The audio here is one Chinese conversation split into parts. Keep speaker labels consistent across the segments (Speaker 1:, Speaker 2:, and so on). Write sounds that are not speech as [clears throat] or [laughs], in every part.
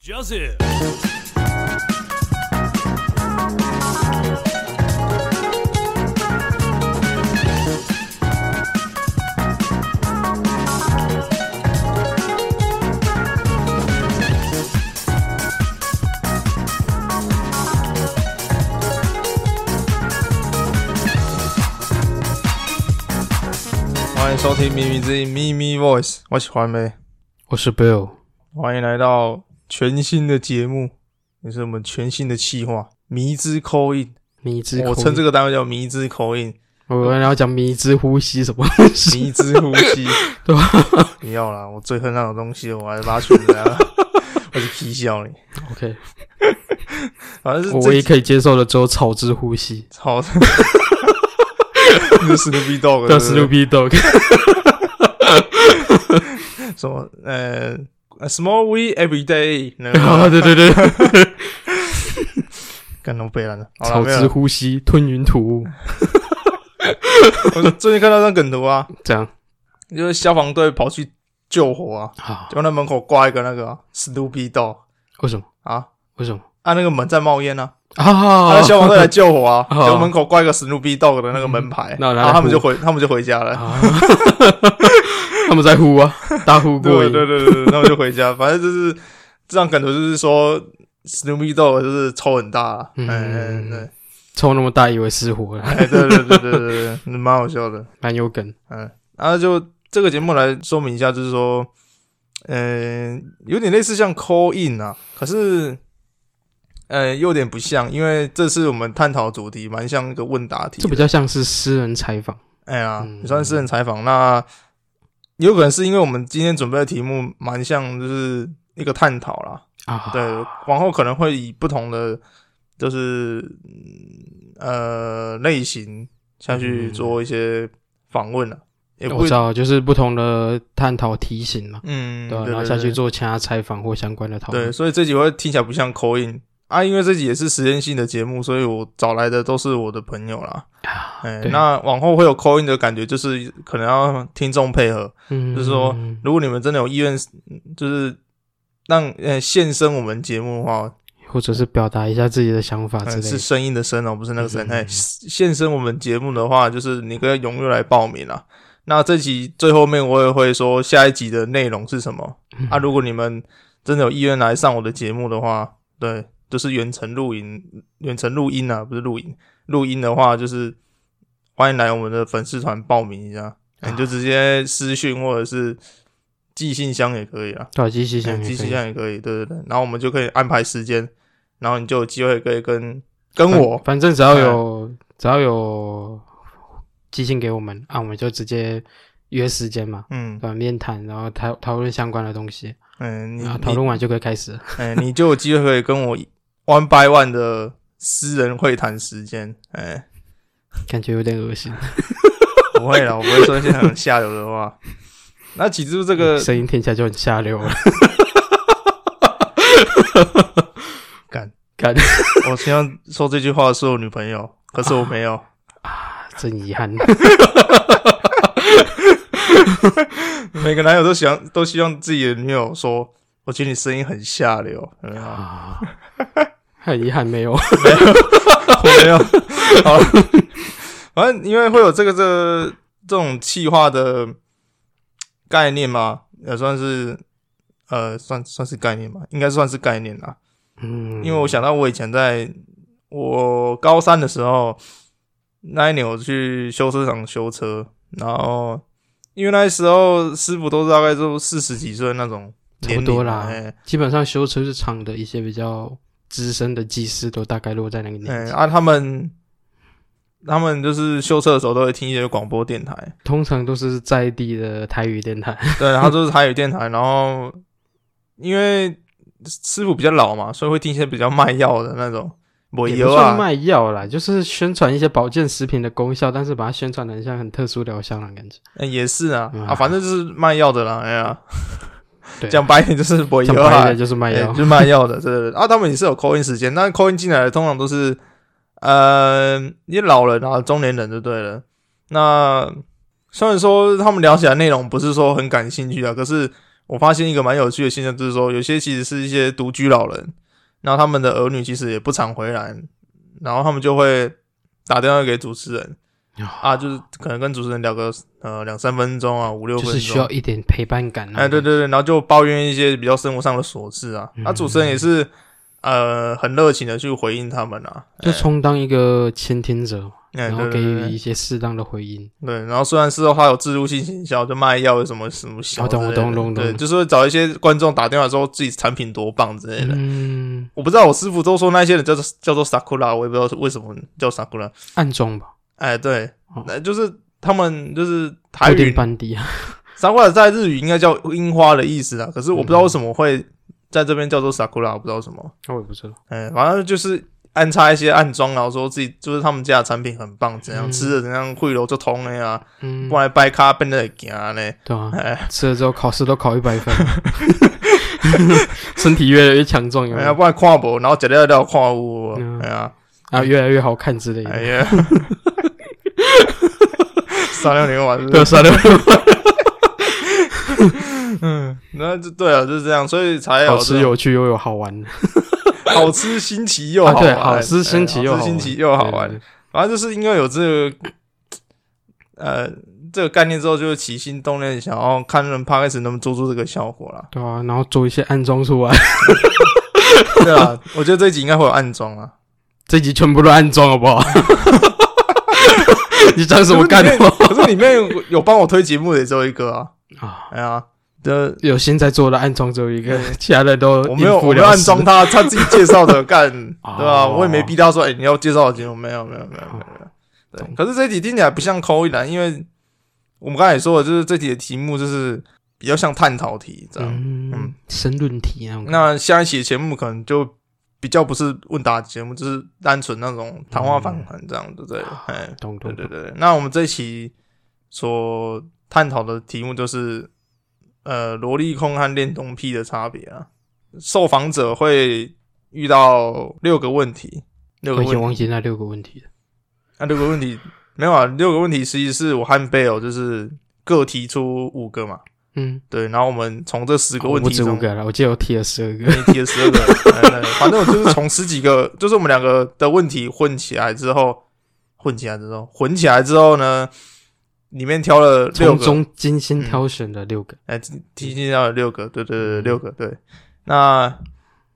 Speaker 1: Joseph。
Speaker 2: 欢迎收听《秘密之音》秘密 Voice，我喜欢呗。
Speaker 3: 我是 Bill，
Speaker 2: 欢迎来到全新的节目，也是我们全新的企划“迷之扣印
Speaker 3: 迷”。之
Speaker 2: 我称这个单位叫“迷之扣
Speaker 3: [laughs]
Speaker 2: 印
Speaker 3: 个，我原来要讲迷之呼吸什么，”，
Speaker 2: 迷之呼吸。
Speaker 3: [laughs] 对吧
Speaker 2: 不要啦，我最恨那种东西，我还把它取出来了， [laughs] 我就皮笑你。
Speaker 3: ？OK，
Speaker 2: 反正是
Speaker 3: 我
Speaker 2: 这
Speaker 3: 唯一可以接受的只有草之呼吸，
Speaker 2: [laughs] 操，你是 Snoopy Dog，
Speaker 3: 叫
Speaker 2: 对不对
Speaker 3: Snoopy Dog，
Speaker 2: [laughs] 什么呃，a，Small We Every Day，那
Speaker 3: [laughs] 啊，
Speaker 2: 个
Speaker 3: 对对对，
Speaker 2: 干到背烂了。好
Speaker 3: 草
Speaker 2: 了，没有
Speaker 3: 之
Speaker 2: 了。
Speaker 3: 呼吸吞云吐雾，
Speaker 2: 我最近看到张梗图啊，
Speaker 3: 这样
Speaker 2: 就是消防队跑去救火啊，
Speaker 3: 好，
Speaker 2: 就那门口挂一个那个、啊、Snoopy Dog
Speaker 3: 为什么？
Speaker 2: 啊，
Speaker 3: 为什么？
Speaker 2: 啊那个门在冒烟啊，
Speaker 3: 啊，
Speaker 2: 啊消防队来救火啊，
Speaker 3: 啊
Speaker 2: 就门口挂一个 Snoopy Dog 的那个门牌，
Speaker 3: 嗯那拿来
Speaker 2: 然后他们
Speaker 3: 呼
Speaker 2: 就回他们就回家
Speaker 3: [laughs] [laughs]
Speaker 2: 了。
Speaker 3: 啊，他们在呼啊，大呼过
Speaker 2: 对
Speaker 3: 瘾，
Speaker 2: 对对对，对他们就回家，反正就是这张梗图就是说 Snoopy Dog 就是抽很大啊，
Speaker 3: 嗯
Speaker 2: 嗯对
Speaker 3: 抽那么大以为失火了，
Speaker 2: 哎对对对对对对对，蛮好笑的。
Speaker 3: 蛮有梗，
Speaker 2: 嗯，然后就这个节目来说明一下，就是说，嗯、有点类似像 call in 啊，可是，呃，又有点不像，因为这是我们探讨主题，蛮像一个问答题
Speaker 3: 这。比较像是私人采访，
Speaker 2: 哎呀，
Speaker 3: 嗯
Speaker 2: 也算是人采访。那有可能是因为我们今天准备的题目蛮像，就是一个探讨啦。
Speaker 3: 啊，
Speaker 2: 对，往后可能会以不同的，就是嗯呃类型下去
Speaker 3: 嗯
Speaker 2: 做一些访问了、也不
Speaker 3: 哎我
Speaker 2: 会
Speaker 3: 知道，就是不同的探讨题型嘛，
Speaker 2: 嗯，
Speaker 3: 对吧，
Speaker 2: 对
Speaker 3: 然后
Speaker 2: 对
Speaker 3: 下去
Speaker 2: 对
Speaker 3: 做其他采访或相关的讨论
Speaker 2: 对，，所以这集会听起来不像口音啊，因为这集也是实验性的节目，所以我找来的都是我的朋友啦。
Speaker 3: 啊
Speaker 2: 哎、
Speaker 3: 对
Speaker 2: 那往后会有口音的感觉，就是可能要听众配合。
Speaker 3: 嗯，
Speaker 2: 就是说如果你们真的有意愿，就是让呃现身我们节目的话，
Speaker 3: 或者是表达一下自己的想法
Speaker 2: 可
Speaker 3: 啊之
Speaker 2: 能
Speaker 3: 类
Speaker 2: 是
Speaker 3: 的。
Speaker 2: 声音的声哦、不是那个声。
Speaker 3: 嗯
Speaker 2: 哎、现身我们节目的话，就是你可以踊跃来报名啦。那这集最后面我也会说下一集的内容是什么。
Speaker 3: 嗯
Speaker 2: 啊，如果你们真的有意愿来上我的节目的话，对，就是远程录音，远程录音啊，不是录音，录音的话就是欢迎来我们的粉丝团报名一下，
Speaker 3: 啊
Speaker 2: 你就直接私讯或者是寄信箱也可以啊，
Speaker 3: 对啊，机器
Speaker 2: 哎
Speaker 3: 箱也
Speaker 2: 寄
Speaker 3: 可
Speaker 2: 信
Speaker 3: 以，
Speaker 2: 箱也可以，对对对，然后我们就可以安排时间，然后你就有机会可以跟跟
Speaker 3: 反
Speaker 2: 我，哎
Speaker 3: 反正只要有只要有寄信给我们啊，我们就直接约时间嘛，
Speaker 2: 嗯
Speaker 3: 对吧？面谈，然后讨讨论相关的东西，
Speaker 2: 嗯，你
Speaker 3: 啊，讨
Speaker 2: 你
Speaker 3: 论完就可以开始了。
Speaker 2: 哎，你就有机会可以跟我 one by one 的私人会谈时间，哎。
Speaker 3: 感觉有点恶心，
Speaker 2: 不会啦，我不会说一些很下流的话。那起初这个
Speaker 3: 声音听起来就很下流了。
Speaker 2: [laughs] 干
Speaker 3: [laughs] 干，
Speaker 2: 我希望说这句话的是我女朋友，可是我
Speaker 3: [laughs]
Speaker 2: 没有。
Speaker 3: 真遗憾。
Speaker 2: 每个男友都希望都希望自己的女友说：“我觉得你声音很下流。有没有
Speaker 3: 啊， [laughs] 很遗憾没
Speaker 2: [laughs]
Speaker 3: 有。”
Speaker 2: 我没有。好，反正因为会有这个这个这种气化的概念嘛，也算是呃算算是概念吧，应该算是概念啦。
Speaker 3: 嗯，
Speaker 2: 因为我想到我以前在我高三的时候，那一年我去修车厂修车，然后因为那时候师傅都是大概都四十几岁那种
Speaker 3: 差
Speaker 2: 年龄啊，
Speaker 3: 不多啦
Speaker 2: 哎、
Speaker 3: 基本上修车厂的一些比较资深的技师都大概落在那个年
Speaker 2: 哎
Speaker 3: 纪，
Speaker 2: 啊，他们他们就是修车的时候都会听一些广播电台，
Speaker 3: 通常都是在地的台语电台。
Speaker 2: [laughs] 对，然后就是台语电台，然后因为师傅比较老嘛，所以会听一些比较卖药的那种。我
Speaker 3: 也不
Speaker 2: 油
Speaker 3: 算
Speaker 2: 啊，
Speaker 3: 卖药啦，就是宣传一些保健食品的功效，但是把它宣传的很像很特殊疗效那种感觉。
Speaker 2: 哎也是啊，
Speaker 3: 嗯
Speaker 2: 啊，反正就是卖药的啦，哎呀，
Speaker 3: 对，
Speaker 2: 讲白一点就是我油
Speaker 3: 讲
Speaker 2: 啊
Speaker 3: 白一，点就是卖
Speaker 2: 欸
Speaker 3: 药
Speaker 2: 就。是卖药的，对对对。啊，他们也是有 call in 时间，但 call in 进来的通常都是，呃，一些老人啊，中年人就对了。那虽然说他们聊起来内容不是说很感兴趣啊，可是我发现一个蛮有趣的现象，就是说有些其实是一些独居老人，然后他们的儿女其实也不常回来，然后他们就会打电话给主持人啊，就是可能跟主持人聊个呃两三分钟啊，五六
Speaker 3: 就
Speaker 2: 分
Speaker 3: 是
Speaker 2: 钟，
Speaker 3: 需要一点陪伴感啊。
Speaker 2: 哎，对对对，然后就抱怨一些比较生活上的琐事啊，
Speaker 3: 嗯
Speaker 2: 那、主持人也是呃很热情的去回应他们啊，
Speaker 3: 就充当一个倾听者，
Speaker 2: 哎，
Speaker 3: 然
Speaker 2: 对
Speaker 3: 后
Speaker 2: 对
Speaker 3: 给
Speaker 2: 对
Speaker 3: 予
Speaker 2: 对
Speaker 3: 一些适当的回应。
Speaker 2: 对，然后虽然事后他有植入性行销，就卖药什么什么小
Speaker 3: 啊我懂
Speaker 2: 之类
Speaker 3: 我懂
Speaker 2: 的
Speaker 3: 懂懂
Speaker 2: 对，就是会找一些观众打电话说自己产品多棒之类的。
Speaker 3: 嗯，
Speaker 2: 我不知道我师傅都说那些人叫做叫做 sakura，我也不知道为什么叫 sakura。
Speaker 3: 暗中吧，
Speaker 2: 哎，对
Speaker 3: 哦，
Speaker 2: 那、就是他们就是台
Speaker 3: 固定
Speaker 2: 语
Speaker 3: 班底啊。
Speaker 2: sakura 在日语应该叫樱花的意思啊，可是我不知
Speaker 3: 嗯
Speaker 2: 道为什么会在这边叫做 sakura，我不知道为什么。
Speaker 3: 我也不知道，
Speaker 2: 哎，反正就是安插一些暗装，然后说自己就是他们家的产品很棒，怎样、
Speaker 3: 嗯
Speaker 2: 吃的怎样汇流就通了呀、
Speaker 3: 嗯
Speaker 2: 不，然掰咖变得行呢。
Speaker 3: 对啊，
Speaker 2: 哎，
Speaker 3: 吃了之后考试都考一
Speaker 2: [laughs]
Speaker 3: 百分，身体越来越强壮，有没
Speaker 2: 哎呀，
Speaker 3: 有？
Speaker 2: 不然看无，然后食了了看有
Speaker 3: 嗯
Speaker 2: 无，哎呀，
Speaker 3: 啊，越来越好看之类
Speaker 2: 哎
Speaker 3: 的。
Speaker 2: 呀， [laughs] 三六零玩是不
Speaker 3: 对，啊
Speaker 2: 是，
Speaker 3: 算了，
Speaker 2: 那就对啊了，就是这样，所以才有
Speaker 3: 好吃
Speaker 2: 这种
Speaker 3: 有趣又有好玩，
Speaker 2: 好吃新奇 [laughs] 又
Speaker 3: 啊，
Speaker 2: 好
Speaker 3: 对，
Speaker 2: 玩，
Speaker 3: 好吃新奇又
Speaker 2: 哎
Speaker 3: 好
Speaker 2: 好吃
Speaker 3: 玩，嗯
Speaker 2: 新奇又好玩
Speaker 3: 对。，
Speaker 2: 反正就是因为有这个呃这个概念之后，就是起心动念，想要看人 p o d 能不能做出这个效果啦。
Speaker 3: 对啊，然后做一些暗装出来，
Speaker 2: 对啊，我觉得这一集应该会有暗装啊。
Speaker 3: 这集全部都暗装好不好？ [laughs] 你讲什么干话
Speaker 2: 可是里面有有帮我推节目的也只有一个啊。
Speaker 3: 啊？
Speaker 2: 哎呀，这
Speaker 3: 有心在做的暗装只有一个，其他的都
Speaker 2: 我没有，
Speaker 3: 应付
Speaker 2: 我没有
Speaker 3: 了
Speaker 2: 暗
Speaker 3: 事
Speaker 2: 装他，他自己介
Speaker 3: [laughs]
Speaker 2: 绍的干，
Speaker 3: 哦
Speaker 2: 对吧？我也没逼他说，哎、你要介绍我节目没有？没有，没有，没有。没有对，
Speaker 3: 懂
Speaker 2: 可是这一题听起来不像扣一栏，因为我们刚才也说了，就是这题的题目就是比较像探讨题这样。嗯
Speaker 3: 嗯，申论题那啊种感觉。
Speaker 2: 那下一期的节目可能就比较不是问答节目，就是单纯那种谈话访谈这样，对不对
Speaker 3: 啊
Speaker 2: 了？哎，
Speaker 3: 懂
Speaker 2: 对
Speaker 3: 懂
Speaker 2: 对
Speaker 3: 懂，
Speaker 2: 对。对那我们这一期所探讨的题目就是，呃，萝莉控和恋童癖的差别啊。受访者会遇到六个问题，六
Speaker 3: 我
Speaker 2: 个
Speaker 3: 已经
Speaker 2: 问
Speaker 3: 忘
Speaker 2: 题，
Speaker 3: 记那六个问题了。
Speaker 2: 那、六个问题没有啊，六个问题实际是我和贝尔就是各提出五个嘛，
Speaker 3: 嗯，
Speaker 2: 对，然后我们从这十个
Speaker 3: 哦我
Speaker 2: 问
Speaker 3: 不
Speaker 2: 题
Speaker 3: 止
Speaker 2: 中，
Speaker 3: 五个了，我记得我提了十二个。
Speaker 2: 你提了十
Speaker 3: [laughs]
Speaker 2: 二个，哎对反正我就是从十几个，就是我们两个的问题混起来之后，混起来之后，混起来之后呢，里面挑了
Speaker 3: 从
Speaker 2: 六个，
Speaker 3: 中精心挑选的六个，
Speaker 2: 哎，提提进到了六个，对对对，
Speaker 3: 嗯
Speaker 2: 六个，对。那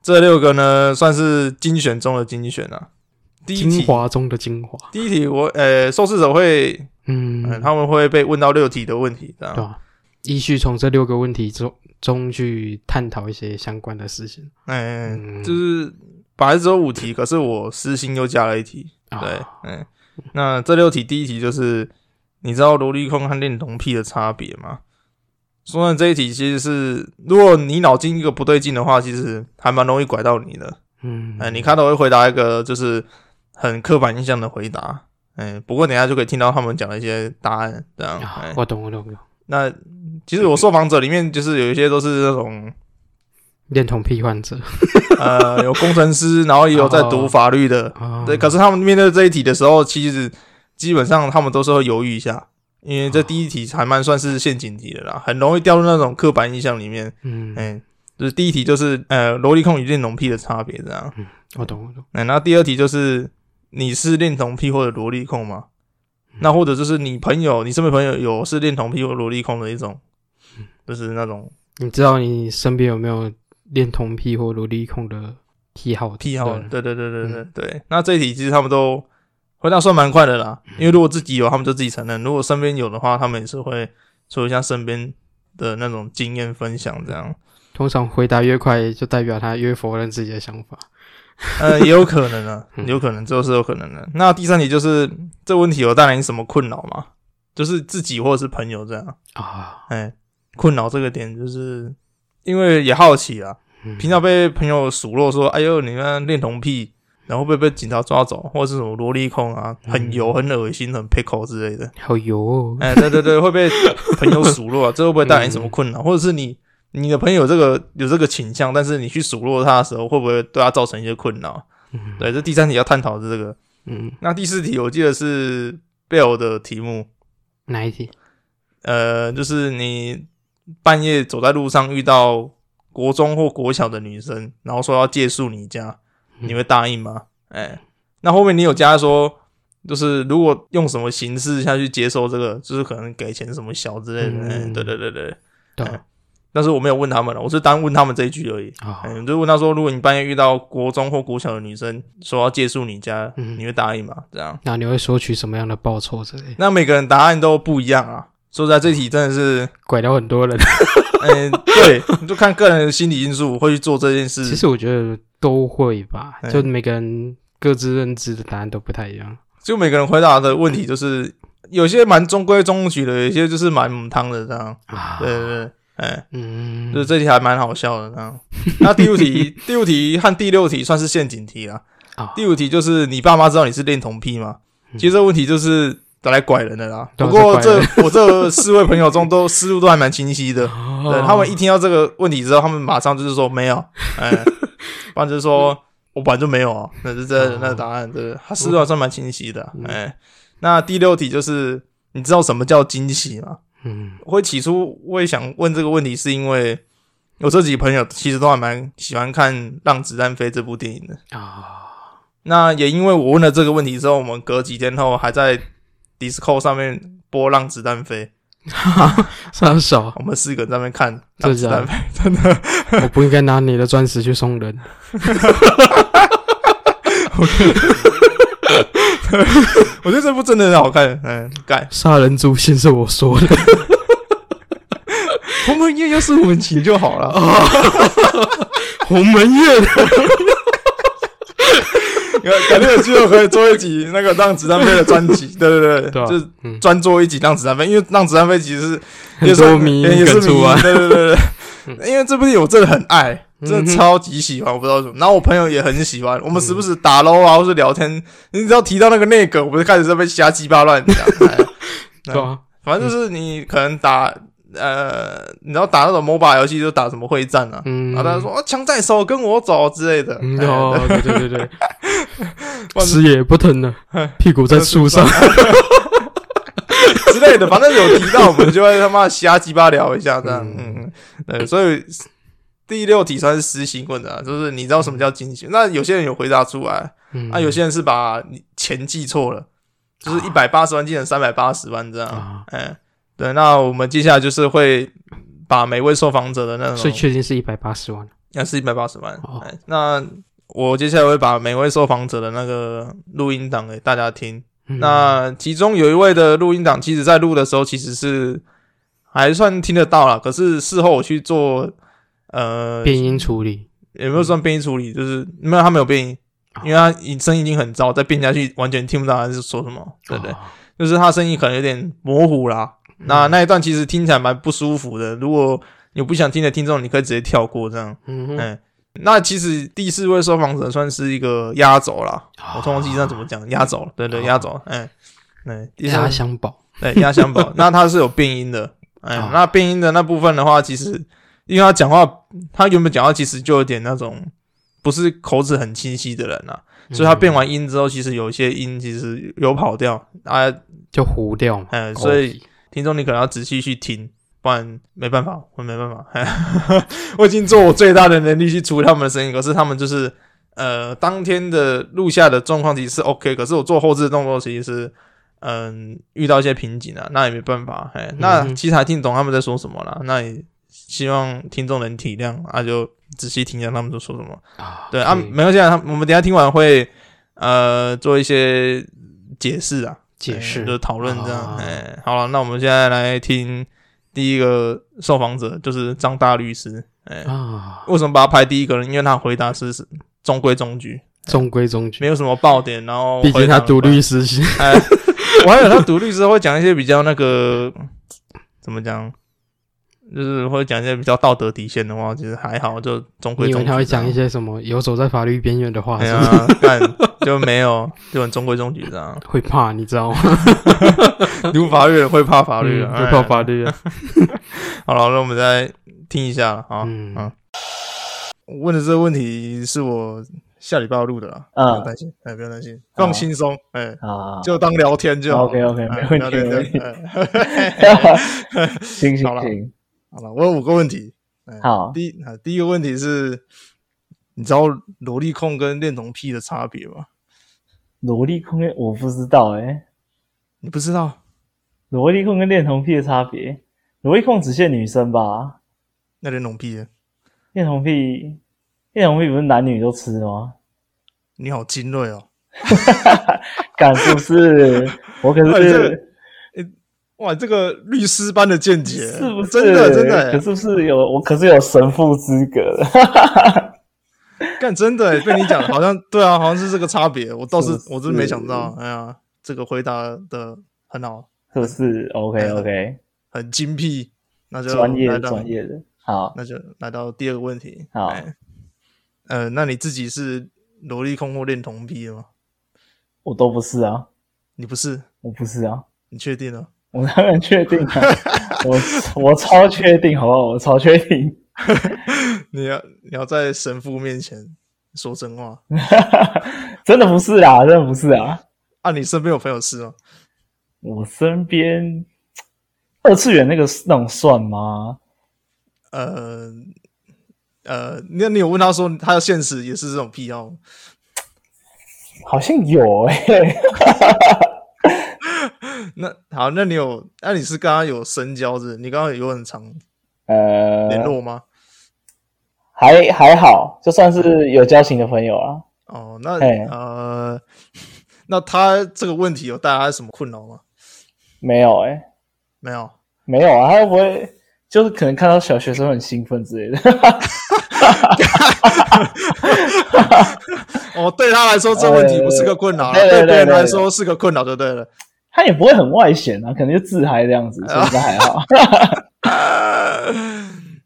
Speaker 2: 这六个呢，算是精选中的精选啊。第一
Speaker 3: 精
Speaker 2: 题，
Speaker 3: 华中的精华。
Speaker 2: 第一题我呃，受试者会，
Speaker 3: 嗯，
Speaker 2: 呃他们会被问到六题的问题，这样
Speaker 3: 对。啊吧？依序从这六个问题中中去探讨一些相关的事情。
Speaker 2: 哎，
Speaker 3: 嗯
Speaker 2: 就是本来只有五题，可是我私心又加了一题，
Speaker 3: 啊
Speaker 2: 对，嗯，那这六题第一题就是，你知道萝莉控和恋童癖的差别吗？说完这一题，其实是如果你脑筋一个不对劲的话，其实还蛮容易拐到你的。
Speaker 3: 嗯，
Speaker 2: 哎、你开头会回答一个就是很刻板印象的回答，哎、不过等一下就可以听到他们讲的一些答案，这样。
Speaker 3: 啊
Speaker 2: 哎
Speaker 3: 我懂，我懂，我懂。
Speaker 2: 那其实我受访者里面就是有一些都是那种
Speaker 3: 恋童癖患者
Speaker 2: 呃有工程师，然后也有
Speaker 3: 哦
Speaker 2: 在读法律的，
Speaker 3: 啊，
Speaker 2: [laughs] 对，可是他们面对这一题的时候，其实基本上他们都是会犹豫一下，因为这第一题还蛮算是陷阱题的啦，很容易掉入那种刻板印象里面。
Speaker 3: 嗯，
Speaker 2: 哎、就是第一题就是呃，萝莉控与恋童癖的差别这样。
Speaker 3: 我懂，我懂。
Speaker 2: 哎、然后第二题就是你是恋童癖或者萝莉控吗？那或者就是你朋友，你身边朋友有是恋童癖或萝莉控的一种，就是那种
Speaker 3: 你知道你身边有没有恋童癖或萝莉控的癖好？
Speaker 2: 癖好。
Speaker 3: 对嗯
Speaker 2: 对对对对对对。那这一题其实他们都回答算蛮快的啦，
Speaker 3: 嗯
Speaker 2: 因为如果自己有，他们就自己承认；如果身边有的话，他们也是会说一下身边的那种经验分享，这样。
Speaker 3: 通常回答越快，就代表他越否认自己的想法。 [laughs]
Speaker 2: 呃，也有可能啊，
Speaker 3: 嗯
Speaker 2: 有可能，这都是有可能的。那第三题就是这问题有带来你什么困扰吗？就是自己或者是朋友这样。
Speaker 3: 啊，
Speaker 2: 哎，困扰这个点就是因为也好奇啊，
Speaker 3: 嗯
Speaker 2: 平常被朋友数落说，哎呦，你那恋童癖，然后被被警察抓走，或者是什么萝莉控啊，很油、很恶心、很 pickle 之类的。
Speaker 3: 好油哦、
Speaker 2: 哎，对对对，会被朋友数落、啊，这会不会带来你什么困扰？或者是你你的朋友有这个有这个倾向，但是你去数落他的时候，会不会对他造成一些困扰？
Speaker 3: 嗯
Speaker 2: 对，这第三题要探讨的是这个。
Speaker 3: 嗯，
Speaker 2: 那第四题我记得是 Bell 的题目，
Speaker 3: 哪一题？
Speaker 2: 呃，就是你半夜走在路上遇到国中或国小的女生，然后说要借宿你家，你会答应吗？哎、那后面你有加说，就是如果用什么形式下去接受这个，就是可能给钱什么小之类的。
Speaker 3: 嗯
Speaker 2: 哎对对对对。
Speaker 3: 对
Speaker 2: 哎但是我没有问他们了，我是单问他们这一句而已。
Speaker 3: 啊
Speaker 2: 哎、，我就问他说，如果你半夜遇到国中或国小的女生说要借宿你家，
Speaker 3: 嗯
Speaker 2: 你会答应吗？这样。
Speaker 3: 那你会索取什么样的报酬之类的？
Speaker 2: 那每个人答案都不一样啊。说实在，这题真的是，
Speaker 3: 拐到很多人。
Speaker 2: 嗯、对，你就看个人的心理因素会去做这件事。
Speaker 3: 其实我觉得都会吧，
Speaker 2: 哎
Speaker 3: 就每个人各自认知的答案都不太一样。
Speaker 2: 就每个人回答的问题，就是有些蛮中规中矩的，有些就是蛮母汤的这样。
Speaker 3: 啊，
Speaker 2: 对对对，哎、
Speaker 3: 嗯，
Speaker 2: 就是这题还蛮好笑的这样。那第五题，第五题和第六题算是陷阱题啦。
Speaker 3: 啊，
Speaker 2: 第五题就是你爸妈知道你是恋童癖吗？
Speaker 3: 嗯
Speaker 2: 其实这个问题就是拿来拐人的啦。
Speaker 3: 对
Speaker 2: 不
Speaker 3: 啊
Speaker 2: 过
Speaker 3: 是拐
Speaker 2: 这
Speaker 3: 人
Speaker 2: 我这四位朋友中都思路都还蛮清晰的。
Speaker 3: 哦
Speaker 2: 对他们一听到这个问题之后，他们马上就是说没有，
Speaker 3: [laughs]
Speaker 2: 哎、不然就是说我本来就没有啊，那是这
Speaker 3: 哦嗯
Speaker 2: 那答案，对，他思路还算蛮清晰的，哎、那第六题就是你知道什么叫惊喜吗？
Speaker 3: 嗯
Speaker 2: 我会起初会想问这个问题，是因为我这几个朋友其实都还蛮喜欢看《让子弹飞》这部电影的。
Speaker 3: 啊，
Speaker 2: 那也因为我问了这个问题之后，我们隔几天后还在 Discord 上面播《让子弹飞》，
Speaker 3: 杀手，
Speaker 2: 我们四个人在那边看《
Speaker 3: 真
Speaker 2: 让
Speaker 3: 的
Speaker 2: 子
Speaker 3: 假的
Speaker 2: 弹飞》，真的。
Speaker 3: 我不应该拿你的钻石去送人。
Speaker 2: [laughs] 我觉得这部真的很好看，嗯，干，
Speaker 3: 杀人诛心是我说
Speaker 2: [laughs]
Speaker 3: 的，
Speaker 2: 鸿门宴要是我们请
Speaker 3: [laughs]
Speaker 2: 就好了。
Speaker 3: 哦鸿门宴。
Speaker 2: 感觉有机会可以做一集那个《让子弹飞》的专
Speaker 3: [laughs]
Speaker 2: 辑，对对
Speaker 3: 对啊
Speaker 2: 对，就是
Speaker 3: 嗯
Speaker 2: 专做一集《让子弹飞》，因为《让子弹飞》其实是
Speaker 3: 很
Speaker 2: 也是
Speaker 3: 多啊迷
Speaker 2: 也是
Speaker 3: 梗
Speaker 2: 迷
Speaker 3: 出来，
Speaker 2: 对对对对，因为这部电影我真的很爱，真
Speaker 3: 嗯
Speaker 2: 的
Speaker 3: 哼
Speaker 2: 超级喜欢，我不知道为什么。然后我朋友也很喜欢，我们时不时打 LO 啊，或是聊天，你只要提到那个那个，我们就开始在那边瞎鸡巴
Speaker 3: [laughs]
Speaker 2: 乱讲。哎
Speaker 3: 对啊，
Speaker 2: 反正就是你可能打呃，你知道打那种 MOBA 游戏就打什么会战啊，
Speaker 3: 嗯，
Speaker 2: 然后大家说哦枪在手，跟我走之类的。
Speaker 3: 嗯，
Speaker 2: 哎
Speaker 3: 哦，对对对
Speaker 2: [laughs] 哇
Speaker 3: 对，死也不疼
Speaker 2: [laughs]
Speaker 3: 了，屁股在树上。
Speaker 2: 之类的，反正有提到，我们就会他妈瞎鸡巴聊一下这样。嗯
Speaker 3: 嗯，
Speaker 2: 对，所以第六题算是实行问的、啊，就是你知道什么叫惊喜？那有些人有回答出来，
Speaker 3: 嗯
Speaker 2: 啊，有些人是把你钱记错了，就是一百八十万记成三百八十万这样。
Speaker 3: 啊，
Speaker 2: 嗯，对，那我们接下来就是会把每位受访者的那
Speaker 3: 所以
Speaker 2: 种，
Speaker 3: 确定是一百八十万。
Speaker 2: 那是一百八十万。
Speaker 3: 哦
Speaker 2: 哎那我接下来会把每位受访者的那个录音档给大家听。
Speaker 3: 嗯
Speaker 2: 那其中有一位的录音档，其实在录的时候其实是还算听得到啦，可是事后我去做，呃，
Speaker 3: 变音处理，
Speaker 2: 有没有算变音处理？就是没有，他没有变音，因为他声音已经很糟，再变下去完全听不到他是说什么，对不对？
Speaker 3: 哦
Speaker 2: 就是他声音可能有点模糊啦。
Speaker 3: 嗯
Speaker 2: 那那一段其实听起来蛮不舒服的，如果你不想听的听众，你可以直接跳过这样。
Speaker 3: 嗯哼
Speaker 2: 嗯，那其实第四位受访者算是一个压轴啦，
Speaker 3: 啊
Speaker 2: 我通常记上怎么讲，压轴，对对，
Speaker 3: 啊
Speaker 2: 压轴，哎，哎，第
Speaker 3: 压
Speaker 2: 三，
Speaker 3: 箱宝，
Speaker 2: 对压箱宝，那他是有变音的，哎
Speaker 3: 啊，
Speaker 2: 那变音的那部分的话，其实因为他讲话，他原本讲话其实就有点那种不是口齿很清晰的人啦，所以他变
Speaker 3: 嗯
Speaker 2: 完音之后，其实有一些音其实有跑掉啊，
Speaker 3: 就糊掉嘛。
Speaker 2: 哎，所以听众你可能要仔细去听，不然没办法，我没办法。 [laughs] 我已经做我最大的能力去处理他们的声音，可是他们就是呃当天的录下的状况其实是 OK，可是我做后置的动作其实是嗯遇到一些瓶颈啊，那也没办法。哎，那
Speaker 3: 嗯哼
Speaker 2: 其实还听懂他们在说什么啦，那也希望听众能体谅，啊就仔细听一下他们在说什么。
Speaker 3: 啊，
Speaker 2: 对啊，
Speaker 3: 可以
Speaker 2: 没关系啊，他我们等一下听完会呃做一些解释啊。
Speaker 3: 解释
Speaker 2: 哎就讨论这样。
Speaker 3: 啊
Speaker 2: 哎、好了，那我们现在来听第一个受访者，就是张大律师。哎、
Speaker 3: 啊，
Speaker 2: 为什么把他排第一个呢？因为他回答是中规
Speaker 3: [laughs]
Speaker 2: 中矩，
Speaker 3: 中规中矩
Speaker 2: 没。有什么爆点。然后
Speaker 3: 毕竟他读
Speaker 2: 律，
Speaker 3: 律师系，
Speaker 2: 哎，我还有他读律师会讲一些比较那个怎么讲，就是会讲一些比较道德底线的话，其实还好，就中规
Speaker 3: 你以
Speaker 2: 中
Speaker 3: 为
Speaker 2: 矩。啊
Speaker 3: 他会讲一。些什么游走在法律边缘的话
Speaker 2: 哎
Speaker 3: 是
Speaker 2: 呀
Speaker 3: 吗？，
Speaker 2: 干就没有，就很中规中矩
Speaker 3: [laughs]
Speaker 2: 这样。
Speaker 3: 会怕，你知道吗？
Speaker 2: 读法律的会怕法律的，
Speaker 3: 嗯 [laughs]
Speaker 2: 哎
Speaker 3: 会怕法律啊。
Speaker 2: 好了，那我们再听一下啊。
Speaker 3: 嗯
Speaker 2: 啊，我问的这个问题是我下礼拜要录的啦，
Speaker 1: 嗯
Speaker 2: 不要担心，哎，不要担心，放轻松，哎，
Speaker 1: 啊，
Speaker 2: 就当聊天就好。
Speaker 1: OK OK，
Speaker 2: 哎
Speaker 1: 没问题
Speaker 2: 不
Speaker 1: [laughs]
Speaker 2: 要
Speaker 1: 没问
Speaker 2: 担
Speaker 1: 题
Speaker 2: 心。哎
Speaker 1: 行行
Speaker 2: 好了
Speaker 1: 行，
Speaker 2: 好了，我有五个问题。哎
Speaker 1: 好
Speaker 2: 第一啊，第一个问题是，你知道萝莉控跟恋童癖的差别吗？
Speaker 1: 萝莉控跟我不知道哎、
Speaker 2: 你不知道？
Speaker 1: 萝莉控跟恋童癖的差别，萝莉控只限女生吧？
Speaker 2: 那恋童癖呢，
Speaker 1: 恋童癖，恋童癖不是男女都吃吗？
Speaker 2: 你好精锐哦！
Speaker 1: 敢是不是？我可
Speaker 2: 哎这个
Speaker 1: 是
Speaker 2: 哇，这个律师般的见解，
Speaker 1: 是不是
Speaker 2: 真的
Speaker 1: 可
Speaker 2: 真的
Speaker 1: 是不是有我可是有神父资格的？
Speaker 2: 哎， [laughs] 干真的哎，被你讲，好像对啊，好像是这个差别。我倒是
Speaker 1: 是不是
Speaker 2: 我真没想到，哎呀，这个回答的很好，
Speaker 1: 是不是？OK
Speaker 2: 嗯
Speaker 1: OK，
Speaker 2: 很精辟。那就
Speaker 1: 专业
Speaker 2: 来到
Speaker 1: 专业的。好，
Speaker 2: 那就来到第二个问题。
Speaker 1: 好
Speaker 2: 哎呃，那你自己是萝莉控或恋童癖的吗？
Speaker 1: 我都不是啊，
Speaker 2: 你不是？
Speaker 1: 我不是啊，
Speaker 2: 你确定了？
Speaker 1: 我当然确定啊，我我超确定，好不好？我超确定。
Speaker 2: [laughs] 你要你要在神父面前说真话？
Speaker 1: [laughs] 真的不是啊，真的不是啊。
Speaker 2: 啊，你身边有朋友是吗？
Speaker 1: 我身边二次元那个那种算吗？
Speaker 2: 呃呃，那你有问他说他的现实也是这种癖好吗？ [laughs]
Speaker 1: 好像有哎、
Speaker 2: 那好，那你有那你是刚刚有深交是不是？你刚刚有很长
Speaker 1: [laughs]
Speaker 2: 联
Speaker 1: 呃，
Speaker 2: 络吗？
Speaker 1: 还还好，就算是有交情的朋友啊。
Speaker 2: 哦，那
Speaker 1: 哎
Speaker 2: 呃， [laughs] 那他这个问题有带来什么困扰吗？
Speaker 1: 没有哎、
Speaker 2: 没有。
Speaker 1: 没有啊，他又不会，就是可能看到小学生很兴奋之类的。 [laughs]
Speaker 2: 哦，对他来说这问题不是个困扰啊，
Speaker 1: 呃呃对对
Speaker 2: 对别人
Speaker 1: 对对
Speaker 2: 来说是个困扰就对了。 [laughs]
Speaker 1: 他也不会很外显啊，可能就自嗨这样
Speaker 2: 哦
Speaker 1: 子，所以应该还
Speaker 2: [laughs]
Speaker 1: 好。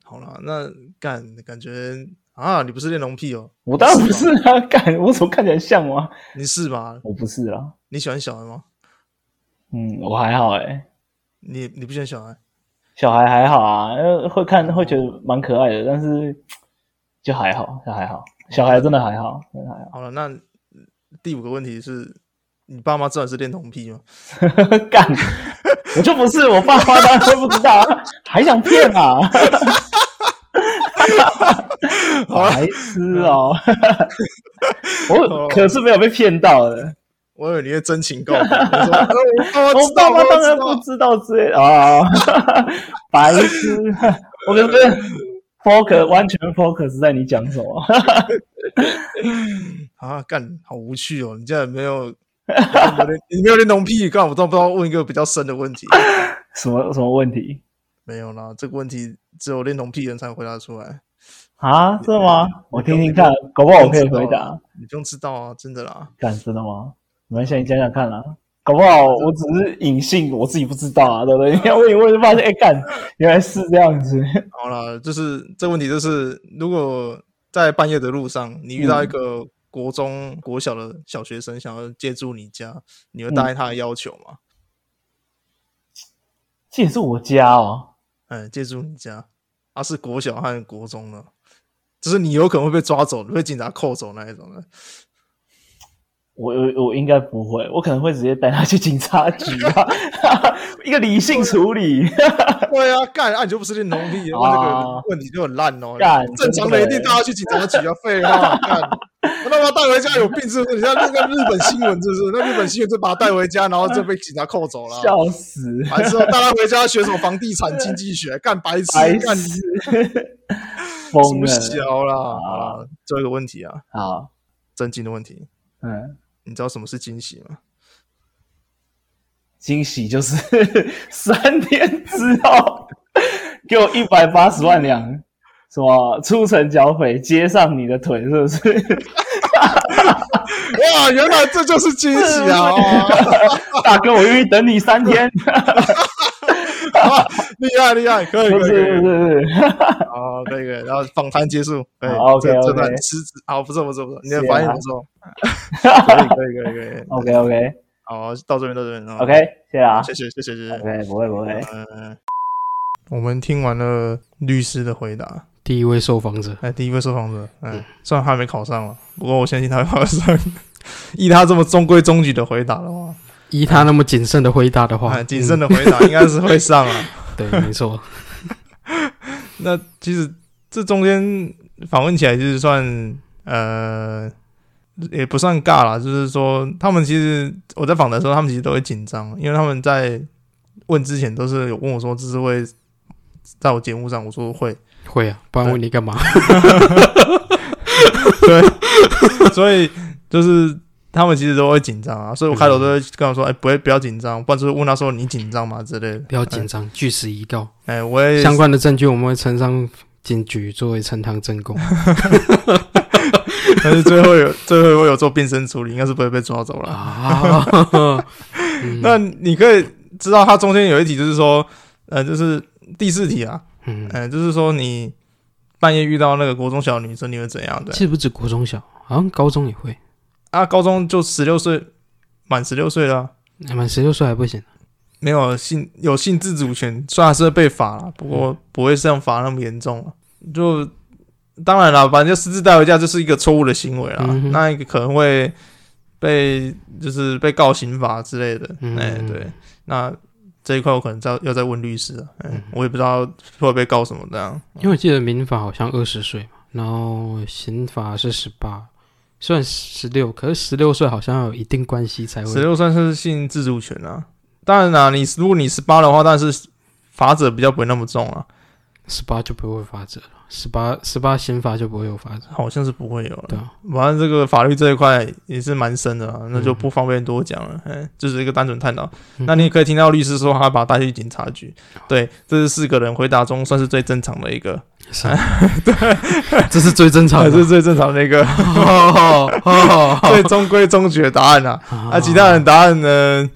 Speaker 2: 好了，那干感觉啊，你不是恋童癖哦？
Speaker 1: 我当然不是啊，干我怎么看起来像吗？
Speaker 2: 你是吧？
Speaker 1: 我不是啊，
Speaker 2: 你喜欢小孩吗？
Speaker 1: 嗯，我还好哎、
Speaker 2: 你你不喜欢小孩？
Speaker 1: 小孩还好啊，呃会
Speaker 2: 哦
Speaker 1: 看会觉得蛮可爱的，但
Speaker 2: [laughs]
Speaker 1: 是就还好，就还好。小孩真的还好，真的还
Speaker 2: 好了，那嗯第五个问题是你爸妈知道你是恋童癖吗？
Speaker 1: 好。
Speaker 2: [laughs]
Speaker 1: 干，我就不是，我爸妈当然会不知道
Speaker 2: [laughs]
Speaker 1: 啊，还想骗啊？
Speaker 2: 好啊了，
Speaker 1: 白痴哦！我可是没有被骗到的，
Speaker 2: 我以为你会真情告白，我
Speaker 1: [laughs]
Speaker 2: 说呃我爸妈
Speaker 1: 我
Speaker 2: 知
Speaker 1: 爸
Speaker 2: 道，
Speaker 1: 妈当然
Speaker 2: 知
Speaker 1: 不
Speaker 2: 道
Speaker 1: 知道之类的啊。
Speaker 2: [laughs]
Speaker 1: 白痴，我可是 focus 完全 focus 在你讲什
Speaker 2: [laughs]
Speaker 1: 么。
Speaker 2: 啊，干好无趣哦，你竟然没有。你没有恋 [laughs] 你没有恋童癖，干我都不知道问一个比较深的问题。 [laughs]
Speaker 1: 什么什么问题
Speaker 2: 没有啦，这个问题只有恋童癖人才回答出来。
Speaker 1: 啊？真的吗？我听听看，搞不好我可以回答。
Speaker 2: 你不用知道啊，真的啦。
Speaker 1: 干，真的吗？没关系，你讲讲看啦、啊搞不好我只是隐性，我自己不知道啊，对不 [laughs] 对？你要问一问就发现，哎、干，原来是这样子。
Speaker 2: 好啦，就是这问题，就是如果在半夜的路上，你遇到一个国中、国小的小学生想要借住你家，你会答应他的要求吗？
Speaker 1: 这也是我家哦，
Speaker 2: 嗯，借住你家，他、是国小和国中的，就是你有可能会被抓走，被警察扣走那一种的。
Speaker 1: 我我我应该不会，我可能会直接带他去警察局啊， [laughs] 一个理性处理。
Speaker 2: 对啊，干啊，你就不是恋童癖，那
Speaker 1: 啊
Speaker 2: 这个问题就很烂哦。
Speaker 1: 干
Speaker 2: 正常人一定
Speaker 1: 真的
Speaker 2: 带他去警察局啊，
Speaker 1: [laughs]
Speaker 2: 废话，干。我他妈带回家有病是不是？你像那个日本新闻是不是？那日本新闻就把他带回家，然后就被警察扣走了
Speaker 1: [laughs]
Speaker 2: 啊。
Speaker 1: 笑死，
Speaker 2: 白痴哦！带他回家学什么房地产经
Speaker 1: [laughs]
Speaker 2: 济学？干白痴，
Speaker 1: 白
Speaker 2: 干
Speaker 1: 痴， [laughs] 疯
Speaker 2: 输
Speaker 1: 了。
Speaker 2: 小啦！
Speaker 1: 啊
Speaker 2: 好啦，最后一个问题啊，
Speaker 1: 好，
Speaker 2: 正经的问题，
Speaker 1: 嗯，
Speaker 2: 你知道什么是惊喜吗？
Speaker 1: 惊喜就是 [laughs] 三天之后给我一百八十万两，什么出城剿匪，接上你的腿，是不是？
Speaker 2: 哇，原来这就是惊喜
Speaker 1: [laughs]
Speaker 2: 啊！
Speaker 1: 大哥，我愿意等你三
Speaker 4: [laughs]
Speaker 1: 天，
Speaker 2: 哇厉害厉害，可以
Speaker 1: 不
Speaker 2: 可以
Speaker 1: 是
Speaker 2: 可以
Speaker 1: 不是，不是，
Speaker 2: 好，可以可以。然后访谈结束，可以
Speaker 1: 好
Speaker 2: 这
Speaker 1: 啊 OK，OK
Speaker 2: 这段狮子，好，不错不错不错，你的
Speaker 1: 谢谢啊
Speaker 2: 反应
Speaker 1: [laughs]
Speaker 2: 不错，可以可以可以可以。
Speaker 1: OK OK
Speaker 2: 好，到这边到这边啊
Speaker 1: OK，谢谢啊
Speaker 2: 谢谢谢谢谢谢。
Speaker 1: ，OK 不会不会，
Speaker 2: 嗯，我们听完了律师的回答，
Speaker 3: 第一位受访者，
Speaker 2: 哎，第一位受访者，嗯，虽然他还没考上了，不过我相信他会考上。依他这么中规中矩的回答的话，哎
Speaker 3: 依他那么
Speaker 1: 嗯
Speaker 3: 谨慎的回答的话，嗯
Speaker 2: 哎，谨慎
Speaker 3: 的、
Speaker 2: 的回答应该是会上啊。
Speaker 3: 对，没错，
Speaker 2: 那其实这中间访问起来就是算呃，也不算尬啦，就是说他们其实我在访的时候，他们其实都会紧张，因为他们在问之前都是有问我说这是会在我节目上，我说会， [laughs]
Speaker 3: 会啊，不然问你干嘛？
Speaker 2: 所以就是他们其实都会紧张啊，所以我开头都会跟我说，哎、不会不要紧张，不然就是问他说你紧张吗之类的，
Speaker 3: 不要紧张，据实以告。
Speaker 2: 哎、我也
Speaker 3: 相关的证据我们会呈上警局作为呈堂证
Speaker 2: [laughs]
Speaker 3: 供。
Speaker 2: 但是最后有最后我有做变身处理，应该是不会被抓走了。
Speaker 3: 啊，嗯
Speaker 2: 那你可以知道，它中间有一题就是说，呃，就是第四题啊，
Speaker 3: 嗯，
Speaker 2: 呃，就是说你半夜遇到那个国中小女生，你会怎样的
Speaker 3: 其？实不止国中小，好像高中也会，
Speaker 2: 啊，高中就十六岁，满十六岁了啊，
Speaker 3: 哎满十六岁还不行。
Speaker 2: 没有性有性自主权，虽然是会被罚
Speaker 3: 嗯
Speaker 2: 了，不过不会像罚那么严重了。就当然了，反正就私自带回家就是一个错误的行为啦，
Speaker 3: 嗯哼
Speaker 2: 那一个可能会被就是被告刑法之类的。哎、
Speaker 3: 嗯
Speaker 2: 对，那这一块我可能再要再问律师啊，哎
Speaker 3: 嗯
Speaker 2: 我也不知道会被告什么这样。
Speaker 3: 因为我记得民法好像二十岁嘛，然后刑法是十八，虽然十六，可是十六岁好像有一定关系才
Speaker 2: 十
Speaker 3: 会。
Speaker 2: 六算是性自主权啊，当然啦，你如果你十八的话，但是罚则比较不会那么重啊，
Speaker 3: 十八就不会有法则了，十八十八刑法就不会有法则，
Speaker 2: 好像是不会有了。
Speaker 3: 对啊，
Speaker 2: 反正这个法律这一块也是蛮深的、啊，那就不方便多讲了。哎、就是一个单纯探讨。
Speaker 3: 嗯哦
Speaker 2: 那你也可以听到律师说他把他带去警察局，对，这是四个人回答中算是最正常的一个，
Speaker 3: 是啊， [laughs] 这是最
Speaker 2: [laughs]
Speaker 3: 正常
Speaker 2: 还
Speaker 3: 的。
Speaker 2: 是最正常的
Speaker 3: [laughs]
Speaker 2: 一个，
Speaker 3: 哦哦
Speaker 2: [laughs]
Speaker 3: 哦
Speaker 2: 最中规中矩的答案啊。啊，其他人答案呢？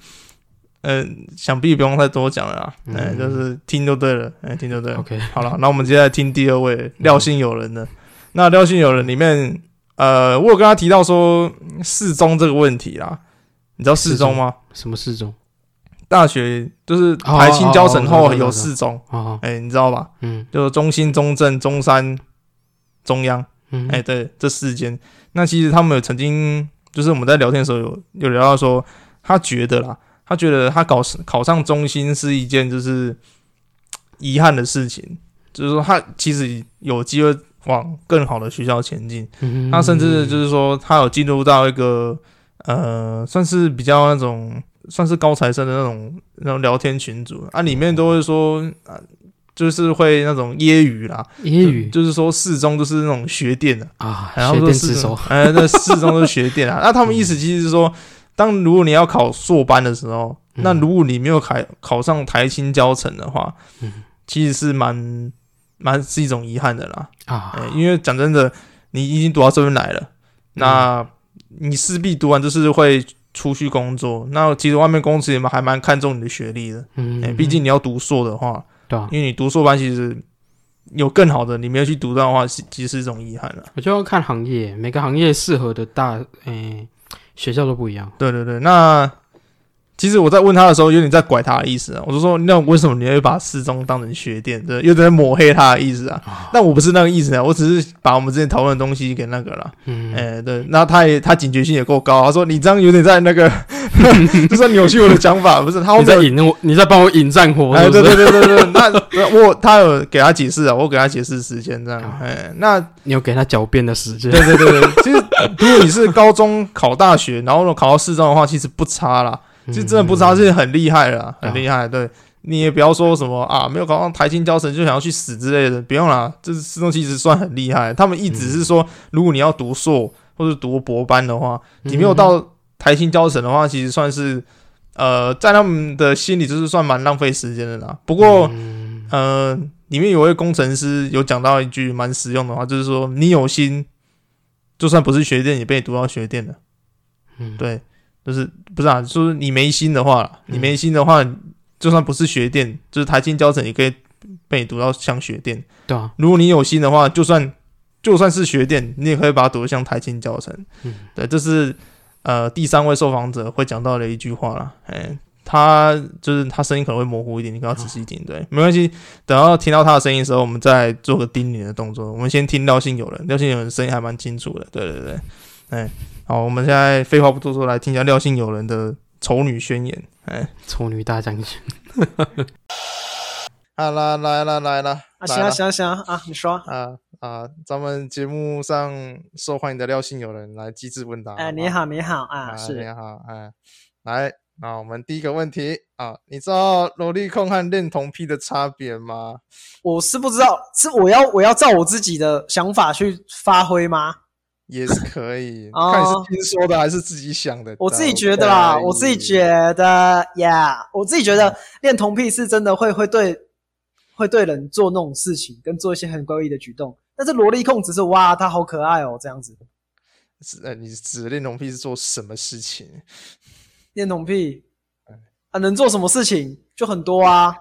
Speaker 2: 嗯、想必不用再多讲了啊。
Speaker 3: 嗯
Speaker 2: 哎、就是听就对了，哎、听就对了。
Speaker 3: OK，
Speaker 2: 好了，那我们接下来听第二位廖姓友人的。那廖姓友人里面，呃，我有跟他提到说适中这个问题啦。你知道适中吗？
Speaker 3: 什么四种？
Speaker 2: 大学就是台青交省后有适中，
Speaker 3: 哦，
Speaker 2: 哎、你知道吧？
Speaker 3: 嗯
Speaker 2: 就是中心、中正、中山、中央，
Speaker 3: 嗯，
Speaker 2: 哎、对，这四间。那其实他们有曾经，就是我们在聊天的时候有有聊到说，他觉得啦，他觉得他考考上中心是一件就是嘖遗憾的事情，就是说他其实有机会往更好的学校前进。
Speaker 3: 嗯，
Speaker 2: 他甚至就是说，他有进入到一个呃，算是比较那种算是高材生的那种那种聊天群组啊，里面都会说啊。就是会那种揶揄啦，
Speaker 3: 业余
Speaker 2: 就就是说四中就是那种学店的、
Speaker 3: 啊，
Speaker 2: 然后
Speaker 3: 学
Speaker 2: 说
Speaker 3: 电
Speaker 2: 四
Speaker 3: 子
Speaker 2: 中
Speaker 3: 手，， [laughs]
Speaker 2: 哎，那四中都是学电啊。那他们意思其实是说，当如果你要考硕班的时候，
Speaker 3: 嗯
Speaker 2: 那如果你没有考考上台青教程的话，
Speaker 3: 嗯
Speaker 2: 其实是蛮蛮是一种遗憾的啦。
Speaker 3: 啊
Speaker 2: 哎，因为讲真的，你已经读到这边来了，那你势必读完就是会出去工作。那其实外面公司也蛮还蛮看重你的学历的，
Speaker 3: 嗯，
Speaker 2: 哎，毕竟你要读硕的话，
Speaker 3: 对啊，
Speaker 2: 因为你读硕班其实有更好的，你没有去读到的话，是其实是一种遗憾了。
Speaker 3: 我就要看行业，每个行业适合的大诶学校都不一样。
Speaker 2: 对对对，那其实我在问他的时候，有点在拐他的意思啊。我就说，那为什么你会把四中当成学店？这有点在抹黑他的意思啊。但我不是那个意思啊，我只是把我们之前讨论的东西给那个了。
Speaker 3: 嗯，
Speaker 2: 哎、对，那他也他警觉性也够高啊，他说你这样有点在那个， [laughs] 就算扭曲我的讲法，不是他后
Speaker 3: 你在
Speaker 2: 面。
Speaker 3: 引我，你在帮我引战火，
Speaker 2: 哦哎，
Speaker 3: 是不
Speaker 2: 对
Speaker 3: 是
Speaker 2: 对对对对， [laughs] 那那我他有给他解释啊，我给他解释时间这样
Speaker 3: 好，
Speaker 2: 哎，那
Speaker 3: 你有给他狡辩的时间。
Speaker 2: 对对对对，其实如果你是高中考大学，然后考到四中的话，其实不差啦，
Speaker 3: 嗯
Speaker 2: 其实真的不差，是很厉害啦，很厉害。对，你也不要说什么啊，没有考上台青交城就想要去死之类的，不用啦，这四中其实算很厉害。他们一
Speaker 3: 嗯
Speaker 2: 直是说，如果你要读硕或者读博班的话，
Speaker 3: 嗯
Speaker 2: 你没有到台青交城的话，其实算是。呃，在他们的心里就是算蛮浪费时间的啦。不过，
Speaker 3: 嗯
Speaker 2: 呃，里面有位工程师有讲到一句蛮实用的话，就是说你有心，就算不是学电，也被你读到学电了。
Speaker 3: 嗯
Speaker 2: 对，就是不是啊？就是你没心的话啦，
Speaker 3: 嗯
Speaker 2: 你没心的话，就算不是学电，就是台青教程也可以被你读到像学电。
Speaker 3: 对啊，
Speaker 2: 如果你有心的话，就算就算是学电，你也可以把它读得像台青教程。
Speaker 3: 嗯
Speaker 2: 对，这是呃第三位受访者会讲到的一句话啦。哎、他就是他声音可能会模糊一点，你可能要仔细听。对，没关系，等到听到他的声音的时候，我们再做个叮咛的动作。我们先听廖姓友人，廖姓友人声音还蛮清楚的。对对对，哎、好，我们现在废话不多说，来听一下廖姓友人的丑女宣言。哎、
Speaker 3: 丑女大将军。
Speaker 2: 啊啦来啦来啦，
Speaker 4: 啊，
Speaker 2: 来
Speaker 4: 行啊
Speaker 2: 啦
Speaker 4: 行啊行啊啊，你说，
Speaker 2: 啊啊！咱们节目上受欢迎的廖姓友人来机智问答。
Speaker 4: 哎，
Speaker 2: 吧
Speaker 4: 你好你好啊，
Speaker 2: 啊，你
Speaker 4: 是
Speaker 2: 好，哎，来，那我们第一个问题啊，你知道萝莉控和恋童癖的差别吗？
Speaker 4: 我是不知道，是我要我要照我自己的想法去发挥吗？
Speaker 2: 也是可
Speaker 4: [laughs]
Speaker 2: 以，
Speaker 4: 哦
Speaker 2: 看你是听说的还是自己想的。
Speaker 4: 我自己觉得啦，
Speaker 2: 都可以
Speaker 4: 我自己觉得呀我自己觉得恋童癖是真的会会对会对人做那种事情，跟做一些很怪异的举动。但是萝莉控只是哇，她好可爱哦，这样子。
Speaker 2: 是呃，你指恋童癖是做什么事情？
Speaker 4: 恋童癖啊，能做什么事情就很多啊，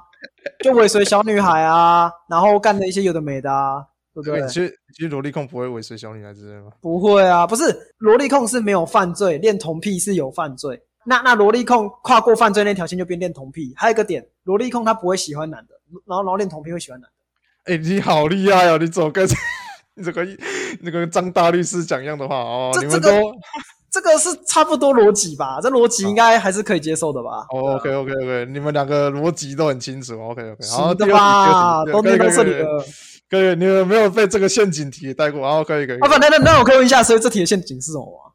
Speaker 4: 就尾随小女孩啊，然后干的一些有的没的啊，对不对
Speaker 2: 你？觉得你觉得萝莉控不会尾随小女孩之类吗？
Speaker 4: 不会啊，不是萝莉控是没有犯罪，恋童癖是有犯罪。那那萝莉控跨过犯罪那条线就变恋童癖。还有一个点，萝莉控她不会喜欢男的，然后然后恋童癖会喜欢男的。
Speaker 2: 哎、你好厉害哦！你怎么跟 [laughs] 你怎么跟你跟张大律师讲一样的话哦？
Speaker 4: 这
Speaker 2: 你们
Speaker 4: 这
Speaker 2: 都、
Speaker 4: 个这个是差不多逻辑吧？这逻辑应该还是可以接受的吧？
Speaker 2: 哦、OK OK OK，你们两个逻辑都很清楚。OK OK，好，
Speaker 4: 是
Speaker 2: 第
Speaker 4: 的
Speaker 2: 二题
Speaker 4: 吧？
Speaker 2: 第
Speaker 4: 都
Speaker 2: 二题
Speaker 4: 内
Speaker 2: 第
Speaker 4: 功
Speaker 2: 二
Speaker 4: 是你
Speaker 2: 题可以可以可以
Speaker 4: 的。
Speaker 2: 可以，你们没有被这个陷阱题带过，然后可以可以，
Speaker 4: 啊不，那那那我可以问一下，所以这题的陷阱是什么吗？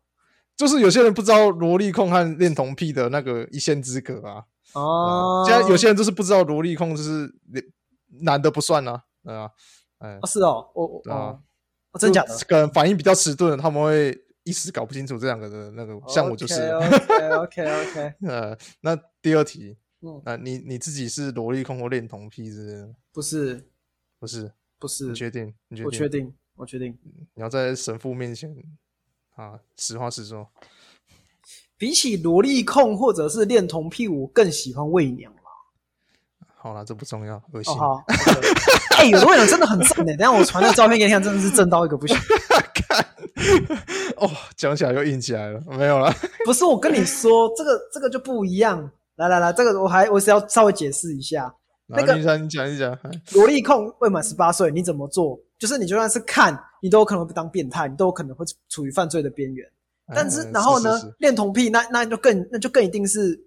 Speaker 2: 就是有些人不知道萝莉控和恋童癖的那个一线之隔啊。
Speaker 4: 哦，
Speaker 2: 现在有些人就是不知道萝莉控就是男的不算啊，对啊，嗯
Speaker 4: 哦，是哦，我我
Speaker 2: 对啊
Speaker 4: 哦，哦真假的？
Speaker 2: 可能反应比较迟钝，他们会一时搞不清楚这两个的那个，像我就是。
Speaker 4: 哦 OK OK OK，
Speaker 2: [laughs] 呃，那第二题，
Speaker 4: 嗯，
Speaker 2: 那、你你自己是萝莉控或恋童癖之类的吗？
Speaker 4: 不是
Speaker 2: 不是，
Speaker 4: 不是
Speaker 2: 你，确定？你确定？
Speaker 4: 我确定我确定。
Speaker 2: 你要在神父面前啊，实话实说。
Speaker 4: 比起萝莉控或者是恋童癖，我更喜欢媚娘啦。
Speaker 2: 好啦，这不重要，恶心。
Speaker 4: 哦好， [laughs] 哎，有的媚娘真的很正的，等一下我传那个照片给你看，真的是正到一个不行。 [laughs]
Speaker 2: 看，哦，讲起来又硬起来了，没有啦。
Speaker 4: 不是，我跟你说，这个这个就不一样。来来来，这个我还我是要稍微解释一下，那
Speaker 2: 然后
Speaker 4: 个
Speaker 2: 你讲，你讲一讲，哎
Speaker 4: 萝莉控未满十八岁，你怎么做？就是你就算是看，你都有可能会当变态，你都有可能会处于犯罪的边缘。但是
Speaker 2: 嗯
Speaker 4: 然后
Speaker 2: 是 [laughs]
Speaker 4: 呢
Speaker 2: 是，
Speaker 4: 恋童癖那那就更那就更一定是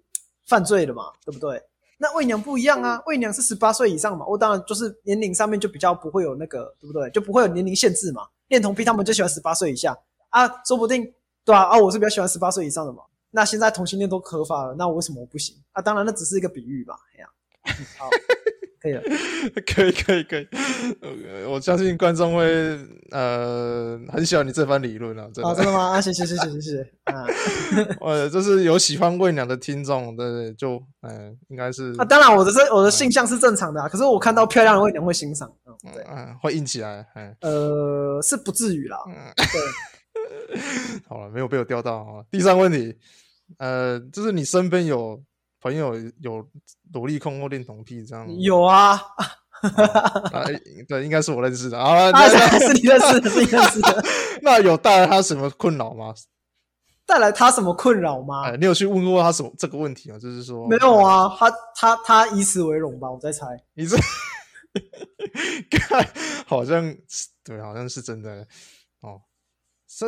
Speaker 4: 犯罪了嘛，对不对？那媚娘不一样啊，媚娘是十八岁以上嘛，我当然就是年龄上面就比较不会有那个，对不对？就不会有年龄限制嘛。恋童癖他们就喜欢十八岁以下啊，说不定对啊啊，我是比较喜欢十八岁以上的嘛。那现在同性恋都合法了，那我为什么我不行啊？当然那只是一个比喻吧，哎呀、嗯好，可以
Speaker 2: [laughs]
Speaker 4: 了。
Speaker 2: 是可以可以可以，呃我相信观众会呃很喜欢你这番理论啊，真
Speaker 4: 啊，真
Speaker 2: 的。
Speaker 4: 的吗？啊，谢谢谢谢谢谢啊
Speaker 2: [laughs] 呃，就是有喜欢喂鸟的听众，对对，就嗯、呃应该是
Speaker 4: 啊！当然，我的是
Speaker 2: 嗯
Speaker 4: 我的性向是正常的、啊，可是我看到漂亮的我也会欣赏，嗯，对，
Speaker 2: 嗯、会硬起来，嗯、
Speaker 4: 呃，是不至于啦，
Speaker 2: 嗯
Speaker 4: 对，
Speaker 2: 好了，没有被我钓到啊。第三个问题，呃，就是你身边有朋友有萝莉控或恋童癖这样吗？
Speaker 4: 有啊，
Speaker 2: 啊，对，应该是我认识的啊。
Speaker 4: 啊，
Speaker 2: 那那
Speaker 4: 是你认识的，是你认识的，
Speaker 2: 那有带来他什么困扰吗？
Speaker 4: 带来他什么困扰吗？
Speaker 2: 哎，你哦有去问过他什么这个问题吗？就是说
Speaker 4: 没有，啊，他他他以此为荣吧，我在猜。
Speaker 2: 你这 [laughs] 看好像是对，好像是真的哦。这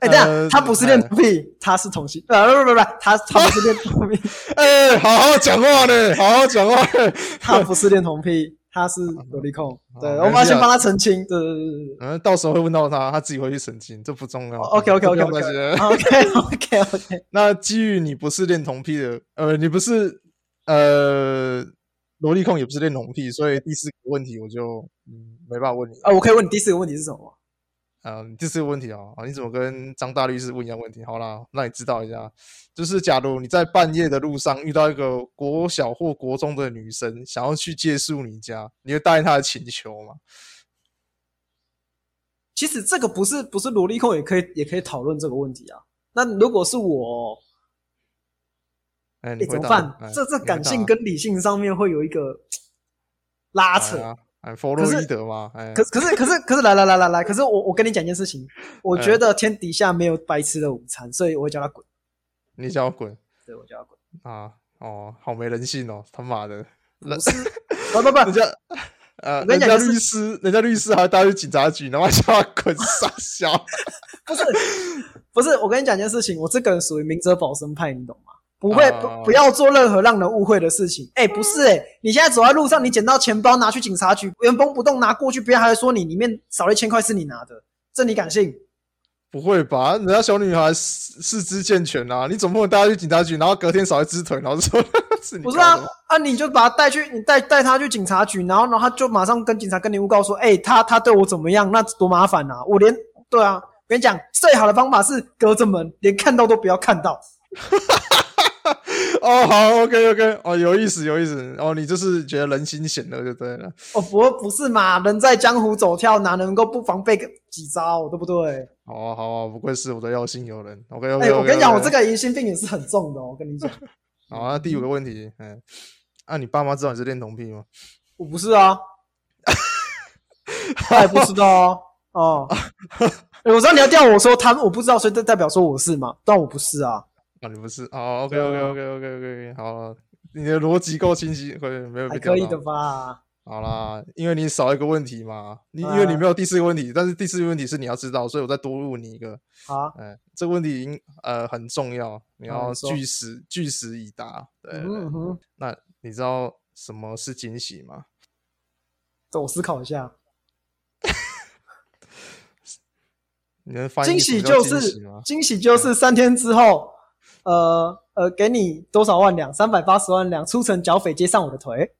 Speaker 4: 哎，等一下
Speaker 2: 呃
Speaker 4: 他不是恋童癖，他是同性，呃，不不不不，他他不是恋
Speaker 2: [laughs]
Speaker 4: 童癖，
Speaker 2: 哎、哎好好讲话呢，好好讲话呢。
Speaker 4: 他不是恋童癖，他是萝莉控。对，
Speaker 2: 没
Speaker 4: 我们要
Speaker 2: 事
Speaker 4: 先
Speaker 2: 啊
Speaker 4: 帮他澄清。对对对对对。
Speaker 2: 嗯，到时候会问到他，他自己会去澄清，这不重要。
Speaker 4: OK OK
Speaker 2: 这
Speaker 4: OK
Speaker 2: 不用担
Speaker 4: OK
Speaker 2: 心 [laughs]
Speaker 4: OK OK OK，
Speaker 2: 那基于你不是恋童癖的，呃，你不是呃萝莉控，也不是恋童癖，所以第四个问题我就嗯没办法问你了。
Speaker 4: 啊，我可以问你第四个问题是什么吗？
Speaker 2: 嗯，第四个问题哦，啊，你怎么跟张大律师问一样问题？好啦，让你知道一下，就是假如你在半夜的路上遇到一个国小或国中的女生，想要去借宿你家，你会答应她的请求吗？
Speaker 4: 其实这个不是不是萝莉控也可以也可以讨论这个问题啊。那如果是我，
Speaker 2: 哎，
Speaker 4: 哎
Speaker 2: 你
Speaker 4: 怎
Speaker 2: 会
Speaker 4: 么
Speaker 2: 答
Speaker 4: 办
Speaker 2: 哎？
Speaker 4: 这这
Speaker 2: 你会
Speaker 4: 感
Speaker 2: 答
Speaker 4: 性跟理性上面会有一个拉扯
Speaker 2: 哎。呀哎，弗洛
Speaker 4: 可是
Speaker 2: 伊德嘛，哎，
Speaker 4: 可是可是可是可是来来来来来，可是我我跟你讲一件事情，我
Speaker 2: 哎
Speaker 4: 觉得天底下没有白吃的午餐，所以我会叫他滚，
Speaker 2: 你叫我滚
Speaker 4: 对我叫他滚。
Speaker 2: 啊！哦，好没人性哦，他妈的！
Speaker 4: 不是，不不
Speaker 2: [laughs] 人
Speaker 4: 不，
Speaker 2: 家呃，
Speaker 4: 我跟
Speaker 2: 人
Speaker 4: 你讲
Speaker 2: 家
Speaker 4: 就是
Speaker 2: 律师，人家律师还带去警察局，然后还叫他滚傻笑。
Speaker 4: [laughs] 不是我跟你讲一件事情，我这个人属于明哲保身派，你懂吗？不会
Speaker 2: 哦
Speaker 4: 不不要做任何让人误会的事情。哎、不是哎、你现在走在路上，你捡到钱包拿去警察局原封不动拿过去，别人还会说你里面少了一千块是你拿的，这你敢信？
Speaker 2: 不会吧？人家小女孩四四肢健全啊，你总不能带她去警察局，然后隔天少一只腿，然后就说 [laughs] 是你
Speaker 4: 不
Speaker 2: 搞
Speaker 4: 是
Speaker 2: 的吧？
Speaker 4: 啊啊！你就把他带去，你带带他去警察局，然后然后他就马上跟警察跟你诬告说，哎、他他对我怎么样？那多麻烦啊！我连对啊，我跟你讲，最好的方法是隔着门，连看到都不要看到。
Speaker 2: 哦，好，OK OK，哦，有意思，有意思。哦，你就是觉得人心险恶就对了。
Speaker 4: 哦，不不是嘛，人在江湖走跳，哪能够不防备个几招，对不对？
Speaker 2: 好啊，好啊，不愧是我的药性友人。OK OK，,
Speaker 4: 哎、我跟你讲，我这个疑心病也是很重的、哦。我跟你讲，
Speaker 2: 好，那第五个问题，嗯，啊，你爸妈知道你是恋童癖吗？
Speaker 4: 我不是啊，他也不知道啊。哦、哎我知道你要调我说他，我不知道，所以代代表说我是嘛？但我不是啊。
Speaker 2: 啊，你不是。哦，OK OK OK OK OK，好，你的逻辑够清晰，可以没有被
Speaker 4: 还
Speaker 2: 钓
Speaker 4: 可以
Speaker 2: 到
Speaker 4: 的吧？
Speaker 2: 好啦，因为你少一个问题嘛，你因
Speaker 4: 啊
Speaker 2: 为你没有第四个问题，但是第四个问题是你要知道，所以我再多问你一个。
Speaker 4: 啊，
Speaker 2: 嗯，这个问题已经呃很重要，你
Speaker 4: 好
Speaker 2: 要
Speaker 4: 啊你说
Speaker 2: 据实据实以答。对，对
Speaker 4: 嗯哼，
Speaker 2: 那你知道什么是惊喜吗？
Speaker 4: 这我思考一下。
Speaker 2: 你能翻译
Speaker 4: 惊
Speaker 2: 什么
Speaker 4: 喜
Speaker 2: 叫
Speaker 4: 就
Speaker 2: 惊
Speaker 4: 是
Speaker 2: 吗？嗯
Speaker 4: 惊喜就是三天之后，呃呃，给你多少万两？三百八十万两，出城剿匪，接上我的腿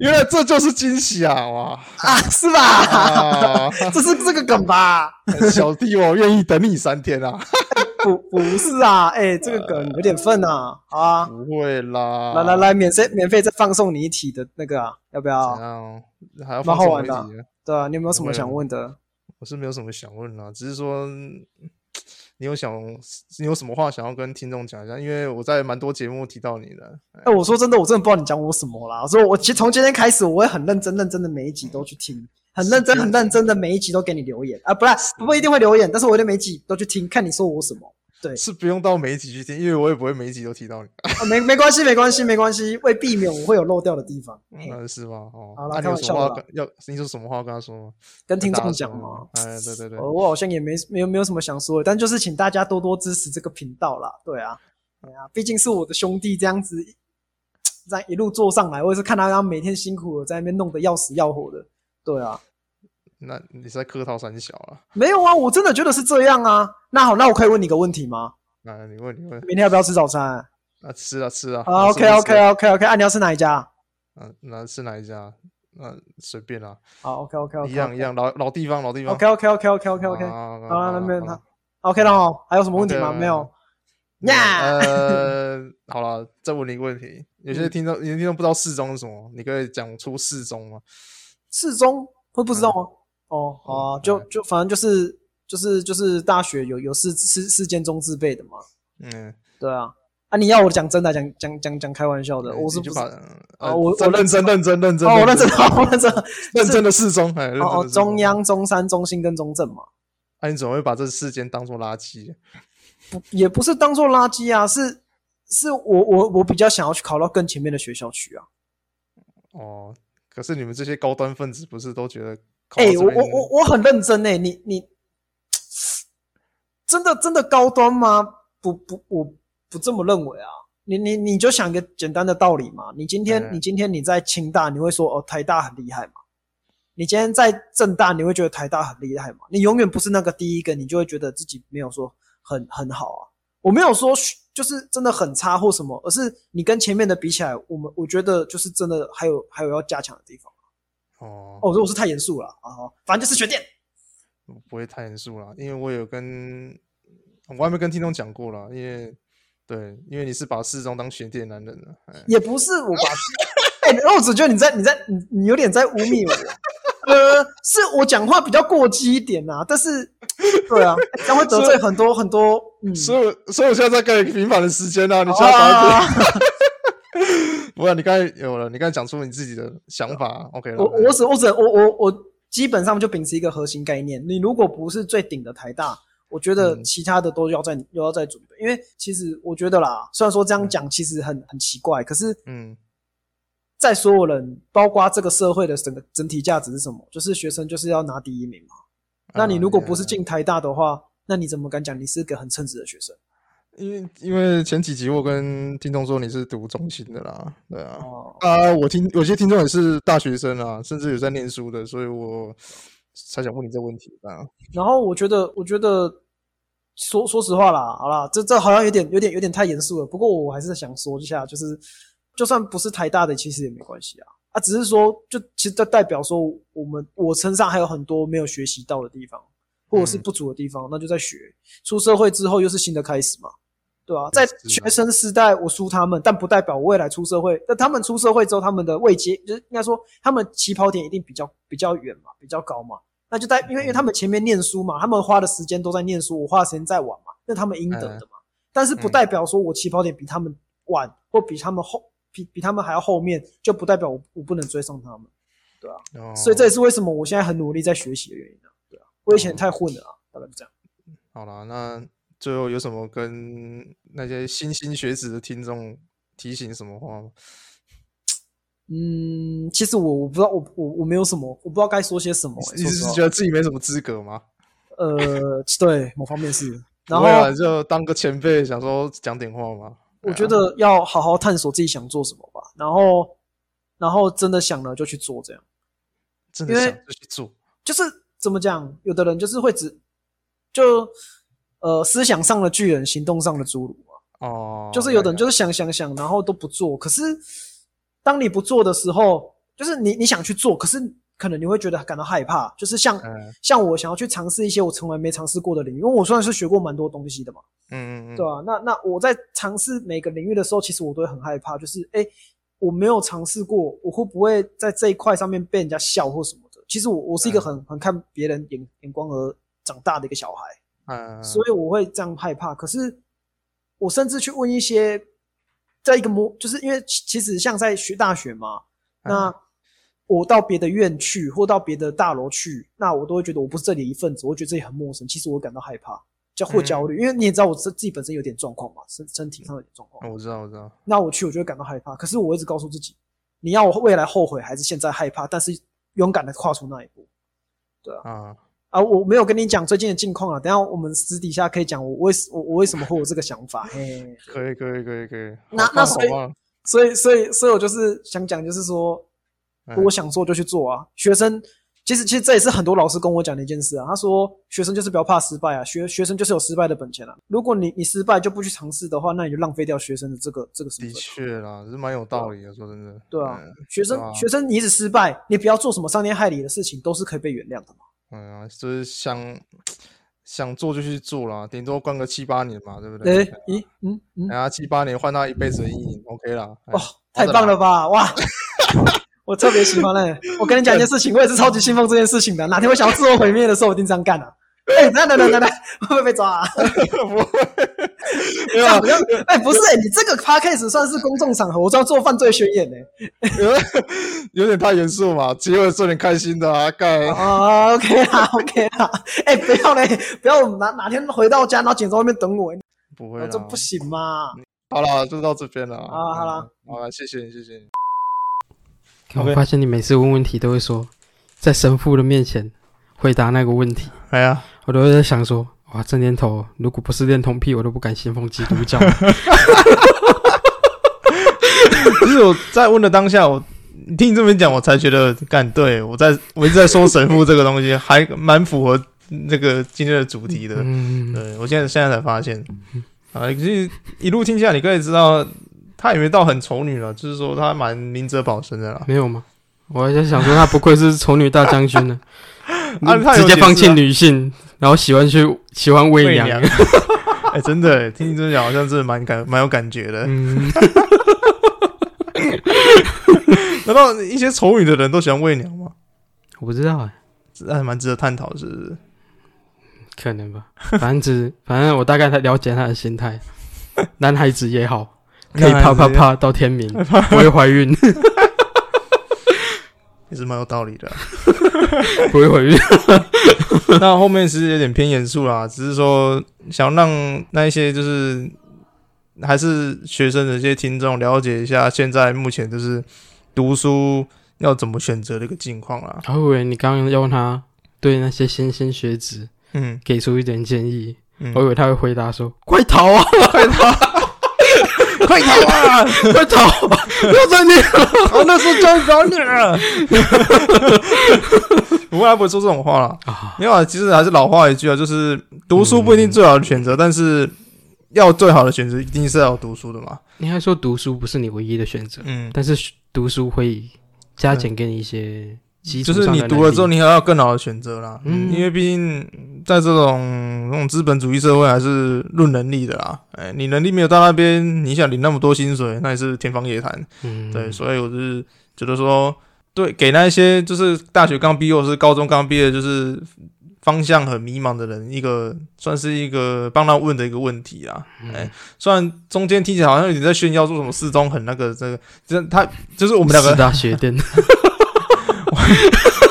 Speaker 2: 原来这就是惊喜啊！
Speaker 4: [laughs]
Speaker 2: 哇，
Speaker 4: 啊，是
Speaker 2: [laughs]
Speaker 4: 吧？
Speaker 2: 啊
Speaker 4: 这是这个梗吧？
Speaker 2: 小弟我愿意等你三天啊！ [laughs]
Speaker 4: 不不是啊，哎，这个梗有点愤啊，好啊，
Speaker 2: 不会啦，
Speaker 4: 来来，来，免费免费再放送你一题的那个啊，要不
Speaker 2: 怎
Speaker 4: 要？
Speaker 2: 样？还要
Speaker 4: 蛮
Speaker 2: 放
Speaker 4: 好
Speaker 2: 什
Speaker 4: 玩
Speaker 2: 么
Speaker 4: 的啊
Speaker 2: 问题呢？
Speaker 4: 对啊，你有没有什么想问的？
Speaker 2: 我是没有什么想问啦，只是说嗯你有想你有什么话想要跟听众讲一下？因为我在蛮多节目提到你的，哎
Speaker 4: 哎，我说真的，我真的不知道你讲我什么啦。我说我其实从今天开始，我会很认真认真的每一集都去听，很认
Speaker 2: 啊
Speaker 4: 真很认真的每一集都给你留言啊，不然不过一定会留言，但是我一定每一集都去听，看你说我什么。
Speaker 2: 是不用到每一集去听，因为我也不会每一集都提到你，
Speaker 4: 啊，没没关系，没关系，没关系，为避免我会有漏掉的地方，哎嘿
Speaker 2: 嗯，是吗？哦，
Speaker 4: 好
Speaker 2: 那
Speaker 4: 啦
Speaker 2: 你
Speaker 4: 开
Speaker 2: 有
Speaker 4: 玩
Speaker 2: 什
Speaker 4: 笑
Speaker 2: 么话
Speaker 4: 的啦
Speaker 2: 跟要你有什么话跟他说吗？
Speaker 4: 跟听
Speaker 2: 大
Speaker 4: 众
Speaker 2: 家
Speaker 4: 讲
Speaker 2: 说
Speaker 4: 嘛。
Speaker 2: 哎，对对对，
Speaker 4: 呃我好像也没没有没有什么想说的，但就是请大家多多支持这个频道啦。对啊，哎呀、毕竟是我的兄弟这样子，这样一路做上来，我也是看他他每天辛苦的在那边弄得要死要活的。对啊，
Speaker 2: 那你是在客套三小啊？
Speaker 4: 没有啊，我真的觉得是这样啊。那好，那我可以问你个问题吗？
Speaker 2: 哎，你问你问，
Speaker 4: 明天要不要吃早餐啊？
Speaker 2: 啊，吃啊吃啊。
Speaker 4: 啊
Speaker 2: 我是不
Speaker 4: ，OK
Speaker 2: 是
Speaker 4: OK OK OK，啊，你要吃哪一家？
Speaker 2: 嗯，那是哪一家？那随便啦，
Speaker 4: 好，OK OK OK，
Speaker 2: 一样一样，老老地方老地方。啊
Speaker 4: OK OK OK OK OK OK，
Speaker 2: 好
Speaker 4: 好了，那没有
Speaker 2: 好
Speaker 4: 他，OK 了哦。还有什么问题
Speaker 2: OK
Speaker 4: 吗？
Speaker 2: 了
Speaker 4: 没有。
Speaker 2: 没有
Speaker 4: 呀
Speaker 2: 呃，好了，再问你一个问题，有些听众有些听众不知道适中是什么，你可以讲出适中吗？
Speaker 4: 四中会不知道吗？哦，好啊，就
Speaker 2: 嗯
Speaker 4: 就反正就是就是就是大学有有四四四间中自备的嘛，
Speaker 2: 嗯，
Speaker 4: 对啊，啊你要我讲真的讲讲讲讲开玩笑的，我是
Speaker 2: 你就
Speaker 4: 不
Speaker 2: 是把
Speaker 4: 哦
Speaker 2: 呃，
Speaker 4: 我
Speaker 2: 真
Speaker 4: 我哦
Speaker 2: 认真认真认真，
Speaker 4: 我认真的我认真的
Speaker 2: 认真的适中，哎，认真
Speaker 4: 哦
Speaker 2: 的
Speaker 4: 哦
Speaker 2: 适
Speaker 4: 中
Speaker 2: 中，
Speaker 4: 央中山中心跟中正嘛，
Speaker 2: 那你怎么会把这四间当做垃圾？
Speaker 4: 不也不是当做垃圾啊，是是我我我比较想要去考到更前面的学校去啊，
Speaker 2: 哦，可是你们这些高端分子不是都觉得考到
Speaker 4: 哎、
Speaker 2: 这
Speaker 4: 我
Speaker 2: 边？
Speaker 4: 我我我很认真哎、你你真的真的高端吗？不不，我不这么认为啊。你你你就想一个简单的道理嘛。你今天
Speaker 2: 嗯
Speaker 4: 你今天你在清大，你会说哦台大很厉害嘛？你今天在正大，你会觉得台大很厉害嘛？你永远不是那个第一个，你就会觉得自己没有说很很好啊。我没有说学就是真的很差或什么，而是你跟前面的比起来，我们我觉得就是真的还有还有要加强的地方。
Speaker 2: 哦
Speaker 4: 哦，我说我是太严肃了啊、好反正就是学电。
Speaker 2: 我不会太严肃啦，因为我有跟我还没跟听众讲过啦，因为对，因为你是把四中当学弟男人的，哎，
Speaker 4: 也不是我把，哎、然后我只觉得你在你在你你有点在污蔑我，呃，是我讲话比较过激一点啊，但是对啊，这样会得罪很多很多，嗯，
Speaker 2: 所以我所以我现在在给你平反的时间啦，你
Speaker 4: 好
Speaker 2: 现在早一点， [laughs]
Speaker 4: 啊
Speaker 2: 不然你刚才有了，你刚才讲出你自己的想法，OK 了，
Speaker 4: 我
Speaker 2: 哎
Speaker 4: 我只我只我我我基本上就秉持一个核心概念，你如果不是最顶的台大，我觉得
Speaker 2: 嗯
Speaker 4: 其他的都要再又要再准备，因为其实我觉得啦，虽然说这样讲其实很很奇怪，可是
Speaker 2: 嗯
Speaker 4: 在所有人，包括这个社会的整个整体价值是什么？就是学生就是要拿第一名嘛。那你如果不是进台大的话，那你怎么敢讲你是个很称职的学生？
Speaker 2: 因为因为前几集我跟听众说你是读中心的啦，对啊，
Speaker 4: 哦，
Speaker 2: 啊，我听有些听众也是大学生啊，甚至有在念书的，所以我才想问你这个问题啊。
Speaker 4: 然后我觉得，我觉得说说实话啦，好啦，这这好像有点有点有点太严肃了。不过我还是想说一下，就是就算不是台大的，其实也没关系啊。啊，只是说，就其实代代表说，我们我身上还有很多没有学习到的地方，或者是
Speaker 2: 嗯
Speaker 4: 不足的地方，那就在学。出社会之后又是新的开始嘛，对吧、在
Speaker 2: 是啊
Speaker 4: 学生时代我输他们，但不代表我未来出社会。但他们出社会之后，他们的位阶就是应该说，他们起跑点一定比较比较远嘛，比较高嘛。那就在因为因为他们前面念书嘛，他们花的时间都在念书，我花的时间在玩嘛，那他们应得的嘛。
Speaker 2: 嗯
Speaker 4: 但是不代表说我起跑点比他们晚，或比他们后比比他们还要后面，就不代表我我不能追上他们。
Speaker 2: 哦
Speaker 4: 所以这也是为什么我现在很努力在学习的原因啊。对啊，我以
Speaker 2: 哦
Speaker 4: 前太混了啊，大概就这样。
Speaker 2: 好啦，那最后有什么跟那些新兴学子的听众提醒什么话吗？
Speaker 4: 嗯，其实我我不知道，我我我没有什么，我不知道该说些什么、欸。
Speaker 2: 你
Speaker 4: 说
Speaker 2: 是
Speaker 4: 实话
Speaker 2: 觉得自己没什么资格吗？
Speaker 4: 呃，对，某方
Speaker 2: [laughs]
Speaker 4: 面是。然
Speaker 2: 不
Speaker 4: 后
Speaker 2: 会啊就当个前辈，想说讲点话嘛。啊
Speaker 4: 我觉得要好好探索自己想做什么吧，然后然后真的想了就去做，这样
Speaker 2: 真的
Speaker 4: 因为
Speaker 2: 想就去做，
Speaker 4: 就是怎么讲，有的人就是会只就呃思想上的巨人，行动上的侏儒嘛。
Speaker 2: 哦，
Speaker 4: 就是有的人
Speaker 2: 了
Speaker 4: 就是想想想，然后都不做。可是当你不做的时候，就是你你想去做，可是可能你会觉得感到害怕。就是像、
Speaker 2: 嗯
Speaker 4: 像我想要去尝试一些我从来没尝试过的领域，因为我算是学过蛮多东西的嘛，
Speaker 2: 解嗯嗯嗯，
Speaker 4: 对吧、啊那那我在尝试每个领域的时候，其实我都会很害怕，就是哎、诶我没有尝试过，我会不会在这一块上面被人家笑或什么的？其实我我是
Speaker 2: 嗯
Speaker 4: 一个很、很看别人眼眼光而长大的一个小孩。
Speaker 2: 嗯，
Speaker 4: 所以我会这样害怕。可是我甚至去问一些，在一个模，就是因为其其实像在学大学嘛，那我到别的院去或到别的大楼去，那我都会觉得我不是这里一份子，我会觉得这里很陌生。其实我感到害怕，叫或焦虑，因为你也知道我自自己本身有点状况嘛，身身体上有点状况。
Speaker 2: 嗯我知道我知道，
Speaker 4: 那我去我就会感到害怕。可是我一直告诉自己，你要我未来后悔还是现在害怕，但是勇敢的跨出那一步。
Speaker 2: 啊，
Speaker 4: 啊，我没有跟你讲最近的近况啊，等一下我们私底下可以讲我为我我为什么会有这个想法。嘿，
Speaker 2: 可以可以可以可以，
Speaker 4: 那
Speaker 2: 好
Speaker 4: 那
Speaker 2: 棒
Speaker 4: 所以
Speaker 2: 好棒
Speaker 4: 所以所以所以我就是想讲，就是说
Speaker 2: 嗯，
Speaker 4: 我想做就去做啊。学生其实其实这也是很多老师跟我讲的一件事啊，他说学生就是不要怕失败啊，学学生就是有失败的本钱啊。如果你你失败就不去尝试的话，那你就浪费掉学生的这个这个身
Speaker 2: 的
Speaker 4: 份。
Speaker 2: 确啦，是蛮有道理的，说真的，
Speaker 4: 对啊
Speaker 2: 嗯，
Speaker 4: 学生、
Speaker 2: 对啊
Speaker 4: 学生你一直失败，你不要做什么伤天害理的事情，都是可以被原谅的嘛。
Speaker 2: 嗯啊，就是想想做就去做啦，顶多关个七八年嘛，对不
Speaker 4: 哎、
Speaker 2: 对？啊
Speaker 4: 咦，嗯嗯，
Speaker 2: 然后七八年换他一辈子的阴影，OK 啦。哎
Speaker 4: 哇，哦太棒了吧！哇， [laughs] 我特别喜欢嘞、我跟你讲一件事情，我也是超级信奉这件事情的。哪天我想要自我毁灭的时候，我一定这样干的、啊。 [laughs] 哎、等等等等等， [laughs] 会不会被抓、啊？
Speaker 2: 没有
Speaker 4: 这
Speaker 2: 啊
Speaker 4: 样好像哎、不是、哎，你这个 podcast 算是公众场合，我这样做犯罪宣言欸呢、
Speaker 2: [laughs] 有点太严肃嘛，结尾做点开心的啊，干。
Speaker 4: 哦、o k 啦，OK [laughs] 啦。哎、不要嘞，不要，我们哪哪天回到家，然后警察外面等我、哎
Speaker 2: 不会啦，
Speaker 4: 啊这不行嘛。
Speaker 2: 好啦，就到这边了。啊
Speaker 4: 啊好啦，
Speaker 2: 好啦，谢谢你，谢谢你。
Speaker 3: 看
Speaker 1: OK
Speaker 3: 我发现你每次问问题都会说，在神父的面前回答那个问题，
Speaker 2: 哎呀，
Speaker 3: 我都会在想说，哇，这年头如果不是恋童癖，我都不敢信奉基督
Speaker 2: [laughs]
Speaker 3: 教。
Speaker 2: 其实我在问的当下，我听你这么一讲，我才觉得干对我在我一直在说神父这个东西，还蛮符合那个今天的主题的。
Speaker 3: 嗯，
Speaker 2: 对我现在现在才发现，啊，其实一路听下来，你可以知道，她也没到很丑女了，就是说她蛮明哲保身的啦。
Speaker 3: 没有吗？我还在想说，他不愧是丑女大将军呢、
Speaker 2: [laughs] 啊他有
Speaker 3: 直接
Speaker 2: 解释
Speaker 3: 放弃
Speaker 2: 啊
Speaker 3: 女性，然后喜欢去喜欢喂
Speaker 2: 媚
Speaker 3: 娘
Speaker 2: 娘，。哎、真的耶，听你这么讲，好像真的蛮感蛮有感觉的。
Speaker 3: 嗯，
Speaker 2: 难道一些丑女的人都喜欢喂鸟吗？
Speaker 3: 我不知道哎、
Speaker 2: 这还蛮值得探讨，是不是？
Speaker 3: 可能吧，反正只 [laughs] 反正我大概了解他的心态，男孩子也好，
Speaker 2: [laughs]
Speaker 3: 可以啪啪啪到天明，不会怀孕，
Speaker 2: 也是蛮有道理的啊、 [laughs]
Speaker 3: 不会怀孕。
Speaker 2: 那后面其实有点偏严肃啦，只是说想让那一些就是还是学生的一些听众了解一下，现在目前就是读书要怎么选择的一个境况啦。
Speaker 3: 然后我以为你刚刚要问他对那些新兴学子
Speaker 2: 嗯
Speaker 3: 给出一点建议，
Speaker 2: 嗯
Speaker 3: 我以为他会回答说：“快逃啊， [laughs]
Speaker 2: 快逃 [laughs] 啊！
Speaker 3: 快逃啊，不要在那。
Speaker 2: 我哦那时候就找
Speaker 3: [laughs]
Speaker 2: 你了。不过他不会说这种话了。
Speaker 3: 啊嗯
Speaker 2: 没有啊，其实还是老话一句啊，就是读书不一定最好的选择，但是要最好的选择一定是要有读书的嘛。”
Speaker 3: [laughs] 你还说读书不是你唯一的选择，
Speaker 2: 嗯，
Speaker 3: 但是读书会加减给你一些基础上
Speaker 2: 就
Speaker 3: 的
Speaker 2: 是
Speaker 3: 能
Speaker 2: 你
Speaker 3: 力。
Speaker 2: 读了之后，你还要有更好的选择啦。
Speaker 3: 嗯
Speaker 2: 因为毕竟在这种这种资本主义社会，还是论能力的啦。哎、你能力没有到那边，你想领那么多薪水，那也是天方夜谭。
Speaker 3: 嗯，
Speaker 2: 对，所以我就是觉得说，对，给那一些就是大学刚毕业或是高中刚毕业，就是方向很迷茫的人，一个算是一个帮他问的一个问题啦。
Speaker 3: 嗯
Speaker 2: 哎、虽然中间听起来好像有点在炫耀说什么四中很那个这个，这他就是我
Speaker 3: 我
Speaker 2: 们两个
Speaker 3: 四，大学店，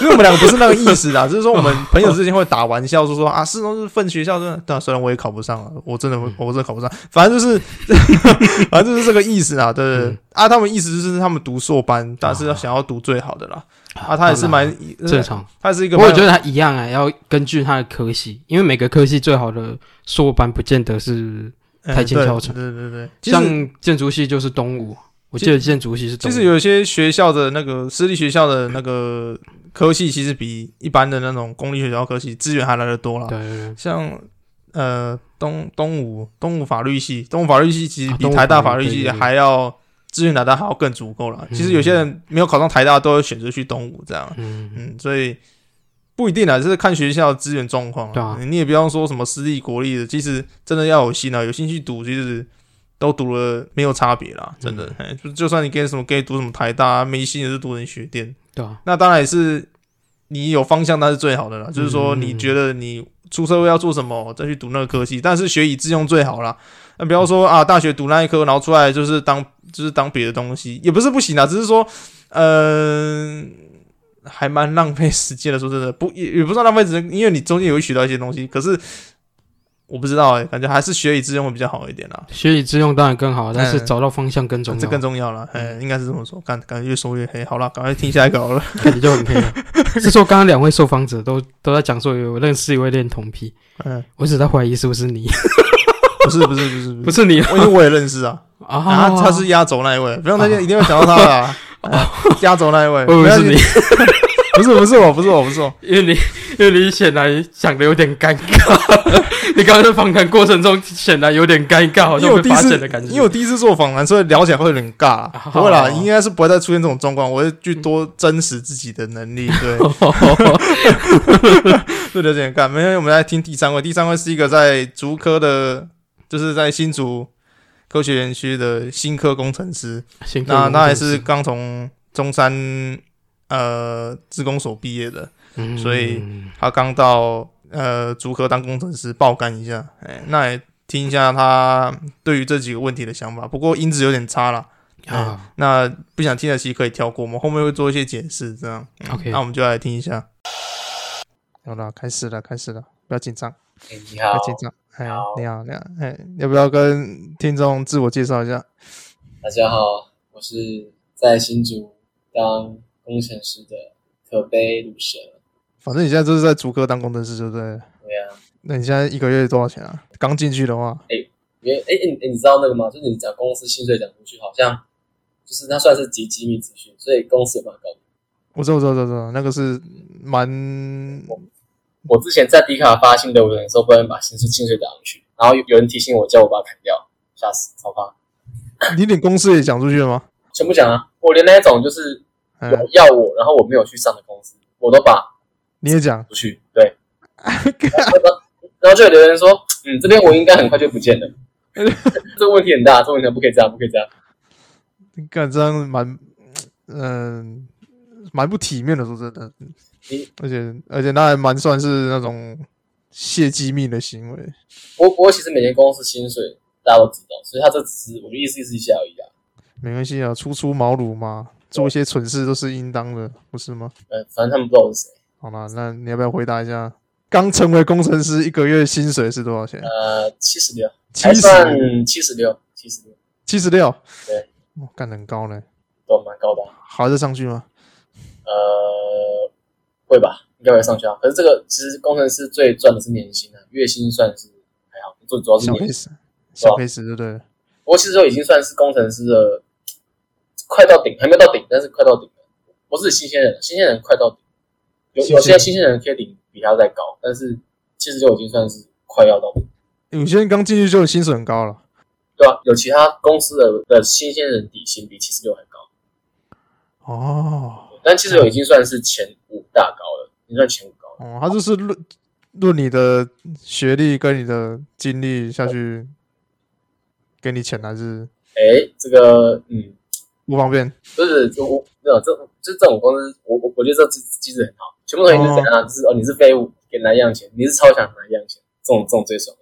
Speaker 2: 因为我们两个不是那个意
Speaker 3: [laughs]
Speaker 2: 思啦，啊就是说我
Speaker 3: 哦
Speaker 2: 们朋友之间会打玩笑说说啊，四中是分学校，真的，但虽然我也考不上啊，我真的会，我真的考不上，反正就是， [laughs] 反正就是这个意思啦，对对对、
Speaker 3: 嗯啊
Speaker 2: 啊，他们意思就是他们读硕班，但是想要读最好的啦， [laughs] 啊，他也是蛮
Speaker 3: 正，常。
Speaker 2: 他是一个
Speaker 3: 不
Speaker 2: 蛮
Speaker 3: 过
Speaker 2: 有，
Speaker 3: 我觉得它一样啊，要根据它的科系，因为每个科系最好的硕班不见得是，
Speaker 2: 嗯
Speaker 3: 台前
Speaker 2: 对
Speaker 3: 跳船
Speaker 2: 对对对，其实
Speaker 3: 像建筑系就是东吴，我
Speaker 2: 其
Speaker 3: 记得建筑系是东
Speaker 2: 其
Speaker 3: 吴。
Speaker 2: 实有一些学校的那个私立学校的那个科系，其实比一般的那种公立学校科系资源还来得多啦，
Speaker 3: 对对
Speaker 2: 像呃东东吴东吴法律系，东吴法律系其实
Speaker 3: 啊
Speaker 2: 比
Speaker 3: 东吴
Speaker 2: 台大
Speaker 3: 法
Speaker 2: 法
Speaker 3: 律
Speaker 2: 律
Speaker 3: 对
Speaker 2: 系
Speaker 3: 对对
Speaker 2: 还要资源来的还要更足够了。其实
Speaker 3: 嗯
Speaker 2: 有些人没有考上台大，都会选择去东吴这样
Speaker 3: 对，。嗯，
Speaker 2: 嗯，所以不一定啊，就是看学校资源状况
Speaker 3: 对啊
Speaker 2: 你也不要说什么私立国立的，其实真的要有心啊，有心去读，其实都读了没有差别啦，真的。
Speaker 3: 嗯
Speaker 2: 嘿就就算你跟什么跟读什么台大、啊，没心也是读人学店，
Speaker 3: 对啊，
Speaker 2: 那当然也是你有方向，那是最好的啦。
Speaker 3: 嗯
Speaker 2: 就是说，你觉得你出社会要做什么，再去读那个科系，但是学以致用最好啦。那不要
Speaker 3: 嗯
Speaker 2: 说啊，大学读那一科，然后出来就是当就是当别的东西，也不是不行啊，只是说，嗯、还蛮浪费时间的。说真的，不也也不算浪费时间，因为你中间也会学到一些东西。可是我不知道哎、感觉还是学以致用会比较好一点啦。
Speaker 3: 学以致用当然更好，但是
Speaker 2: 嗯
Speaker 3: 找到方向更重要。嗯
Speaker 2: 这更重要了，哎、应该是这么说。感感觉越说越黑，好了，赶快听下一个好了。 [laughs]
Speaker 3: 感觉就很配了。是说刚刚两位受访者都都在讲说有认识一位恋童癖， [laughs]
Speaker 2: 嗯，
Speaker 3: 我只在怀疑是不是你，
Speaker 2: 不是不是不是不
Speaker 3: 不是你
Speaker 2: 我因为我也认识啊，
Speaker 3: 啊
Speaker 2: [laughs] 啊，他是压轴那一位，不用担心，一定会想到他的啊。哎压轴那一位，
Speaker 3: 哦我以为是
Speaker 2: 没
Speaker 3: 你
Speaker 2: 关系，， [laughs] 不是不是我，不是我，不是我，
Speaker 3: 因为你因为你显然想的有点尴尬， [laughs] 你刚刚在访谈过程中显然有点尴尬，好
Speaker 2: 因为
Speaker 3: 像
Speaker 2: 我
Speaker 3: 被
Speaker 2: 第一
Speaker 3: 发
Speaker 2: 次
Speaker 3: 现的感，觉。
Speaker 2: 因为我第一次做访谈，所以聊起来会有点尬
Speaker 3: 啊，
Speaker 2: 不会
Speaker 3: 好
Speaker 2: 啦，
Speaker 3: 好
Speaker 2: 应该是不会再出现这种状况，我会去多真实自己的能力，
Speaker 3: [laughs]
Speaker 2: [laughs] 对，对，有点尬。没有，我们来听第三位，第三位是一个在竹科的，就是在新竹科学园区的新科工程师，
Speaker 3: 辛苦
Speaker 2: 那
Speaker 3: 你
Speaker 2: 他也
Speaker 3: 们
Speaker 2: 是刚从中山呃职工所毕业的，
Speaker 3: 嗯
Speaker 2: 所以他刚到呃竹科当工程师爆肝一下，哎、那也听一下他对于这几个问题的想法。不过音质有点差啦，
Speaker 3: 啊
Speaker 2: 那不想听的其实可以跳过，我们后面会做一些解释，这样。嗯
Speaker 3: OK
Speaker 2: 那我们就来听一下。好了，开始了，开始了，不要紧张，
Speaker 5: 哎你
Speaker 2: 不
Speaker 5: 好
Speaker 2: 要，紧张。哎
Speaker 5: 好，
Speaker 2: 你好，你好，哎，要不要跟听众自我介绍一下？
Speaker 5: 大家好，我是在新竹当工程师的可悲乳蛇。
Speaker 2: 反正你现在就是在竹科当工程师，对不对了？
Speaker 5: 对啊，
Speaker 2: 那你现在一个月多少钱啊？刚进去的话，
Speaker 5: 因为哎哎哎，你知道那个吗？就是你讲公司薪水讲出去，好像就是它算是极机密资讯，所以公司有办法告你。
Speaker 2: 我知道，我知道，我知道，那个是蛮
Speaker 5: 我之前在迪卡发新的文的时候，不能把薪水薪水打上去，然后有有人提醒我，叫我把它砍掉，吓死，超怕。
Speaker 2: 你连公司也讲出去了吗？
Speaker 5: 全部讲啊，我连那一种就是
Speaker 2: 嗯
Speaker 5: 有，要我，然后我没有去上的公司，我都把
Speaker 2: 你也讲，
Speaker 5: 出去。对，然后然后就有留言说，嗯，这边我应该很快就不见了。 [laughs] 这个问题很大，这个问题不可以这样，不可以这样。
Speaker 2: 干这样蛮，嗯、蛮不体面的，说真的
Speaker 5: 你。
Speaker 2: 而且而且那还蛮算是那种泄机密的行为。
Speaker 5: 不过不过其实每间公司薪水大家都知道，所以他这只是我就意思意思一下而已啊。
Speaker 2: 没关系啊，初出茅庐嘛，做一些蠢事都是应当的，不是吗？
Speaker 5: 呃，反正他们不知道我是谁。
Speaker 2: 好啦，那你要不要回答一下？刚成为工程师，一个月薪水是多少钱？
Speaker 5: 呃，七十六，
Speaker 2: 七
Speaker 5: 还
Speaker 2: 十
Speaker 5: 算七十六，七十六，
Speaker 2: 七十六，
Speaker 5: 对
Speaker 2: 哇，干得很高嘞。
Speaker 5: 都蛮高的啊。
Speaker 2: 还得上去吗？
Speaker 5: 呃，会吧，应该会上去啊。可是这个其实工程师最赚的是年薪啊，月薪算是还好。主主要是
Speaker 2: 小
Speaker 5: 年
Speaker 2: case 小 case 就对了。
Speaker 5: 我其实就已经算是工程师的快到顶，还没有到顶，但是快到顶了。我是新鲜人，新鲜人快到顶，有有些新鲜人可以顶比他再高，但是其实就已经算是快要到顶，
Speaker 2: 有些人刚进去就薪水很高了，
Speaker 5: 对吧、有其他公司的的新鲜人底薪比七十六还高，
Speaker 2: 哦
Speaker 5: 但七十六已经算是前五大高了，已经算前五高了。
Speaker 2: 哦，他就是论论你的学历跟你的经历下去给你钱，还是
Speaker 5: 哎，这个嗯，
Speaker 2: 不方便？
Speaker 5: 不是就我没有这就这种公司，我我我觉得这机机制很好，全部东西就是怎样，就是哦你是废物给拿一样钱，你是超强拿一样钱，这种这种最爽。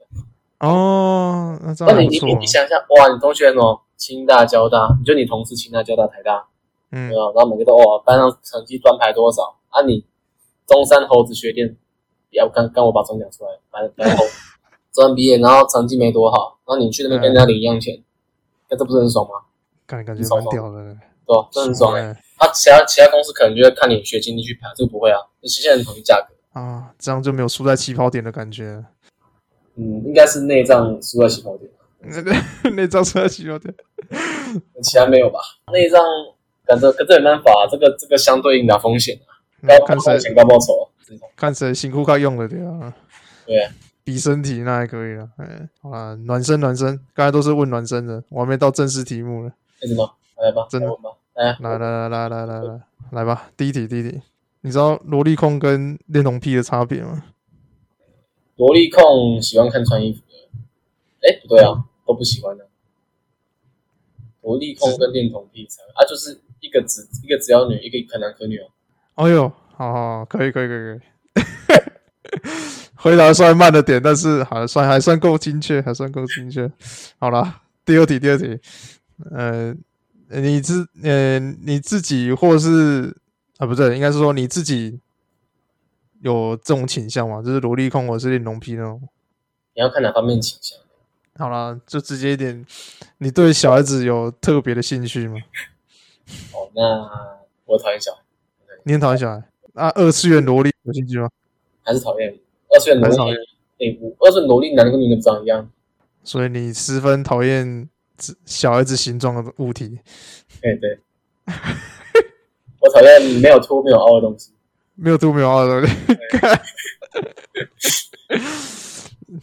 Speaker 2: 哦，那这样
Speaker 5: 那
Speaker 2: 还
Speaker 5: 你
Speaker 2: 不
Speaker 5: 你
Speaker 2: 错
Speaker 5: 你你。想一下，哇，你同学哦，清大、交大，你就你同事清大、交大、台大，
Speaker 2: 嗯
Speaker 5: 对，吧？然后每个都哇，班上成绩端排多少啊？你中山猴子学店，要刚刚我把总讲出来，反正然后中山毕业，然后成绩没多好，然后你去
Speaker 2: 嗯
Speaker 5: 那边跟人家领一样钱，那这不是很爽吗？
Speaker 2: 感感觉
Speaker 5: 爽
Speaker 2: 蛮屌的，
Speaker 5: 对吧？这很爽哎、欸。
Speaker 2: 哎
Speaker 5: 啊，其他其他公司可能就会看你学经历去排，这个不会啊，你现在很统一价格。
Speaker 2: 啊，这样就没有输在起跑点的感觉。
Speaker 5: 嗯，应该是内脏输在起跑点，
Speaker 2: [laughs] 那个那张输在起跑点，
Speaker 5: 其他没有吧？内脏，反正可这没办法、啊，这个这个相对应的风险。啊
Speaker 2: 那
Speaker 5: 高
Speaker 2: 看
Speaker 5: 风
Speaker 2: 谁
Speaker 5: 险高报酬，啊这种
Speaker 2: 看谁辛苦快用了点啊。
Speaker 5: 对，
Speaker 2: 比身体那还可以了。哎，好啦，暖身暖身，刚才都是问暖身的，我还没到正式题目呢。
Speaker 5: 为什么？来吧，
Speaker 2: 真
Speaker 5: 来
Speaker 2: 的
Speaker 5: 问吧，来
Speaker 2: 来来来来来来来来吧，第一题第一题，你知道萝莉控跟恋童癖的差别吗？
Speaker 5: 萝莉控喜欢看穿衣服的，哎，不对
Speaker 2: 嗯
Speaker 5: 啊，都不喜欢的。萝莉控跟恋童癖才啊，就是一个只一个只要女，一个可男可女啊。
Speaker 2: 哎呦，好好，好可以可以可以可以。回答算慢了点，但是还算还算够精确，还算够精确。好啦，第二题，第二题，呃，你自呃你自己或是啊不对，应该是说你自己有这种倾向吗？就是萝莉控，我是恋童癖那种。
Speaker 5: 你要看哪方面倾向？
Speaker 2: 好啦，就直接一点，你对小孩子有特别的兴趣吗？ [laughs]
Speaker 5: 哦，那我讨厌小孩，
Speaker 2: 你很讨厌小孩啊？二次元萝莉有兴趣吗？
Speaker 5: 还是讨厌二次元
Speaker 2: 还是讨
Speaker 5: 萝
Speaker 2: 厌
Speaker 5: 莉？哎，我二次元萝莉男跟女的不长一样？
Speaker 2: 所以你十分讨厌子小孩子形状的物体，
Speaker 5: 哎，对， [laughs] 我讨厌没有凸没有凹的东西。
Speaker 2: 没有凸没有凹的， [laughs] 看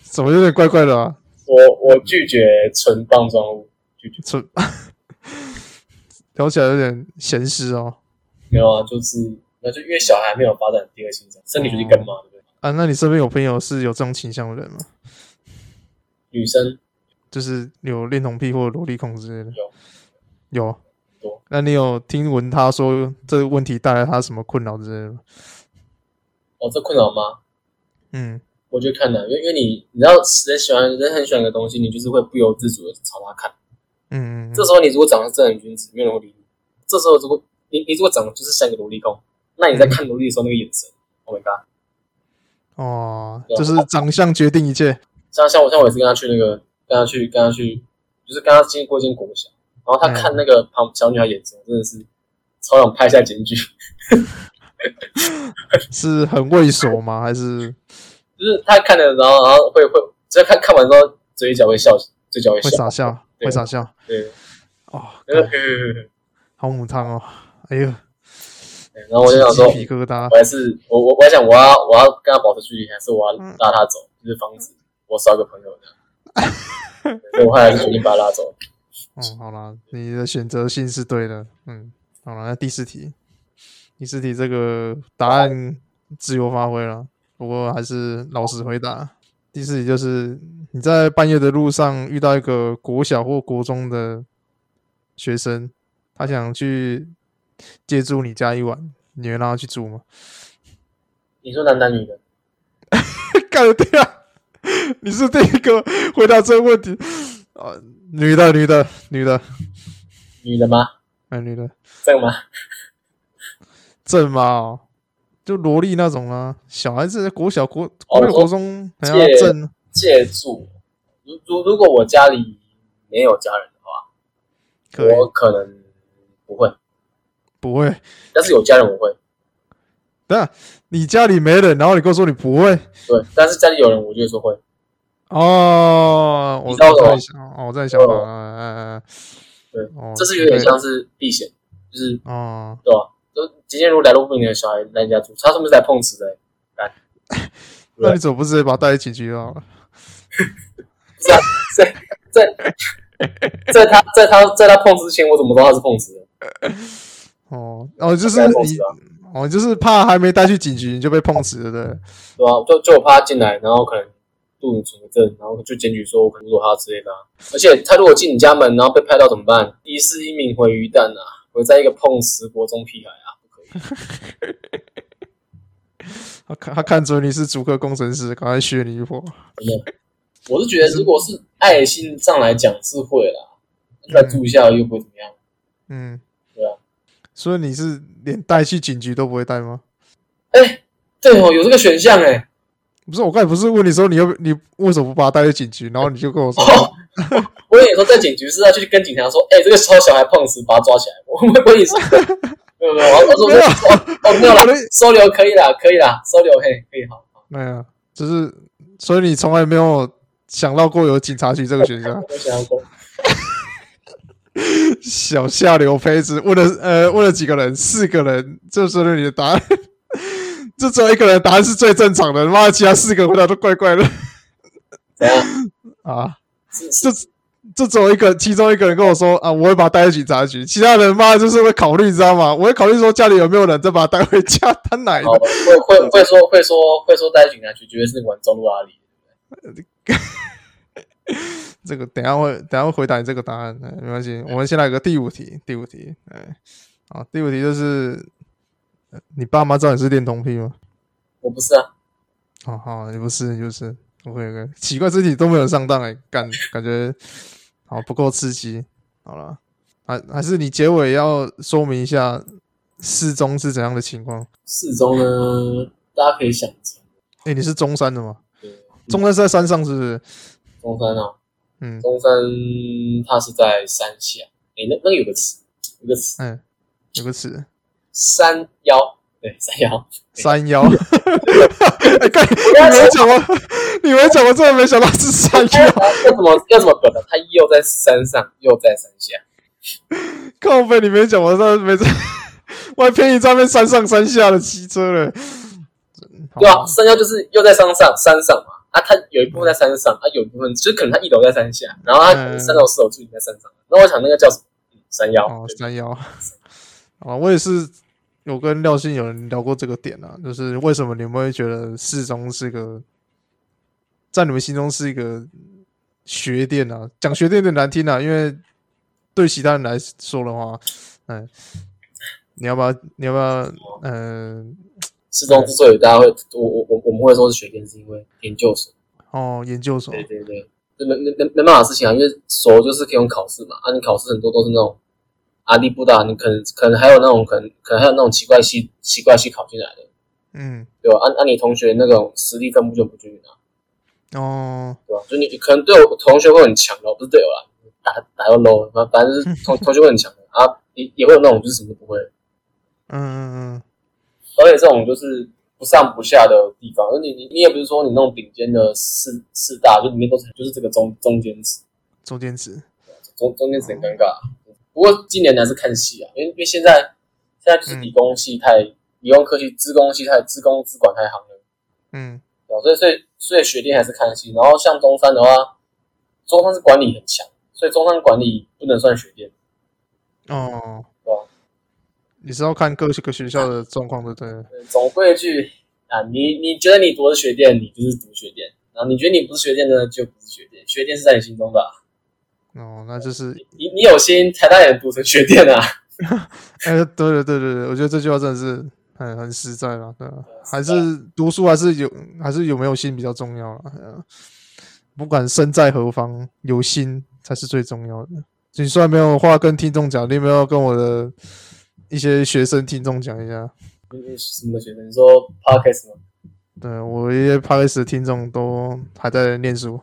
Speaker 2: 怎么有点怪怪的啊？
Speaker 5: 我我拒绝纯棒状物，拒绝。
Speaker 2: 这 [laughs] 聊起来有点咸湿哦。
Speaker 5: 没有啊，就是那就因为小孩没有发展第二性征，生理就是跟嘛，对不对？
Speaker 2: 啊，那你身边有朋友是有这种倾向的人吗？
Speaker 5: 女生
Speaker 2: 就是有恋童癖或萝莉控之类的？
Speaker 5: 有
Speaker 2: 有
Speaker 5: 多。
Speaker 2: 那你有听闻他说这个问题带来他什么困扰之类的吗？
Speaker 5: 哦，这困扰吗？
Speaker 2: 嗯，
Speaker 5: 我就看了，因为因为你你知道人喜欢人很喜欢一个东西，你就是会不由自主的朝他看。
Speaker 2: 嗯嗯，嗯
Speaker 5: 这时候你如果长得正人君子，没有人会理你。这时候如果你你如果长得就是像一个萝莉控，那
Speaker 2: 嗯
Speaker 5: 你在看萝莉的时候那个眼神，Oh my god！
Speaker 2: 哦，
Speaker 5: 对啊
Speaker 2: 就是长相决定一切。
Speaker 5: 像像我像我也是跟他去那个跟他去跟他去，就是跟他经过一间国小，然后他
Speaker 2: 嗯
Speaker 5: 看那个旁小女孩眼神，真的是超想拍下检举。
Speaker 2: 是很猥琐吗？还是
Speaker 5: 就是他看了，然后然后会会，只要看看完之后，嘴角会笑，嘴角会
Speaker 2: 会
Speaker 5: 笑，
Speaker 2: 傻笑？
Speaker 5: 对
Speaker 2: 会傻笑？
Speaker 5: 对，
Speaker 2: 哦，
Speaker 5: 然
Speaker 2: 干好母汤哦！哎呦，
Speaker 5: 后我就想说，
Speaker 2: 鸡皮疙瘩
Speaker 5: 我。还是我我我还想我要我要跟他保持距离，还是我要
Speaker 2: 嗯
Speaker 5: 拉他走，就是防止我少一个朋友这样。
Speaker 2: [laughs]
Speaker 5: 所以我后来就决定把他拉走。
Speaker 2: 嗯，好啦，你的选择性是对的。嗯，好啦，那第四题，第四题这个答案自由发挥了，不过还是老实回答。第四题就是你在半夜的路上遇到一个国小或国中的学生，他想去借住你家一晚，你会让他去住吗？ [laughs]
Speaker 5: 你说男男女的，
Speaker 2: 干对啊，你是第一个回答这个问题。呃，女的，女的，女的，
Speaker 5: 女的吗？
Speaker 2: 哎，女的，
Speaker 5: 这个吗？
Speaker 2: 正嘛、哦，就萝莉那种啊，小孩子国小国国
Speaker 5: 哦
Speaker 2: 小
Speaker 5: 我
Speaker 2: 国中还要
Speaker 5: 借
Speaker 2: 正，
Speaker 5: 借住，如如如果我家里没有家人的话，
Speaker 2: 可以
Speaker 5: 我可能不会，
Speaker 2: 不会？
Speaker 5: 但是有家人我会。
Speaker 2: 等下你家里没人，然后你跟我说你不会，
Speaker 5: 对，但是家里有人，我就会说会。
Speaker 2: 哦，我
Speaker 5: 你知道
Speaker 2: 我终于
Speaker 5: 吗
Speaker 2: 想哦，我在想法，嗯嗯嗯，
Speaker 5: 对
Speaker 2: 哦，
Speaker 5: 这是有点像是避险，就是
Speaker 2: 对哦，
Speaker 5: 对吧？就今天如果来路不明的小孩来你家住，他是不是来碰瓷的、欸
Speaker 2: 那你怎么不直接把他带一起去就好了？
Speaker 5: 在在在他在他在他碰之前，我怎么知道他是碰瓷的？
Speaker 2: 哦，哦，就是
Speaker 5: 他带碰
Speaker 2: 你
Speaker 5: 瓷啊，
Speaker 2: 哦，就是怕还没带去警局你就被碰瓷了，对不对？
Speaker 5: 对吧、就就我怕他进来，然后可能录你存个证，然后就检举说我可能辱他之类的、啊。而且他如果进你家门，然后被拍到怎么办？一是一名回鱼蛋啊，我在一个碰瓷国中屁孩啊，不可以。
Speaker 2: 他看他看准你是主客工程师，赶快削你一波。
Speaker 5: 我是觉得，如果是爱心上来讲是会啦，来住一下又不会怎么样。
Speaker 2: 嗯，
Speaker 5: 对啊。
Speaker 2: 所以你是连带去警局都不会带吗？
Speaker 5: 对哦，有这个选项哎、
Speaker 2: 不是，我刚才不是问你说你要你为什么不把他带去警局，然后你就跟我说，
Speaker 5: 哦，我跟你说，在警局是要去跟警察说，哎、这个小小孩碰瓷，把他抓起来。我我跟你说，没有没有，我我说
Speaker 2: 没有
Speaker 5: 哦哦没有啦，收留可以啦，可以啦，收留嘿，可以好。好
Speaker 2: 没有，就是所以你从来没有想到过有警察局这个选项。
Speaker 5: 我没想过，
Speaker 2: 小下流胚子问了呃问了几个人，四个人，这时候你的答案，这只有一个人的答案是最正常的，妈的其他四个回答都怪怪的
Speaker 5: 怎样？
Speaker 2: 啊。
Speaker 5: 是是
Speaker 2: 这这只有一个，其中一个人跟我说啊，我会把他带去警察局，其他人妈就是会考虑，你知道吗？我会考虑说家里有没有人，再把他带回家，他奶
Speaker 5: 好，
Speaker 2: 的，
Speaker 5: 会会会说会说会说带警察局，绝对是玩中路阿里。
Speaker 2: 这个等一下会等一下会回答你这个答案，哎没关系，我们先来个第五题，第五题，哎，好，第五题就是呃你爸妈知道你是恋童癖吗？
Speaker 5: 我不是啊，
Speaker 2: 哦，好，你不是，你不是，OK OK，奇怪，这题都没有人上当哎、感感觉好不够刺激。好了，还还是你结尾要说明一下失踪是怎样的情况？
Speaker 5: 四中呢，大家可以想着，
Speaker 2: 哎、你是中山的吗？
Speaker 5: 对
Speaker 2: 中山是在山上是不是？
Speaker 5: 中山啊，
Speaker 2: 嗯，
Speaker 5: 中山它是在山下，哎、那那个有个词，有个词
Speaker 2: 哎、有个词
Speaker 5: 山腰，对山腰，
Speaker 2: 山
Speaker 5: [laughs]
Speaker 2: 腰。哎、干，你没讲完，你没讲完，真的没想到是 [laughs] 山
Speaker 5: 要
Speaker 2: 腰。
Speaker 5: 怎么要怎么表达？它又在山上，又在山下，
Speaker 2: 靠背，你没讲完，真的没在，我还偏你在那边山上山下的骑车了。好
Speaker 5: 对啊，山腰就是又在山上，山上嘛。啊，它有一部分在山上，啊，有一部分就是可能它一楼在山
Speaker 2: 嗯
Speaker 5: 下，然后它可能三楼、四楼住在山上。那我想那个叫什么？嗯山腰。
Speaker 2: 哦，
Speaker 5: 对
Speaker 2: 三幺。 [laughs] 啊，我也是有跟廖信有人聊过这个点啊，就是为什么你们会觉得四中是个，在你们心中是一个学店啊？讲学店有点难听啊，因为对其他人来说的话，嗯，你要不要？你要不要？嗯、
Speaker 5: 四中之所以大家会，我我我我们会说是学电，是因为研究所。
Speaker 2: 哦，研究所
Speaker 5: 对对对，这没没没没办法的事情啊，因为所就是可以用考试嘛。啊，你考试很多都是那种阿力不达，你可能可能还有那种可能可能还有那种奇怪系奇怪系考进来的，
Speaker 2: 嗯，
Speaker 5: 对吧？按、按、你同学那种实力分布就不均匀啊，
Speaker 2: 哦，
Speaker 5: 对吧？就你可能对我同学会很强的，不是队友啦，打打到 low，反反正就是同同学会很强的啊，也也会有那种就是什么都不会，
Speaker 2: 嗯嗯
Speaker 5: 而且这种就是不上不下的地方，而你你你也不是说你那种顶尖的四四大，就里面都是就是这个中中间值。
Speaker 2: 嗯，中间值，
Speaker 5: 中中间是很尴尬。不过今年还是看戏啊，因为因为现在现在就是理工系太、理工科系、资工系太、资工资管太行了，
Speaker 2: 嗯
Speaker 5: 对吧所以所以所以学弟还是看戏。然后像中山的话，中山是管理很强，所以中山管理不能算学弟，
Speaker 2: 哦，
Speaker 5: 对吧？
Speaker 2: 你是要看各个学校的状况，对不对？
Speaker 5: 嗯总归一句啊，你你觉得你读的学店，你就是读学店；然后你觉得你不是学店呢，就不是学店。学店是在你心中的啊、
Speaker 2: 哦，那就是
Speaker 5: 你你有心，台大也读成学店啊。
Speaker 2: 哎，对对对对对，我觉得这句话真的是很很实在了，对啊，还是读书还是有还是有没有心比较重要了，嗯不管身在何方，有心才是最重要的。你虽然没有话跟听众讲，你有没有跟我的一些学生听众讲一下？
Speaker 5: 你你什么学生？你说 podcast 吗？
Speaker 2: 对我一些 p a r 的听众都还在念书，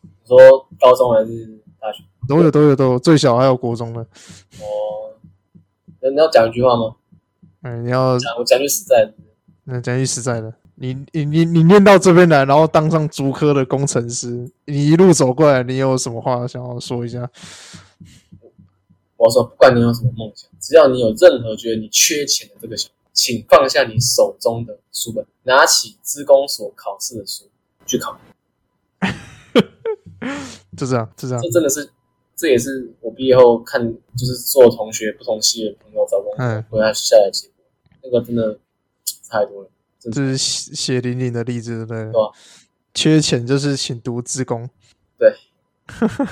Speaker 5: 你说高中还是大学？
Speaker 2: 都有都有都有，最小还有国中的。
Speaker 5: 哦，那你要讲一句话吗？
Speaker 2: 哎，你要
Speaker 5: 讲我讲句实在的，
Speaker 2: 那讲句实在的，你你你你念到这边来，然后当上竹科的工程师，你一路走过来，你有什么话想要说一下？
Speaker 5: 我说，不管你有什么梦想，只要你有任何觉得你缺钱的这个想法，请放下你手中的书本，拿起资工所考试的书去考。
Speaker 2: 就这样，就这样
Speaker 5: 这。真的是，这也是我毕业后看，就是做同学不同系的朋友找工作
Speaker 2: 嗯，
Speaker 5: 回来下来的结果，那个真的差太多了。
Speaker 2: 就是血血淋淋的例子，对不对
Speaker 5: 对啊
Speaker 2: 缺钱就是请读自工，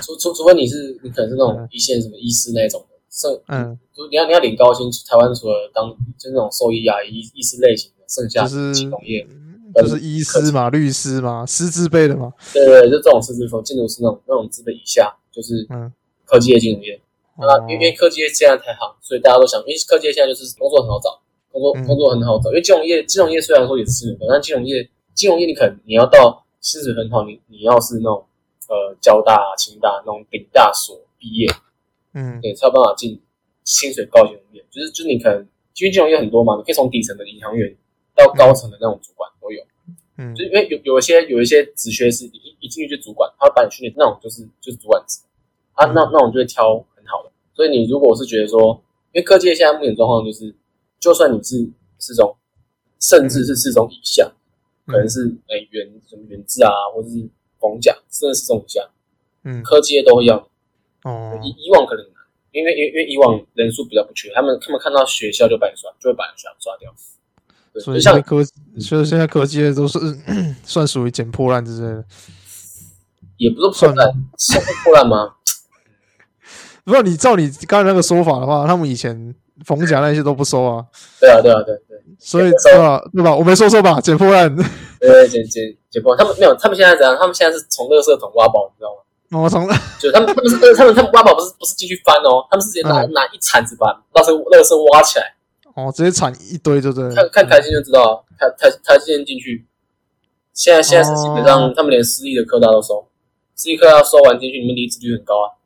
Speaker 5: 除除除非你是你可能是那种
Speaker 2: 嗯
Speaker 5: 一线什么医师那种的，剩
Speaker 2: 嗯，
Speaker 5: 就你要你要领高薪，台湾除了当就是那种兽医啊医医师类型的，剩下
Speaker 2: 就是
Speaker 5: 金融业，
Speaker 2: 就是医师嘛、律师嘛、师资辈的嘛，
Speaker 5: 对对对，就这种师资从建筑师那种那种资本以下，就是
Speaker 2: 嗯，
Speaker 5: 科技业、金融业。那
Speaker 2: 哦
Speaker 5: 啊因为因为科技业现在太好，所以大家都想，因为科技业现在就是工作很好找，工作
Speaker 2: 嗯
Speaker 5: 工作很好找。因为金融业，金融业虽然说也是薪水高，但金融业金融业你可能你要到薪水很好，你你要是那种呃交大、清大那种顶大所毕业，
Speaker 2: 嗯
Speaker 5: 对，才有办法进薪水高的金融业。就是就是你可能因为金融业很多嘛，你可以从底层的银行员到高层的那种主管都有。
Speaker 2: 嗯
Speaker 5: 就是因为有有一些有一些职缺是你一一进去就主管，他会把你训练那种就是就是主管职，啊那那种就会挑很好的。所以你如果是觉得说，因为科技业现在目前状况就是，就算你是四中，甚至是四中以下，可能是诶、原什么原治啊，或者是逢甲，甚至四中以下，
Speaker 2: 嗯
Speaker 5: 科技业都会要你。
Speaker 2: 哦
Speaker 5: 以以往可能很难，因为因为因为以往人数比较不缺，他们他们看到学校就把你刷，就会把你刷刷掉。对，
Speaker 2: 所
Speaker 5: 就
Speaker 2: 以现
Speaker 5: 像
Speaker 2: 在
Speaker 5: 嗯
Speaker 2: 科，所以现在科技业都是 [coughs] 算属于捡破烂之类的。
Speaker 5: 也不是破烂，算是破烂吗？
Speaker 2: 如果你照你刚才那个说法的话，他们以前逢甲那些都不收啊，
Speaker 5: [laughs] 对啊，对啊，对啊对啊，
Speaker 2: 所以
Speaker 5: 也不收
Speaker 2: 对吧？对吧？我没说错吧？捡破烂，
Speaker 5: 对对解解解包，他们没有，他们现在怎样？他们现在是从垃圾桶挖宝，你知道吗？
Speaker 2: [laughs] 我从
Speaker 5: 就他们他们是他们他们挖宝不是不是进去翻哦，他们是直接拿、
Speaker 2: 嗯
Speaker 5: 拿一铲子把垃圾垃圾挖起来，
Speaker 2: 哦直接铲一堆，就对了。
Speaker 5: 看看台积电就知道，台台台积电进去，现在现在是基本上
Speaker 2: 哦
Speaker 5: 他们连私立的科大都收，私立科大收完进去，你们离职率很高啊。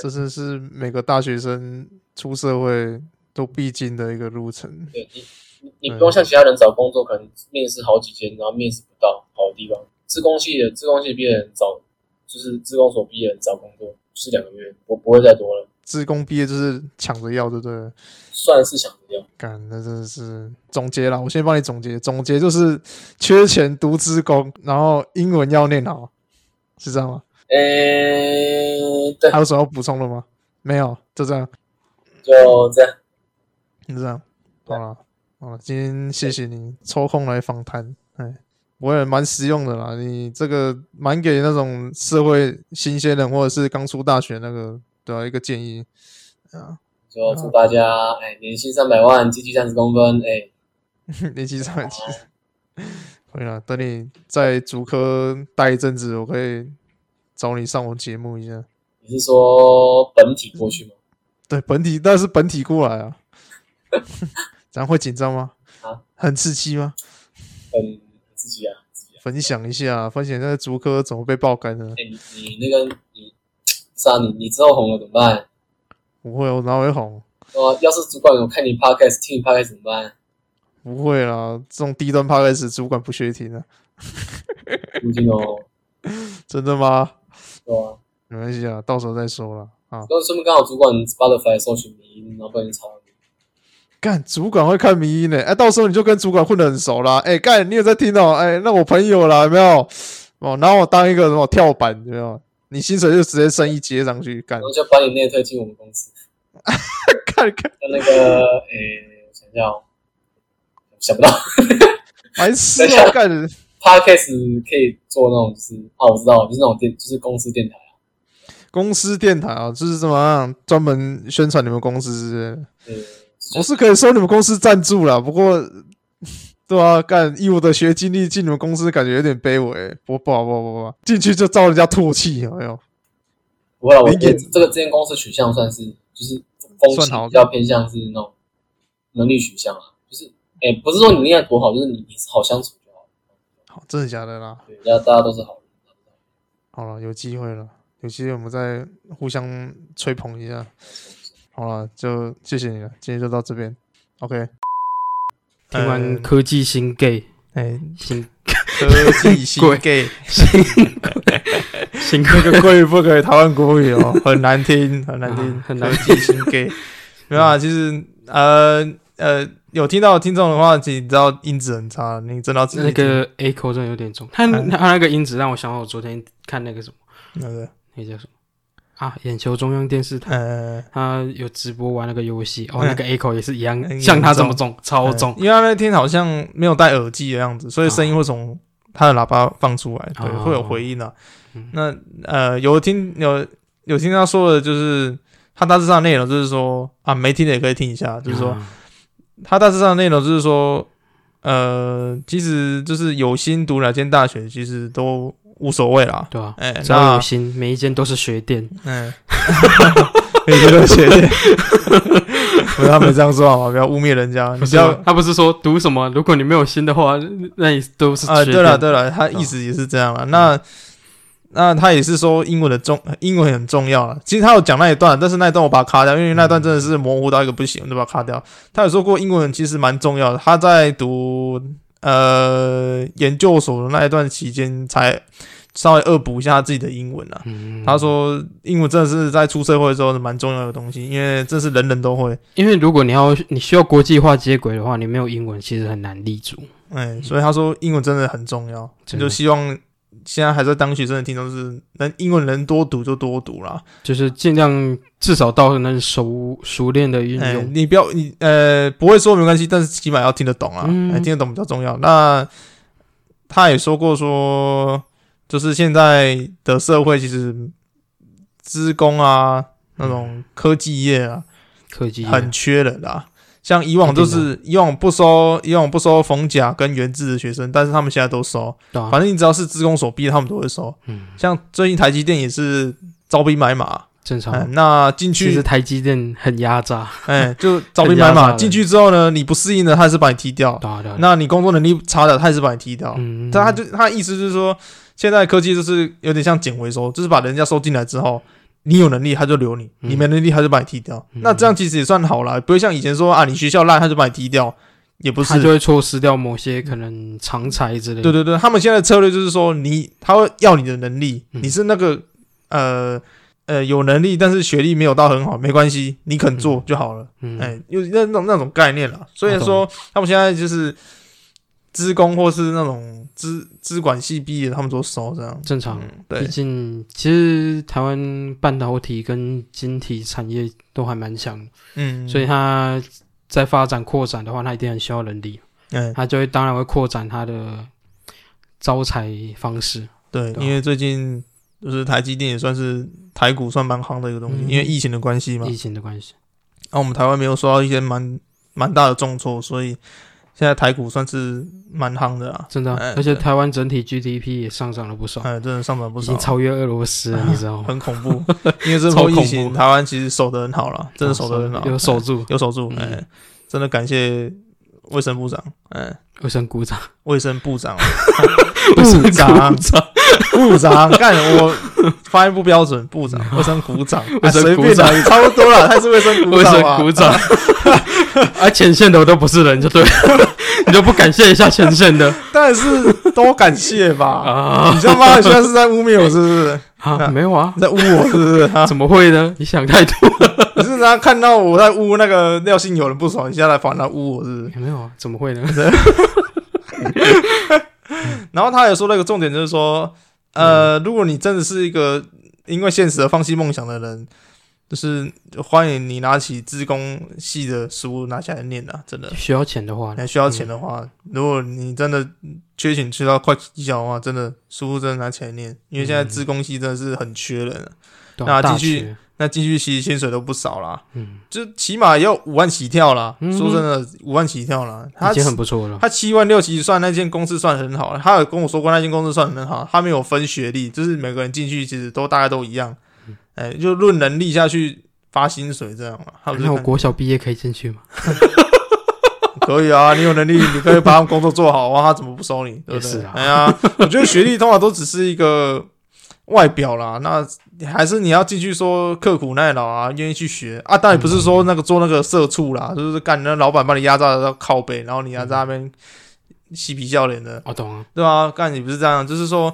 Speaker 2: 这真是每个大学生出社会都必经的一个路程。
Speaker 5: 对你，你你不用像其他人找工作，可能面试好几间，然后面试不到好的地方。自工系的自工系毕业的人找，就是自工所毕业的人找工作，就是两个月，我不会再多了，
Speaker 2: 职工毕业就是抢着要，对不对？
Speaker 5: 算是想这样。
Speaker 2: 干，那真的是总结了。我先帮你总结，总结就是缺钱读职工，然后英文要念好，是这样吗？
Speaker 5: 诶，对
Speaker 2: 还，有什么要补充的吗？没有，就这样，
Speaker 5: 就这样。
Speaker 2: 就这样。好了，好了，今天谢谢你抽空来访谈，哎，我也蛮实用的啦。你这个蛮给那种社会新鲜人或者是刚出大学那个的、一个建议 [laughs] 啊。
Speaker 5: 就祝大家哎，年薪三百万，积极三十公分，哎，
Speaker 2: 你其实其实可以了。等你在竹科待一阵子，我可以找你上我节目一下。
Speaker 5: 你是说本体过去吗？
Speaker 2: 对，本体那是本体过来啊， [laughs] 咱会紧张吗
Speaker 5: 啊？
Speaker 2: 很刺激吗？
Speaker 5: 嗯，自己啊，自己啊。
Speaker 2: 分享一下，分享一下竹科怎么被爆肝的。
Speaker 5: 哎，你你那个你，是啊，你你之后红了怎么办？
Speaker 2: 不会，我哪会红？
Speaker 5: 哦，要是主管有看你 podcast，听你 podcast 怎么办？
Speaker 2: 不会啦，这种低端 p a 始主管不屑听的、啊
Speaker 5: 不听哦，
Speaker 2: 真的吗？
Speaker 5: 对啊。
Speaker 2: 没关系啊，到时候再说啦。啊，
Speaker 5: 那顺便刚好主管 Spotify 搜寻迷音，然后不然就查到你。
Speaker 2: 干，主管会看迷音呢、哎、到时候你就跟主管混得很熟啦。哎、干，你有在听哦、哎、那我朋友啦，有没有？哦，然后我当一个什么跳板，有没有？你薪水就直接升一阶上去，干
Speaker 5: 然，后就把你内推进我们公司。
Speaker 2: 看看，
Speaker 5: 那那个，诶、我想一下哦，想不到
Speaker 2: 白痴哦、干，
Speaker 5: Podcast 可以做那种，就是啊，我知道，就是那种电，就是公司电台啊。
Speaker 2: 公司电台啊，就是怎么样专门宣传你们公司之类的。
Speaker 5: 对，
Speaker 2: 我是可以收你们公司赞助啦，不过， [laughs] 对啊，干以我的学经历进你们公司，感觉有点卑微、不不好不好不好不好，进去就遭人家唾弃，有没有？
Speaker 5: 不会啦，我
Speaker 2: 零
Speaker 5: 觉
Speaker 2: 点
Speaker 5: 得这个这间公司取向算是就是风气
Speaker 2: 算好
Speaker 5: 比较偏向是那种能力取向啊，就是诶、不是说你念得多好，就是你你是好相处就好。
Speaker 2: 好，真的假的啦？
Speaker 5: 对，大家大家都是好人。
Speaker 2: 好了，有机会了，有机会我们再互相吹捧一下。好了，就谢谢你了，今天就到这边。OK，
Speaker 3: 哎听完
Speaker 2: 嗯
Speaker 3: 科技新 gay，
Speaker 2: 哎， [laughs]
Speaker 3: 新
Speaker 2: 科技新
Speaker 3: 鬼
Speaker 2: gay，
Speaker 3: 新
Speaker 2: 那个国语不可以台湾国语哦，很难听，很难听，
Speaker 3: [laughs] 啊很难
Speaker 2: 科技新 gay。没 [laughs] 有啊，其实呃呃，有听到的听众的话，其实你知道音质很差，你真的要自
Speaker 3: [laughs]
Speaker 2: 己
Speaker 3: 那个 echo 真的有点重，他他
Speaker 2: 嗯
Speaker 3: 那个音质让我想到我昨天看那个什么，
Speaker 2: 听对不对？
Speaker 3: 那个叫什么啊？眼球中央电视台，
Speaker 2: 呃，
Speaker 3: 他有直播玩那个游戏，哦，
Speaker 2: 嗯
Speaker 3: 那个 echo 也是一样，
Speaker 2: 嗯
Speaker 3: 像他这么重，超重
Speaker 2: 呃。因为他那天好像没有戴耳机的样子，所以声音会从他的喇叭放出来，对，
Speaker 3: 哦
Speaker 2: 会有回音啊。
Speaker 3: 嗯
Speaker 2: 那呃，有听有有听他说的，就是他大致上的内容就是说啊，没听的也可以听一下，就是说、
Speaker 3: 啊，
Speaker 2: 他大致上的内容就是说，呃，其实就是有心读哪间大学，其实都无所谓啦。
Speaker 3: 对啊，
Speaker 2: 哎、
Speaker 3: 只要
Speaker 2: 那
Speaker 3: 有心，每一间都是学店，
Speaker 2: [laughs] 嗯，每个都 [laughs] 学姐，不要没这样说好吗？不要污蔑人家，
Speaker 3: 不
Speaker 2: 你不啊
Speaker 3: 是
Speaker 2: 要
Speaker 3: 吗他不是说读什么，如果你没有心的话，那你都是嗯
Speaker 2: 啊，
Speaker 3: 学
Speaker 2: 对了
Speaker 3: 店
Speaker 2: 对了，他意思也是这样了。那那他也是说英文的重，英文很重要了。其实他有讲那一段，但是那一段我把它卡掉，因为那一段真的是模糊到一个不行，我就把它卡掉。他有说过英文其实蛮重要的，他在读呃研究所的那一段期间才稍微恶补一下他自己的英文啊。
Speaker 3: 嗯
Speaker 2: 他说英文真的是在出社会之后是蛮重要的东西，因为这是人人都会。
Speaker 3: 因为如果你要你需要国际化接轨的话，你没有英文其实很难立足。
Speaker 2: 哎、所以他说英文真的很重要，
Speaker 3: 嗯真的
Speaker 2: 就希望现在还在当学生的听众是能英文能多读就多读啦。
Speaker 3: 就是尽量至少到能熟熟练的运
Speaker 2: 哎、
Speaker 3: 用。
Speaker 2: 你不要你呃不会说没关系，但是起码要听得懂啊，
Speaker 3: 嗯
Speaker 2: 哎听得懂比较重要。那他也说过说，就是现在的社会其实职工啊那种科技业啊，
Speaker 3: 科技业
Speaker 2: 很缺人啦。像以往都是以往不收以往不收逢甲跟原制的学生，但是他们现在都收。
Speaker 3: 对啊
Speaker 2: 反正你只要是职工所逼的，他们都会收。
Speaker 3: 嗯，
Speaker 2: 像最近台积电也是招兵买马，
Speaker 3: 正常。
Speaker 2: 嗯，那进
Speaker 3: 啊其实
Speaker 2: 去，
Speaker 3: 台积电很压榨，
Speaker 2: 哎，就招兵
Speaker 3: 很
Speaker 2: 买
Speaker 3: 压榨
Speaker 2: 马。
Speaker 3: 人
Speaker 2: 进去之后呢，你不适应的，他还是把你踢掉；
Speaker 3: 对啊对啊，
Speaker 2: 那你工作能力差的，他还是把你踢掉。
Speaker 3: 嗯，
Speaker 2: 但他就他意思就是说，现在科技就是有点像捡回收，就是把人家收进来之后，你有能力他就留你，
Speaker 3: 嗯
Speaker 2: 你没能力他就把你踢掉。
Speaker 3: 嗯
Speaker 2: 那这样其实也算好啦，不会像以前说啊，你学校烂他就把你踢掉，也不
Speaker 3: 他
Speaker 2: 是
Speaker 3: 就。会错失掉某些可能常才之类的。
Speaker 2: 对对对，他们现在的策略就是说，你他会要你的能力，
Speaker 3: 嗯
Speaker 2: 你是那个呃呃有能力，但是学历没有到很好，没关系，你肯做就好了。
Speaker 3: 嗯，
Speaker 2: 哎、有那那种那种概念啦。所以
Speaker 3: 我
Speaker 2: 说，他们现在就是资工或是那种资资管系毕业的，他们都收这样。
Speaker 3: 正常。
Speaker 2: 嗯，
Speaker 3: 毕
Speaker 2: 对，
Speaker 3: 竟，其实台湾半导体跟晶体产业都还蛮强的，
Speaker 2: 嗯，
Speaker 3: 所以它在发展扩展的话，它一定很需要人力，
Speaker 2: 哎、
Speaker 3: 它就会当然会扩展它的招财方式。
Speaker 2: 对，
Speaker 3: 对啊
Speaker 2: 因为最近就是台积电也算是台股算蛮夯的一个东西，
Speaker 3: 嗯
Speaker 2: 因为疫情的关系嘛，
Speaker 3: 疫情的关系，
Speaker 2: 那、我们台湾没有受到一些蛮蛮大的重挫，所以现在台股算是蛮夯的啊，
Speaker 3: 真的啊
Speaker 2: 哎，
Speaker 3: 而且
Speaker 2: 对
Speaker 3: 台湾整体 GDP 也上涨了不少，
Speaker 2: 哎，真的上涨不
Speaker 3: 已
Speaker 2: 少哎
Speaker 3: 经，超越俄罗斯了，你知道吗？
Speaker 2: 很恐怖。
Speaker 3: [laughs]
Speaker 2: 因为这
Speaker 3: 超
Speaker 2: 波
Speaker 3: 恐怖哦
Speaker 2: 疫情，台湾其实守得很好了，真的守得很好，
Speaker 3: 有守
Speaker 2: 哎
Speaker 3: 住，
Speaker 2: 有守住，哎、
Speaker 3: 嗯
Speaker 2: 真的感谢卫生部长，哎、
Speaker 3: 卫生鼓掌，
Speaker 2: 卫生部长，啊
Speaker 3: [laughs] 卫生
Speaker 2: 部长
Speaker 3: 鼓掌，
Speaker 2: 部长，干我发音不标准，部长，卫生股长，
Speaker 3: 嗯卫
Speaker 2: 哎
Speaker 3: 生
Speaker 2: 随
Speaker 3: 股
Speaker 2: 便
Speaker 3: 长
Speaker 2: 啦，也差不多了，他是卫生股
Speaker 3: 卫
Speaker 2: 长
Speaker 3: 生
Speaker 2: 啊，
Speaker 3: 鼓
Speaker 2: [laughs]
Speaker 3: 掌，而前线的我都不是人，就对了， [laughs] 你就不感谢一下前线的
Speaker 2: 但是都感谢
Speaker 3: [laughs]
Speaker 2: 吧。
Speaker 3: 啊
Speaker 2: 你他妈的现在是在污蔑我是不是？
Speaker 3: 啊，没有啊
Speaker 2: 你，在污我是不是？
Speaker 3: [laughs]
Speaker 2: 啊
Speaker 3: 怎么会呢？你想太多，
Speaker 2: 你是他看到我在污那个廖姓友人不爽，你现在来反他污我是不
Speaker 3: [laughs]
Speaker 2: 是？
Speaker 3: 没有啊，怎么会呢？
Speaker 2: 然后他也说了一个重点，就是说，呃，
Speaker 3: 嗯
Speaker 2: 如果你真的是一个因为现实而放弃梦想的人，就是呃欢迎你拿起自工系的书拿起来念啊，真的。
Speaker 3: 需要钱的话
Speaker 2: 你，还需要钱的话，如果你真的缺钱缺到快踢脚的话，真的书真的拿起来念，因为现在
Speaker 3: 嗯
Speaker 2: 自工系真的是很缺人啊，
Speaker 3: 对
Speaker 2: 那
Speaker 3: 啊大
Speaker 2: 继续
Speaker 3: 学，
Speaker 2: 那进去其实薪水都不少啦，
Speaker 3: 嗯，
Speaker 2: 就起码也要五万起跳啦。
Speaker 3: 嗯
Speaker 2: 说真的，五万起跳啦，他
Speaker 3: 已经很不错了。
Speaker 2: 他七万六其实算那间公司算很好，他有跟我说过那间公司算很好，他没有分学历，就是每个人进去其实都大概都一样，
Speaker 3: 嗯
Speaker 2: 哎、就论能力下去发薪水这样嘛。他们
Speaker 3: 哎那
Speaker 2: 就
Speaker 3: 我
Speaker 2: 看
Speaker 3: 国小毕业可以进去吗？
Speaker 2: 可以啊，你有能力，你可以把他们工作做好啊，他怎么不收你？对
Speaker 3: 也
Speaker 2: 不对
Speaker 3: 是？啊
Speaker 2: 哎呀，我觉得学历通常都只是一个外表啦，那还是你要进去说刻苦耐劳啊，愿意去学啊。当然不是 [laughs] 说那个做那个社畜啦，就是干那老板把你压榨到靠背，然后你还在那边嬉皮笑脸的，
Speaker 3: 我懂啊，
Speaker 2: 对吧？干你不是这样，就是说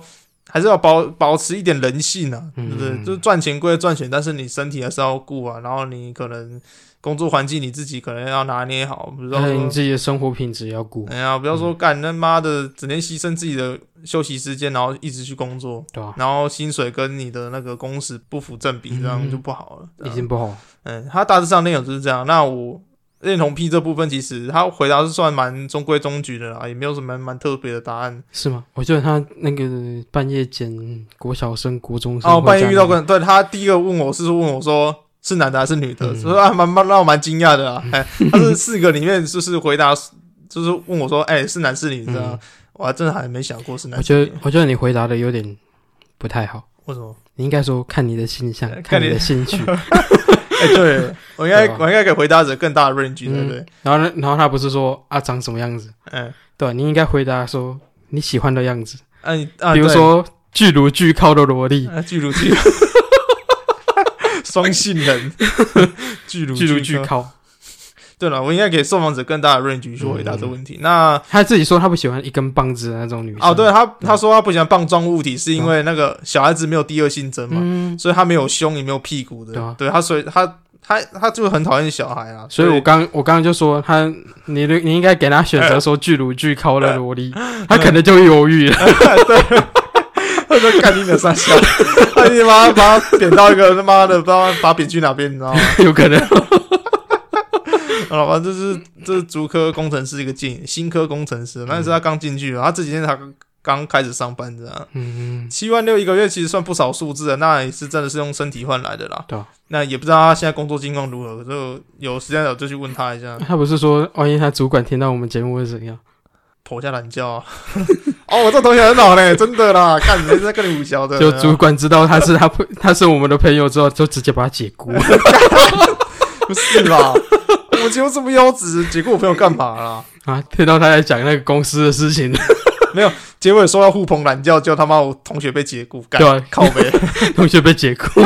Speaker 2: 还是要保保持一点人性啊，对
Speaker 3: 嗯
Speaker 2: 不对？就是赚钱归赚钱，但是你身体还是要顾啊，然后你可能工作环境你自己可能要拿捏好，比如说
Speaker 3: 但是哎你自己的生活品质也要顾，
Speaker 2: 哎呀，不要说
Speaker 3: 嗯
Speaker 2: 干他妈的，整天牺牲自己的休息时间，然后一直去工作，
Speaker 3: 对吧？
Speaker 2: 然后薪水跟你的那个工时不符正比，这样
Speaker 3: 嗯
Speaker 2: 就不好了。
Speaker 3: 已
Speaker 2: 对啊
Speaker 3: 经不好，
Speaker 2: 嗯，他大致上内容就是这样。那我认同 P 这部分，其实他回答是算蛮中规中矩的啦，也没有什么蛮特别的答案。
Speaker 3: 是吗？我记得他那个半夜捡国小生、国中生
Speaker 2: 哦，半夜遇到
Speaker 3: 过，
Speaker 2: 个对他第一个问我是问我说是男的还是女的，
Speaker 3: 嗯
Speaker 2: 所以还蛮蛮让我蛮惊讶的啊。哎，他是四个里面就是回答就是问我说，哎，是男是女这样
Speaker 3: 嗯，
Speaker 2: 我还真的还没想过是男
Speaker 3: 我
Speaker 2: 是
Speaker 3: 觉
Speaker 2: 女
Speaker 3: 得。我觉得你回答的有点不太好，
Speaker 2: 为什么？
Speaker 3: 你应该说看你的性向
Speaker 2: [laughs] 看，
Speaker 3: 看
Speaker 2: 你
Speaker 3: 你的兴趣，
Speaker 2: 哎、对我应该
Speaker 3: 对吧
Speaker 2: 我应该给回答者更大的 range，对不
Speaker 3: 嗯
Speaker 2: 对？
Speaker 3: 然后呢，然后他不是说啊长什么样子，
Speaker 2: 嗯，
Speaker 3: 对吧，你应该回答说你喜欢的样子，
Speaker 2: 啊你啊，
Speaker 3: 比如
Speaker 2: 对
Speaker 3: 说巨乳巨靠的萝莉，
Speaker 2: 啊，巨
Speaker 3: [laughs]
Speaker 2: 乳巨，双性人，巨乳
Speaker 3: 巨乳
Speaker 2: 巨
Speaker 3: 巨
Speaker 2: 高。
Speaker 3: 靠。
Speaker 2: 对了，我应该给受访者更大的 range 去回答这个问
Speaker 3: 嗯
Speaker 2: 题。那
Speaker 3: 他自己说他不喜欢一根棒子的那种女生。
Speaker 2: 哦，对，他他说他不喜欢棒状物体，是因为那个小孩子没有第二性征嘛，
Speaker 3: 嗯，
Speaker 2: 所以他没有胸也没有屁股的。
Speaker 3: 对啊
Speaker 2: 他所以他他他就很讨厌小孩啊，
Speaker 3: 所以我刚我刚刚就说他，你你应该给他选择说巨乳巨靠
Speaker 2: [laughs]
Speaker 3: 的萝莉，他可能就会犹豫了。 [laughs]
Speaker 2: 他说干你的三小， [laughs] 他你妈把他贬到一个他妈的不知道把他贬去哪边，你知道吗？
Speaker 3: 有可能。
Speaker 2: [laughs] 好了，反正这是这是竹科工程师一个建议，新科工程师，那是他刚进去嘛，他这几天才刚刚开始上班这样。
Speaker 3: 嗯，
Speaker 2: 七万六一个月其实算不少数字了，那也是真的是用身体换来的啦。
Speaker 3: 对啊
Speaker 2: 那也不知道他现在工作情况如何，就有时间了就去问他一下，
Speaker 3: 他不是说万一他主管听到我们节目会怎样？
Speaker 2: 剖一下懒觉啊。 [laughs] 哦，我这同学很好嘞，真的啦，看人在跟你胡聊的。啊
Speaker 3: 就主管知道他是他朋 [laughs] 他是我们的朋友之后，就直接把他解
Speaker 2: [laughs]
Speaker 3: 雇。
Speaker 2: 不 [laughs] 是啦，我节目这么优质，解雇我朋友干嘛啦？
Speaker 3: 啊，听到他在讲那个公司的事情， [laughs]
Speaker 2: 结尾说要互捧懒觉，就他妈我同学被解雇，干
Speaker 3: 对啊
Speaker 2: 靠 [laughs] 呗。
Speaker 3: 同学被解
Speaker 2: [laughs]
Speaker 3: 雇。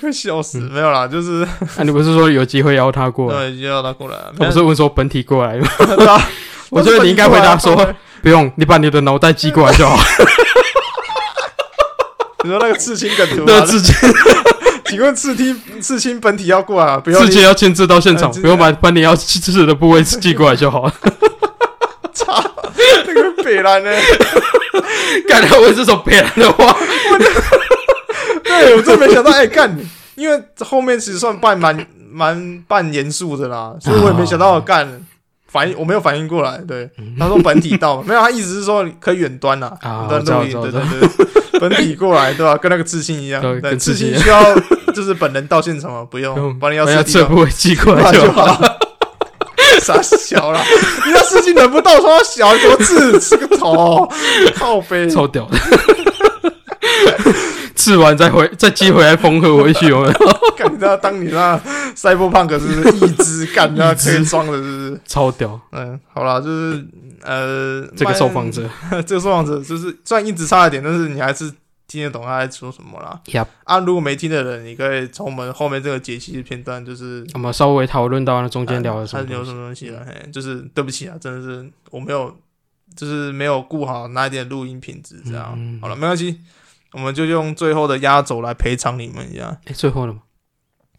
Speaker 2: 快笑死！没有啦，就是
Speaker 3: 啊，你不是说有机会邀他过来？
Speaker 2: 对，就要他过来啊。
Speaker 3: 他不是问说本体过来吗？
Speaker 2: 对啊，
Speaker 3: [laughs] 我觉得你应该回答说
Speaker 2: 我是本地过来啊
Speaker 3: 不用，你把你的脑袋寄过来
Speaker 2: [laughs]
Speaker 3: 就好。
Speaker 2: 你说那个刺青梗图
Speaker 3: 对，
Speaker 2: 啊，
Speaker 3: 自己
Speaker 2: 请问刺青刺青本体要过来啊？不用
Speaker 3: 自己要亲自到现场
Speaker 2: 呃，直
Speaker 3: 不用把把你要吃的部位寄过来就好。
Speaker 2: 那个北兰
Speaker 3: [laughs]
Speaker 2: 呢？
Speaker 3: 干他问这种别人的 [laughs] 话，
Speaker 2: 对我真没想到，哎干，因为后面其实算半蛮蛮半严肃的啦，所以我也没想到干。反应我没有反应过来，对他说本体到，没有他意思是说可以远端呐，
Speaker 3: 啊
Speaker 2: 远端录音，
Speaker 3: 我
Speaker 2: 对
Speaker 3: 知道
Speaker 2: 对对，本体过来对吧？跟那个刺青一样，
Speaker 3: 对
Speaker 2: 对
Speaker 3: 跟
Speaker 2: 刺
Speaker 3: 刺青
Speaker 2: 青
Speaker 3: 一
Speaker 2: 需要就是本人到现场啊，不用，把你要
Speaker 3: 把
Speaker 2: 刺
Speaker 3: 要
Speaker 2: 青
Speaker 3: 吃的部位寄过来
Speaker 2: 那
Speaker 3: 就
Speaker 2: 就 [laughs]
Speaker 3: 好。
Speaker 2: 好。傻小啦，你那事情忍不到，说他小多字吃个头，靠背。
Speaker 3: 超屌的。 [laughs] 吃完再回再寄回来缝合回去，有没有？
Speaker 2: 干你知道当你那赛博胖可是一只干那黑装的，是
Speaker 3: [laughs]
Speaker 2: 不是？
Speaker 3: [laughs] 超屌！
Speaker 2: 嗯，好啦，就是呃，
Speaker 3: 这个受访者，
Speaker 2: 曼， [laughs] 这个受访者就是虽然音质差一点，但是你还是听得懂他在说什么啦。
Speaker 3: Yup
Speaker 2: 啊，如果没听的人，你可以从我们后面这个解析的片段，就是
Speaker 3: 我们稍微讨论到那中间聊了什
Speaker 2: 啊他
Speaker 3: 么
Speaker 2: 哎聊
Speaker 3: 东
Speaker 2: 什
Speaker 3: 西，嗯
Speaker 2: 么东西了？嘿，就是对不起啊，真的是我没有，就是没有顾好那一点录音品质，这样、
Speaker 3: 嗯
Speaker 2: 好了，没关系，我们就用最后的压轴来赔偿你们一下。
Speaker 3: 哎，最后了吗？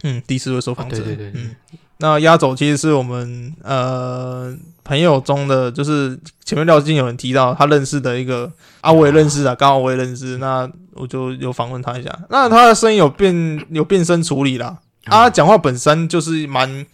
Speaker 2: 嗯，第四位受访者、
Speaker 3: 啊对对对
Speaker 2: 嗯，那压轴其实是我们呃朋友中的，就是前面廖金有人提到他认识的一个啊，我也认识啊，刚好我也认识，那我就有访问他一下。那他的声音有变有变声处理啦，
Speaker 3: 哦
Speaker 2: 啊，他讲话本身就是蛮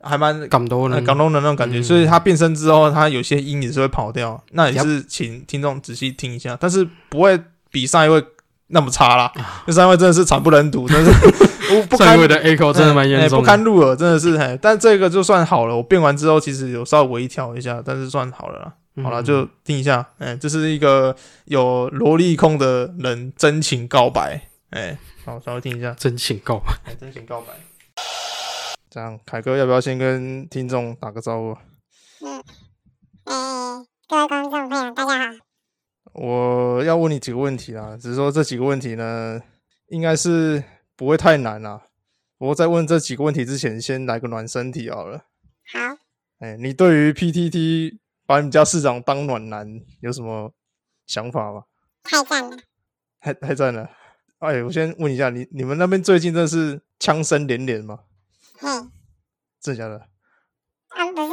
Speaker 2: 还蛮
Speaker 3: 感动
Speaker 2: 呃
Speaker 3: 了，
Speaker 2: 港东的那种感觉，
Speaker 3: 嗯
Speaker 2: 所以他变声之后，他有些音也是会跑掉，那也是请听众仔细听一下，但是不会比上一位那么差啦。那上一位真的是惨不忍
Speaker 3: [laughs]
Speaker 2: 睹，真的是我不
Speaker 3: 上
Speaker 2: 堪
Speaker 3: 一位啊的 echo 真的蛮
Speaker 2: 哎
Speaker 3: 严重
Speaker 2: 不
Speaker 3: 的，
Speaker 2: 堪入耳，真的是嘿。但这个就算好了，我变完之后其实有稍微微调一下，但是算好了啦。
Speaker 3: 嗯
Speaker 2: 好了，就听一下，哎，这是一个有萝莉控的人真情告白，哎，好，稍微听一下。
Speaker 3: 真情告白。
Speaker 2: 哎，真情告白。这样，凯哥要不要先跟听众打个招呼？
Speaker 6: 嗯，各位观众朋友，大家好。
Speaker 2: 我要问你几个问题啦，只是说这几个问题呢，应该是不会太难啦。不过在问这几个问题之前，先来个暖身题好了。
Speaker 6: 好，
Speaker 2: 哎、你对于 PTT 把你们家市长当暖男，有什么想法吗？
Speaker 6: 太赞了！
Speaker 2: 太太赞了！哎，我先问一下你，你们那边最近真的是枪声连连吗？
Speaker 6: 嘿，
Speaker 2: 真的假的？
Speaker 6: 啊，不是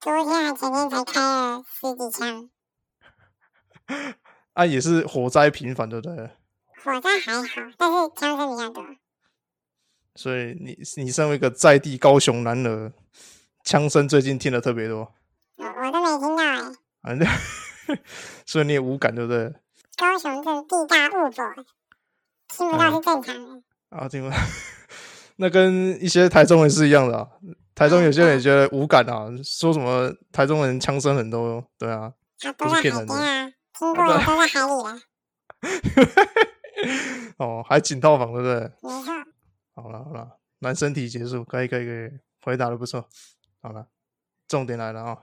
Speaker 6: 昨天还前天才开了十几枪，
Speaker 2: 啊，也是火灾频繁，对不对？
Speaker 6: 火灾还好，但是枪声比较多。
Speaker 2: 所以你你身为一个在地高雄男儿，枪声最近听的特别多，
Speaker 6: 我我都没听到哎、
Speaker 2: 啊，那 [laughs] 所以你也无感，对不对？
Speaker 6: 高雄这地大物博，听不到是正常的。
Speaker 2: 啊，听闻那跟一些台中人是一样的、啊，台中有些人也觉得无感啊，说什么台中人枪声很多，对啊， [laughs]
Speaker 6: 啊，都在海边啊，听过
Speaker 2: 不
Speaker 6: 的
Speaker 2: 是
Speaker 6: 都在海里啊了，
Speaker 2: 哦，还警套房，对不对？
Speaker 6: 没错。
Speaker 2: 好了好了，男生体结束，可以可以可以，回答的不错。好了，重点来了啊、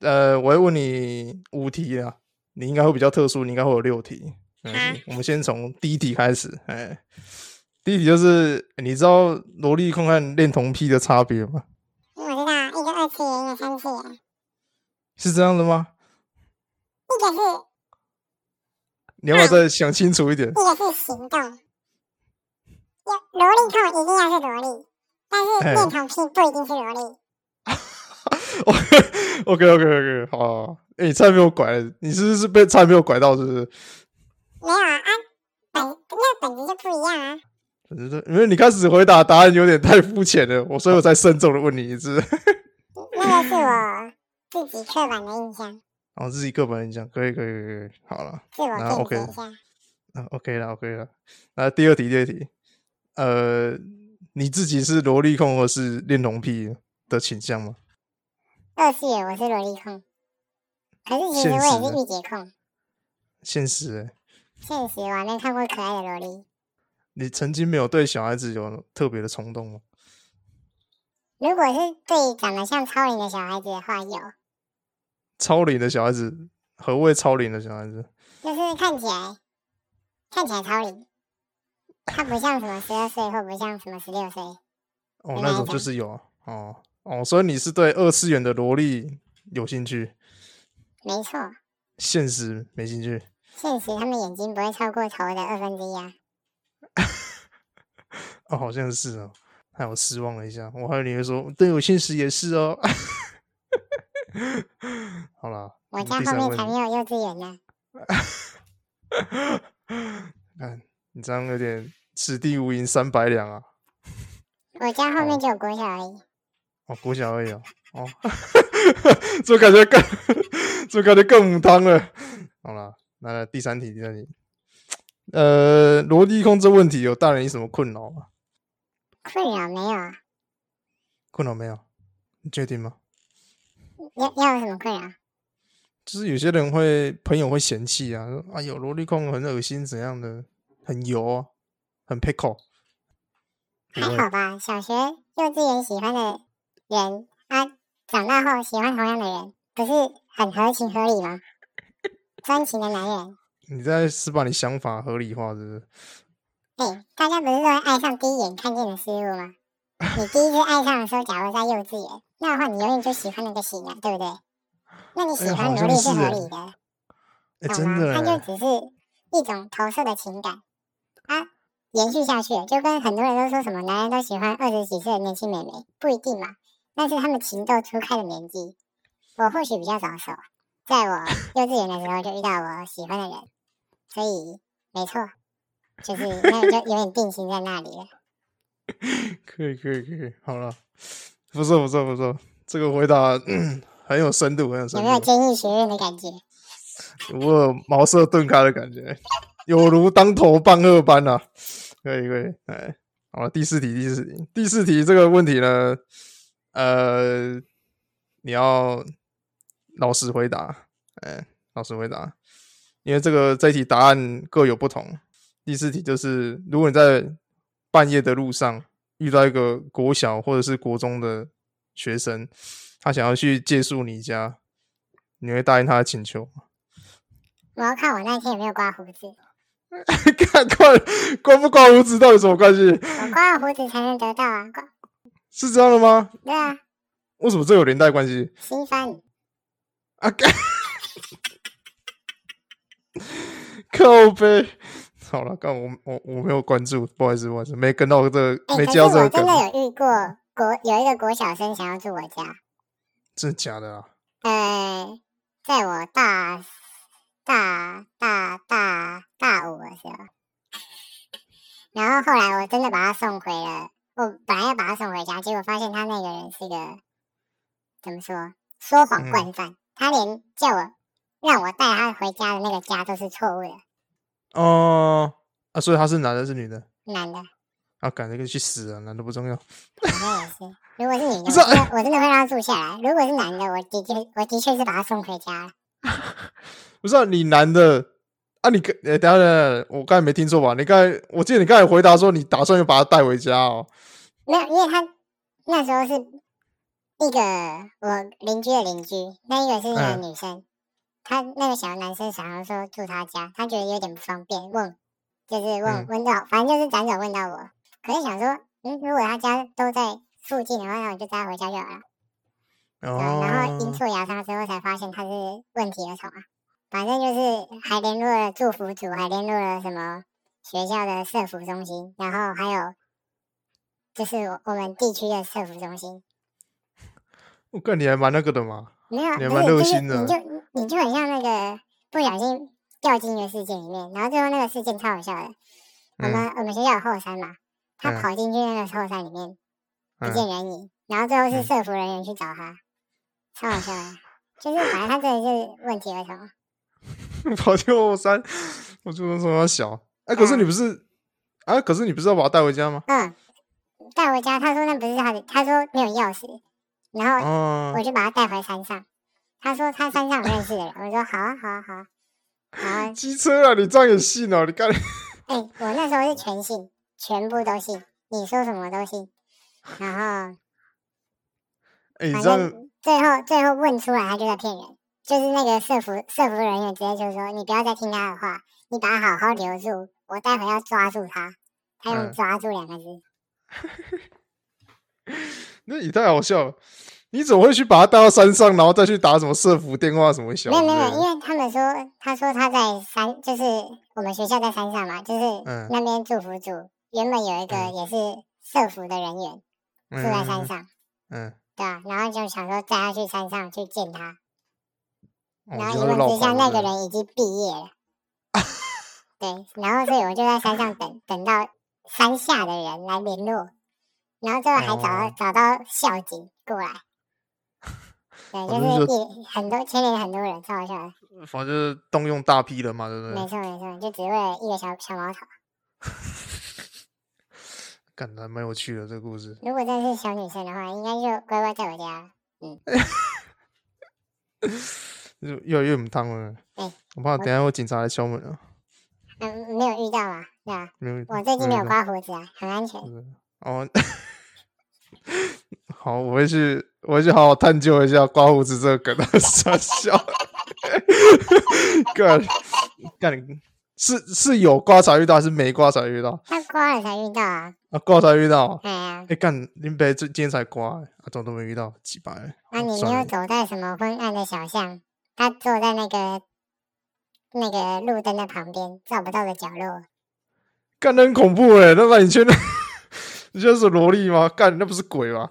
Speaker 2: 呃，我会问你五题啊，你应该会比较特殊，你应该会有六题。嗯
Speaker 6: 好，
Speaker 2: 我们先从第一题开始，哎，第一题就是你知道萝莉控和恋童癖的差别吗？
Speaker 6: 我知道，一个二次元，一个三次元，
Speaker 2: 是这样的吗？
Speaker 6: 一个是
Speaker 2: 你要不要再想清楚一点？ [laughs]
Speaker 6: 一个是行动，要萝莉控一定要是萝莉，但是
Speaker 2: 哎
Speaker 6: 恋童癖不一定是萝莉。
Speaker 2: OK OK OK，好好，好哎、你差点被我拐了，你是不是被差点被我拐到，是不是？
Speaker 6: 没有啊，啊，本那本质就不一样啊。
Speaker 2: 反正因为你开始回答答案有点太肤浅了，我所以我才慎重的问你一 [laughs] 次。
Speaker 6: 那个是我自己刻板的印象，
Speaker 2: 然哦后自己刻板印象，可以可以可以，好了，
Speaker 6: 自我
Speaker 2: 啊
Speaker 6: 辩
Speaker 2: ，OK
Speaker 6: 解一下。
Speaker 2: 那 OK 了 OK 了。那第二题第二题，呃，你自己是萝莉控或是恋童癖的倾向吗？
Speaker 6: 二次元我是萝莉控，可是其实
Speaker 2: 现
Speaker 6: 我
Speaker 2: 实
Speaker 6: 也
Speaker 2: 呢
Speaker 6: 是御姐控。
Speaker 2: 现实、欸，
Speaker 6: 现实我还没看过可爱的萝莉。
Speaker 2: 你曾经没有对小孩子有特别的冲动吗？
Speaker 6: 如果是对长得像超龄的小孩子的话，有，
Speaker 2: 超龄的小孩子，何谓超龄的小孩子？
Speaker 6: 就是看起来看起来超龄，他不像什么十二岁或不像什么十六岁。
Speaker 2: 哦那
Speaker 6: 的，那一
Speaker 2: 种就
Speaker 6: 种
Speaker 2: 是有啊哦哦，所以你是对二次元的萝莉有兴趣，
Speaker 6: 没错，
Speaker 2: 现实没兴趣。
Speaker 6: 现实他们眼睛不会超过头的二分之一啊。
Speaker 2: 哦，好像是哦，害我失望了一下。我还以为你会说，对我现实也是哦。 [laughs] 好啦，
Speaker 6: 我
Speaker 2: 们
Speaker 6: 家
Speaker 2: 第
Speaker 6: 后
Speaker 2: 三
Speaker 6: 面
Speaker 2: 问
Speaker 6: 才没
Speaker 2: 题，
Speaker 6: 有幼稚园呢。
Speaker 2: 看你这样有点此地无银三百两啊。
Speaker 6: 我家后面就有国小而已。
Speaker 2: 哦，国小而已哦。哦， [laughs] 这感觉更， [laughs] 这感觉更母汤了。好啦，那第三题，第三题，呃，萝莉控这问题有带来你什么困扰吗？
Speaker 6: 困扰没有啊？
Speaker 2: 困扰没有？你确定吗？
Speaker 6: 要要有什么困扰？
Speaker 2: 就是有些人会朋友会嫌弃啊，说哎呦，萝莉控很恶心怎样的，很油啊，很 pickle。不
Speaker 6: 还
Speaker 2: 会
Speaker 6: 好吧，小学、幼稚园喜欢的人啊，长大后喜欢同样的人，不是很合情合理吗？专情的男人，
Speaker 2: 你在是把你想法合理化，是不是？
Speaker 6: 哎、大家不是都会爱上第一眼看见的事物吗？你第一次爱上的时候，假如在幼稚园，那的话你永远就喜欢那个型啊，对不对？那你喜
Speaker 2: 哎好
Speaker 6: 欢萝
Speaker 2: 像
Speaker 6: 莉是
Speaker 2: 是
Speaker 6: 合
Speaker 2: 哎
Speaker 6: 理的，
Speaker 2: 哎、
Speaker 6: 懂
Speaker 2: 真
Speaker 6: 吗？
Speaker 2: 的
Speaker 6: 嗯它啊就
Speaker 2: 欸，
Speaker 6: 只是一种投射的情感啊，延续下去，就跟很多人都说什么男人都喜欢二十几岁的年轻美眉，不一定嘛，那是他们情窦初开的年纪。我或许比较早熟，在我 [laughs] 幼稚园的时候就遇到我喜欢的人，所以没错，就是那就有点定型在那里了。 [laughs]
Speaker 2: 可以可以可以，好了，不错不错不错，这个回答、 [clears throat] 嗯很有深度，很有深
Speaker 6: 有没有
Speaker 2: 度，
Speaker 6: 监狱学院的感觉？
Speaker 2: 我有茅塞顿开的感觉，有如当头棒喝般啊。可以可以，哎，好了，第四题，第四题，第四题这个问题呢，呃，你要老实回答，哎，老实回答，因为这个这一题答案各有不同。第四题就是，如果你在半夜的路上遇到一个国小或者是国中的学生，他想要去借宿你家，你会答应他的请求吗？
Speaker 6: 我要看我那天有没有刮胡子，我
Speaker 2: [laughs] 看关关不关胡子到底有什么关系？
Speaker 6: 刮了胡子才能得到啊！刮
Speaker 2: 是这样的吗？
Speaker 6: 对啊，
Speaker 2: 为什么这有连带关系？
Speaker 6: 新番
Speaker 2: 啊干， [laughs] 靠呗。好了，刚我我我没有关注，不好意思，不好意思，没跟到这个，
Speaker 6: 哎、
Speaker 2: 没
Speaker 6: 可
Speaker 2: 接到
Speaker 6: 是
Speaker 2: 这
Speaker 6: 我
Speaker 2: 个
Speaker 6: 真
Speaker 2: 梗
Speaker 6: 的，有遇过国有一个国小生想要住我家，
Speaker 2: 真的假的啊？
Speaker 6: 呃，在我大大大大大五的时候， [laughs] 然后后来我真的把他送回了，我本来要把他送回家，结果发现他那个人是个怎么说说
Speaker 2: 嗯
Speaker 6: 谎惯犯，他连叫我让我带他回家的那个家都是错误的，
Speaker 2: 哦、啊，所以他是男的，是女的？
Speaker 6: 男的，
Speaker 2: 啊，感觉跟去死啊，男的不重要。
Speaker 6: 女的也是。如果是女
Speaker 2: 不
Speaker 6: 的，
Speaker 2: 是
Speaker 6: 我真的我真的会让他住下来；如果是男的，我的确我的确是把他送回家了。
Speaker 2: 不是、啊、你男的啊你跟，你、等一下等一下，我刚才没听错吧？你刚才我记得你刚才回答说你打算要把他带回家哦。
Speaker 6: 没有，因为他那时候是一个我邻居的邻居，那一个是那个
Speaker 2: 嗯
Speaker 6: 女生，她那个小男生想要说住她家，她觉得有点不方便，问就是
Speaker 2: 嗯
Speaker 6: 问问到，反正就是辗转问到我，可是想说，嗯，如果他家都在附近的话，那我就带他回家就好了。对啊然后阴
Speaker 2: 哦，
Speaker 6: 错阳差之后才发现他是问题儿童啊，反正就是还联络了祝福组，还联络了什么学校的社服中心，然后还有就是我我们地区的社服中心，
Speaker 2: 我哦看你还蛮那个的嘛。
Speaker 6: 没有，
Speaker 2: 你还
Speaker 6: 不
Speaker 2: 蛮
Speaker 6: 是
Speaker 2: 热
Speaker 6: 就是
Speaker 2: 心
Speaker 6: 你
Speaker 2: 的
Speaker 6: 就你就很像那个不小心掉进一个事件里面，然后最后那个事件超好笑的，我
Speaker 2: 嗯
Speaker 6: 们、我们学校有后山嘛，他
Speaker 2: 嗯
Speaker 6: 跑进去那个后山里面不
Speaker 2: 嗯
Speaker 6: 见人影，然后最后
Speaker 2: 嗯
Speaker 6: 是社服人员去找他，超好笑的。就是反正他真的是问题儿
Speaker 2: [laughs]
Speaker 6: 童，
Speaker 2: 跑去后山，我就说他小。哎、可是你不是啊？可是你不是要把他带回家吗？
Speaker 6: 嗯，带回家，他说那不是他的，他说没有钥匙，然后
Speaker 2: 哦
Speaker 6: 我，就把他带回山上，他说他山上有认识的人，我说好啊好啊好啊，然后
Speaker 2: 机车啊，你这样也信哦？你看，
Speaker 6: 哎、我那时候是全信，全部都信，你说什么都信，然后
Speaker 2: [laughs] 哎、你
Speaker 6: 反
Speaker 2: 这样
Speaker 6: 正最后最后问出来他就在骗人，就是那个社服社服人员直接就说你不要再听他的话，你把他好好留住，我待会要抓住他，他
Speaker 2: 嗯
Speaker 6: 用抓住两个字。
Speaker 2: 那也太好笑了。你怎么会去把他带到山上，然后再去打什么社服电话什么小
Speaker 6: 没
Speaker 2: 之
Speaker 6: 有
Speaker 2: 类的？
Speaker 6: 没有，因为他们说，他说他在山，就是我们学校在山上嘛，就是
Speaker 2: 嗯
Speaker 6: 那边祝福组、原本有一个
Speaker 2: 嗯
Speaker 6: 也是社服的人员、住在山上，
Speaker 2: 嗯，
Speaker 6: 对啊，然后就想说带他去山上去见他，
Speaker 2: 嗯
Speaker 6: 然
Speaker 2: 哦
Speaker 6: 后
Speaker 2: 就是
Speaker 6: 一问
Speaker 2: 绕
Speaker 6: 之下
Speaker 2: 跑
Speaker 6: 那
Speaker 2: 对
Speaker 6: 个
Speaker 2: 不对
Speaker 6: 人已经毕业了，对，然后所以我就在山上等等到山下的人来联络，然后最后还找到、
Speaker 2: 哦
Speaker 6: 找到校警过
Speaker 2: [laughs]
Speaker 6: 来，对，
Speaker 2: 反正
Speaker 6: 就是
Speaker 2: 哦就
Speaker 6: 一很多牵连很多人，超好笑的。
Speaker 2: 反正就是动用大批人嘛，对不
Speaker 6: 没
Speaker 2: 对？
Speaker 6: 错没错，就只为了一个小小毛头。
Speaker 2: 感觉还蛮有趣的这个故事。
Speaker 6: 如果真的是小女生的话，应该就乖乖在我家了。
Speaker 2: 就越来越母汤了。
Speaker 6: 哎
Speaker 2: 我怕等一下有警察来敲门啊，
Speaker 6: 嗯，没有遇到嘛，对吧？
Speaker 2: 没有。
Speaker 6: 我最近没有
Speaker 2: 关。
Speaker 6: 刮胡子啊，很安全。
Speaker 2: 哦， [laughs] 好，我会去，我会去好好探究一下刮胡子这个梗的傻笑。干干，是是有刮才遇到，还是没刮才遇到？
Speaker 6: 他刮了才遇到啊，
Speaker 2: 啊，刮才遇到。
Speaker 6: 哎呀，
Speaker 2: 哎、干，林北这今天才刮、欸，啊，怎么都没遇到，几百、欸。
Speaker 6: 那你没
Speaker 2: 算
Speaker 6: 有
Speaker 2: 了
Speaker 6: 走在什么昏暗的小巷，他坐在那个那个路灯的旁边，照不到的角落。
Speaker 2: 干得很恐怖哎、那那你 [laughs] 确定你确定是萝莉吗？干，那不是鬼吧？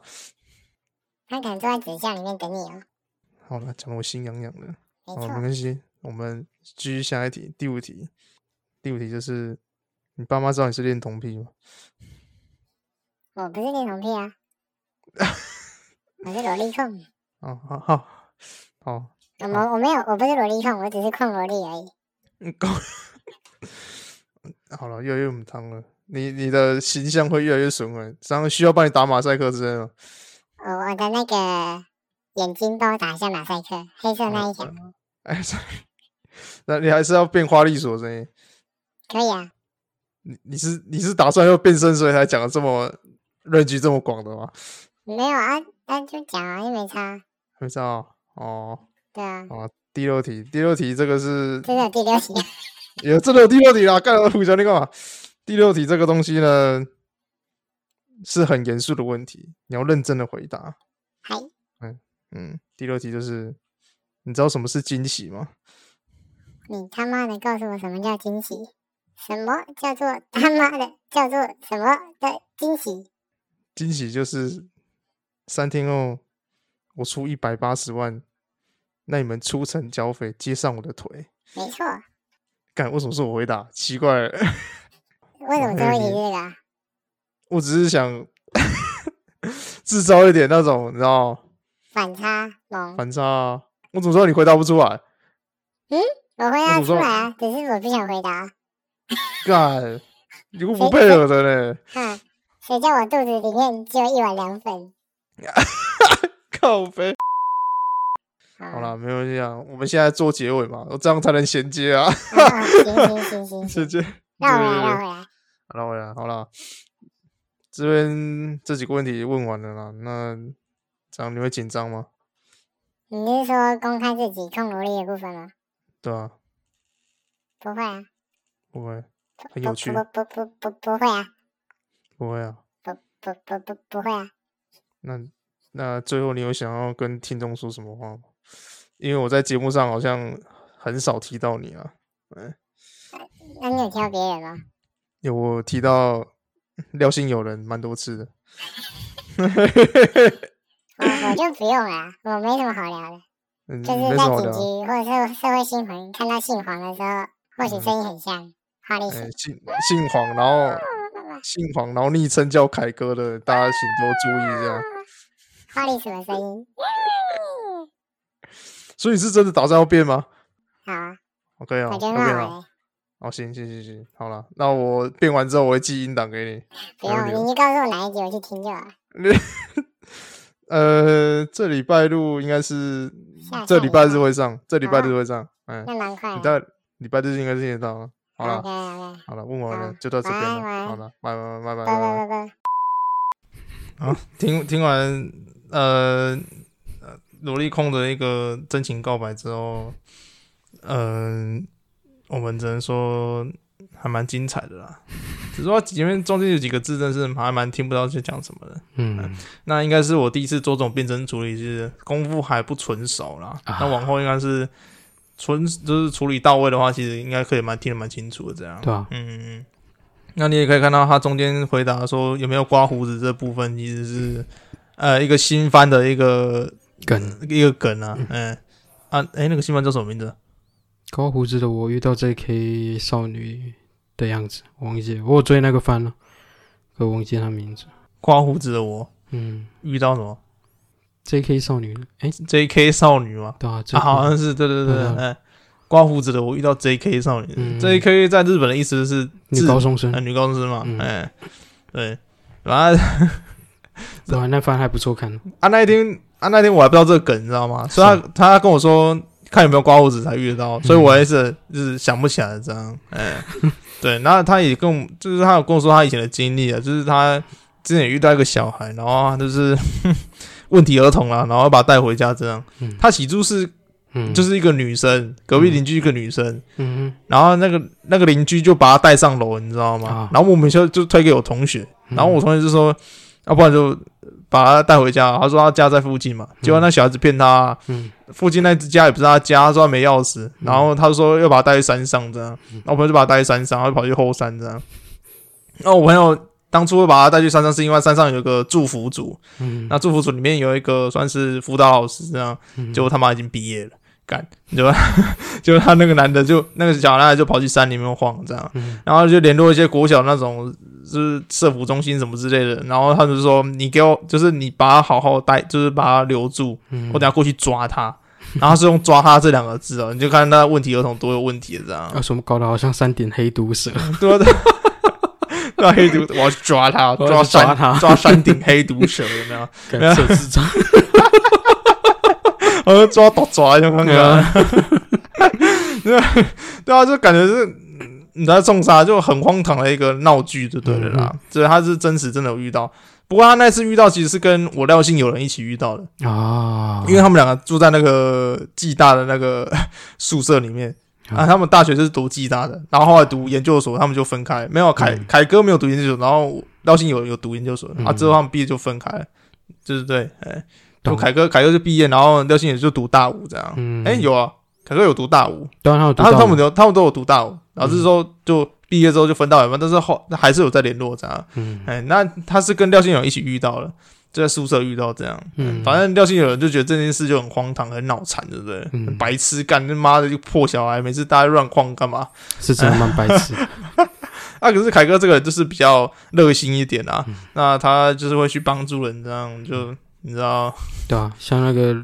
Speaker 6: 他可能坐在纸箱里面等你哦。
Speaker 2: 好了，讲得我心痒痒的。
Speaker 6: 没
Speaker 2: 哦，
Speaker 6: 错，
Speaker 2: 没关系，我们继续下一题，第五题。第五题就是你爸妈知道你是恋童癖吗？
Speaker 6: 我不是恋童癖
Speaker 2: [laughs]
Speaker 6: 啊，我是萝莉控。
Speaker 2: 哦，好好好，
Speaker 6: 我没我没有，我不是萝莉控，我只是控萝莉而已。
Speaker 2: 嗯够 [laughs] 好了，越来越母汤了。你你的形象会越来越损毁，然后需要帮你打马赛克之类的吗。
Speaker 6: 我我的那个眼睛帮我打一下马赛克，黑色那一条、
Speaker 2: 哎， [laughs] 所以那你还是要变花栗鼠的声音。
Speaker 6: 可以啊。
Speaker 2: 你你是你是打算要变身，所以才讲的这么论据这么广的吗？
Speaker 6: 没有啊，那就讲啊，又没差。
Speaker 2: 不知道哦。
Speaker 6: 对啊，
Speaker 2: 好，第六题，第六题这个是
Speaker 6: 这是第六题，啊
Speaker 2: 有这有第六题啦，干了胡椒你干嘛？第六题这个东西呢，是很严肃的问题，你要认真的回答。
Speaker 6: 嗨，
Speaker 2: 嗯，第六题就是你知道什么是惊喜吗？
Speaker 6: 你他妈的告诉我什么叫惊喜？什么叫做他妈的叫做什么的惊喜？
Speaker 2: 惊喜就是三天后我出一百八十万，那你们出城剿匪，接上我的腿。
Speaker 6: 没错，
Speaker 2: 干，为什么是我回答？奇怪 [laughs] 了，
Speaker 6: 为什么最后一题是这个啊？
Speaker 2: 我只是想 [laughs] 制造一点那种，你知道
Speaker 6: 反差萌，
Speaker 2: 反差啊。我怎么知道你回答不出来？
Speaker 6: 我回答
Speaker 2: 我怎
Speaker 6: 出
Speaker 2: 么知道
Speaker 6: 来啊，只是我不想回答。
Speaker 2: 干，你又不配合的嘞！
Speaker 6: 哈，谁叫我肚子里面只有一碗凉粉？
Speaker 2: 靠背。好
Speaker 6: 好
Speaker 2: 了，没有这样，我们现在做结尾嘛，我这样才能衔接啊， [laughs]
Speaker 6: 啊行行行
Speaker 2: 衔
Speaker 6: 行，
Speaker 2: 接。
Speaker 6: 绕回
Speaker 2: 对
Speaker 6: 来
Speaker 2: 对对
Speaker 6: 绕啊回来。
Speaker 2: 好了，我了，好了，这边这几个问题问完了啦，那这样你会紧张吗？
Speaker 6: 你是说公开自己控奴隶的部分吗？
Speaker 2: 对啊，
Speaker 6: 不会啊，
Speaker 2: 不会，
Speaker 6: 不
Speaker 2: 很有趣
Speaker 6: 不，不不不不会啊，
Speaker 2: 不会啊。
Speaker 6: 不不不不不会啊。
Speaker 2: 那那最后你有想要跟听众说什么话吗？因为我在节目上好像很少提到你啊，
Speaker 6: 那你有挑别人吗？
Speaker 2: 有我提到廖姓友人蛮多次的。
Speaker 6: 我我就不用了 [laughs] 啊，我没什么好聊的，
Speaker 2: 嗯，
Speaker 6: 就
Speaker 2: 没
Speaker 6: 是
Speaker 2: 什
Speaker 6: 在
Speaker 2: 么好
Speaker 6: 警
Speaker 2: 聊。
Speaker 6: 局或者是社会新闻看到姓黄的时候，或许声音很像，花历 [laughs]
Speaker 2: 哎
Speaker 6: 史。
Speaker 2: 姓姓黄，然
Speaker 6: [laughs]
Speaker 2: 后姓黄，然后昵称叫凯哥的，大家请多注意这样。
Speaker 6: 花历史的声音。
Speaker 2: 所以你是真的打算要变吗
Speaker 6: 好啊，
Speaker 2: ？OK 啊，
Speaker 6: 我
Speaker 2: 要
Speaker 6: 觉得很
Speaker 2: 变
Speaker 6: 好
Speaker 2: 啊。
Speaker 6: 玩欸，
Speaker 2: 哦，行行行行，好了，那我变完之后我会寄音档给
Speaker 6: 不
Speaker 2: 没问
Speaker 6: 用，
Speaker 2: 题
Speaker 6: 你就告诉我哪一集，我去听就好了。
Speaker 2: 你。呃，这礼拜录应该是
Speaker 6: 下
Speaker 2: 嗯这
Speaker 6: 下
Speaker 2: 礼
Speaker 6: 礼
Speaker 2: 拜日
Speaker 6: 拜
Speaker 2: 会上，这礼拜
Speaker 6: 啊
Speaker 2: 日会上。哎，
Speaker 6: 那蛮快
Speaker 2: 你
Speaker 6: 的。
Speaker 2: 到礼拜日应该是听得到了。好
Speaker 6: OK
Speaker 2: 了，
Speaker 6: OK，
Speaker 2: 好了，问完了
Speaker 6: 好
Speaker 2: 就到这边了。
Speaker 6: 晚安
Speaker 2: 好了，拜拜啊拜拜
Speaker 6: 拜
Speaker 2: 拜拜
Speaker 6: 拜。拜拜。
Speaker 2: 好，听听完呃呃萝莉控的一个真情告白之后，嗯、我们只能说还蛮精彩的啦。只是说前面中间有几个字，真是还蛮听不到在讲什么的。
Speaker 3: 嗯，
Speaker 2: 那应该是我第一次做这种变身处理，就是功夫还不纯熟啦。
Speaker 3: 啊
Speaker 2: 那往后应该是纯就是处理到位的话，其实应该可以蛮听得蛮清楚的这样。
Speaker 3: 对啊，
Speaker 2: 嗯嗯，嗯，那你也可以看到他中间回答说有没有刮胡子这部分，其实是呃一个新番的一个
Speaker 3: 梗
Speaker 2: 一个梗啊，嗯、啊，哎、那个新番叫什么名字？
Speaker 3: 高胡子的我遇到 J.K. 少女的样子，我忘记了我有追那个番了，啊可我忘记她名字。
Speaker 2: 刮胡子的我
Speaker 3: 嗯
Speaker 2: 遇到什么
Speaker 3: ，J.K. 少女，哎、
Speaker 2: J.K. 少女吗？
Speaker 3: 对啊，这
Speaker 2: 啊，好像是，对对对，
Speaker 3: 嗯
Speaker 2: 哎、刮胡子的我遇到 J.K. 少女、
Speaker 3: 嗯
Speaker 2: j k 在日本的意思是
Speaker 3: 女
Speaker 2: 自
Speaker 3: 高中生
Speaker 2: 呃，女高中生嘛，
Speaker 3: 嗯
Speaker 2: 哎、对，然后
Speaker 3: 对啊，那番还不错看。
Speaker 2: 啊那一天啊那天我还不知道这个梗，你知道吗？所以他他跟我说看有没有刮胡子才遇得
Speaker 3: 嗯
Speaker 2: 到，所以我也是就是想不起来这样，哎、 [laughs] 对，然后他也跟我就是他有跟我说他以前的经历啊，就是他之前也遇到一个小孩，然后他就是 [laughs] 问题儿童啦、啊然后把他带回家这样
Speaker 3: 嗯，
Speaker 2: 他起初是
Speaker 3: 嗯，
Speaker 2: 就是是一个女生，隔壁邻居一个女生，
Speaker 3: 嗯
Speaker 2: 然后那个那个邻居就把他带上楼，你知道吗？
Speaker 3: 啊
Speaker 2: 然后我们就就推给我同学，
Speaker 3: 嗯
Speaker 2: 然后我同学就说，要、不然就把他带回家。他说他家在附近嘛，结果那小孩子骗他，
Speaker 3: 嗯
Speaker 2: 附近那只家也不是他家，他说他没钥匙，然后他说要把他带去山上这样，
Speaker 3: 嗯
Speaker 2: 然后我朋友就把他带去山上，他就跑去后山这样。然后我朋友当初会把他带去山上，是因为山上有个祝福组，
Speaker 3: 嗯，
Speaker 2: 那祝福组里面有一个算是辅导老师这样，
Speaker 3: 嗯
Speaker 2: 结果他妈已经毕业了，干，结果结果他 [laughs] 那个男的就那个小男孩就跑去山里面晃这样，
Speaker 3: 嗯
Speaker 2: 然后就联络一些国小那种就是社服中心什么之类的，然后他就说你给我就是你把他好好待，就是把他留住，
Speaker 3: 嗯
Speaker 2: 我等下过去抓他。然后是用“抓他”这两个字哦，你就看那问题儿童多有问题
Speaker 3: [laughs]
Speaker 2: 这样。
Speaker 3: 啊什么搞得好像三点黑毒
Speaker 2: [laughs]
Speaker 3: 蛇，
Speaker 2: 对啊对啊，那黑毒，我要去抓他，
Speaker 3: 我
Speaker 2: 抓
Speaker 3: 要去抓
Speaker 2: 山
Speaker 3: 他
Speaker 2: 抓山顶黑毒蛇有没有？
Speaker 3: 感受智
Speaker 2: [laughs]
Speaker 3: 障。
Speaker 2: 呃，抓到抓就看看，对啊 [laughs] 对啊，就感觉是嗯你在重杀，就很荒唐的一个闹剧就对了啦。所以他是真实真的有遇到，不过他那次遇到其实是跟我廖姓友人一起遇到的，
Speaker 3: 啊，
Speaker 2: 因为他们两个住在那个暨大的那个 [laughs] 宿舍里面。啊，他们大学是读暨大的，然后后来读研究所，他们就分开。没有凯
Speaker 3: 嗯
Speaker 2: 凯哥没有读研究所，然后廖信友有读研究所，啊，
Speaker 3: 嗯
Speaker 2: 之后他们毕业就分开了，就是对，哎，就
Speaker 3: 懂
Speaker 2: 凯哥，凯哥就毕业，然后廖信也就读大五这样。
Speaker 3: 嗯
Speaker 2: 哎、有啊，凯哥有读大五，
Speaker 3: 对啊，他有读嗯
Speaker 2: 然
Speaker 3: 到
Speaker 2: 后他
Speaker 3: 我
Speaker 2: 们，有他们都有读大五，然后这时候就毕业之后就分道扬镳，但是后还是有在联络这样。
Speaker 3: 嗯
Speaker 2: 哎、那他是跟廖信友一起遇到了，就在宿舍遇到这样。
Speaker 3: 嗯
Speaker 2: 反正廖信友就觉得这件事就很荒唐、很脑残，对不对？
Speaker 3: 嗯
Speaker 2: 很白痴干，他妈的就破小孩，每次大家乱晃干嘛？
Speaker 3: 是真的蛮白
Speaker 2: [laughs]
Speaker 3: 痴，
Speaker 2: 啊，可是凯哥这个人就是比较热心一点
Speaker 3: 嗯
Speaker 2: 啊，那他就是会去帮助人，这样就你知道，
Speaker 3: 对啊，像那个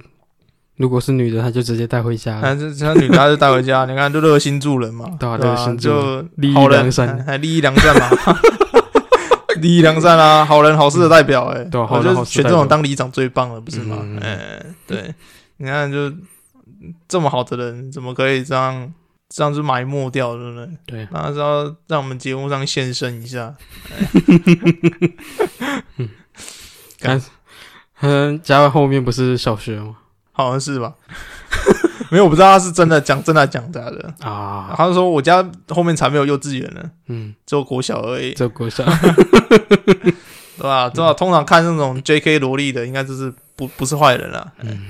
Speaker 3: 如果是女的，他就直接带回
Speaker 2: [laughs]
Speaker 3: 家了
Speaker 2: 他，这像女的他就带
Speaker 3: [laughs]
Speaker 2: 回家，你看就热心助人嘛，
Speaker 3: 对啊
Speaker 2: 对吧
Speaker 3: 热心助
Speaker 2: 就
Speaker 3: 人利益
Speaker 2: 好人
Speaker 3: 良善
Speaker 2: 还利益良善嘛。
Speaker 3: [laughs]
Speaker 2: 利益良善啊，好人好事的代表哎、
Speaker 3: 对啊好
Speaker 2: 我
Speaker 3: 人
Speaker 2: 觉得
Speaker 3: 好事
Speaker 2: 选
Speaker 3: 代
Speaker 2: 这种
Speaker 3: 表
Speaker 2: 当里长最棒了，不是吗？
Speaker 3: 嗯嗯
Speaker 2: 哎、对，你看就这么好的人，怎么可以这样这样就埋没掉，对不对？
Speaker 3: 对，
Speaker 2: 那是要让我们节目上现身一下，
Speaker 3: [laughs] 嗯，加完后面不是小学吗？
Speaker 2: 好像是
Speaker 3: [laughs]
Speaker 2: 吧？没有，我不知道他是真的讲真的还是讲假的。
Speaker 3: 啊，
Speaker 2: 他说我家后面才没有幼稚园呢，
Speaker 3: 嗯，
Speaker 2: 只有国小而已，
Speaker 3: 这国小，
Speaker 2: 对吧？对吧？通常看那种 J.K. 萝莉的，应该就是不不是坏人啦。
Speaker 3: 嗯，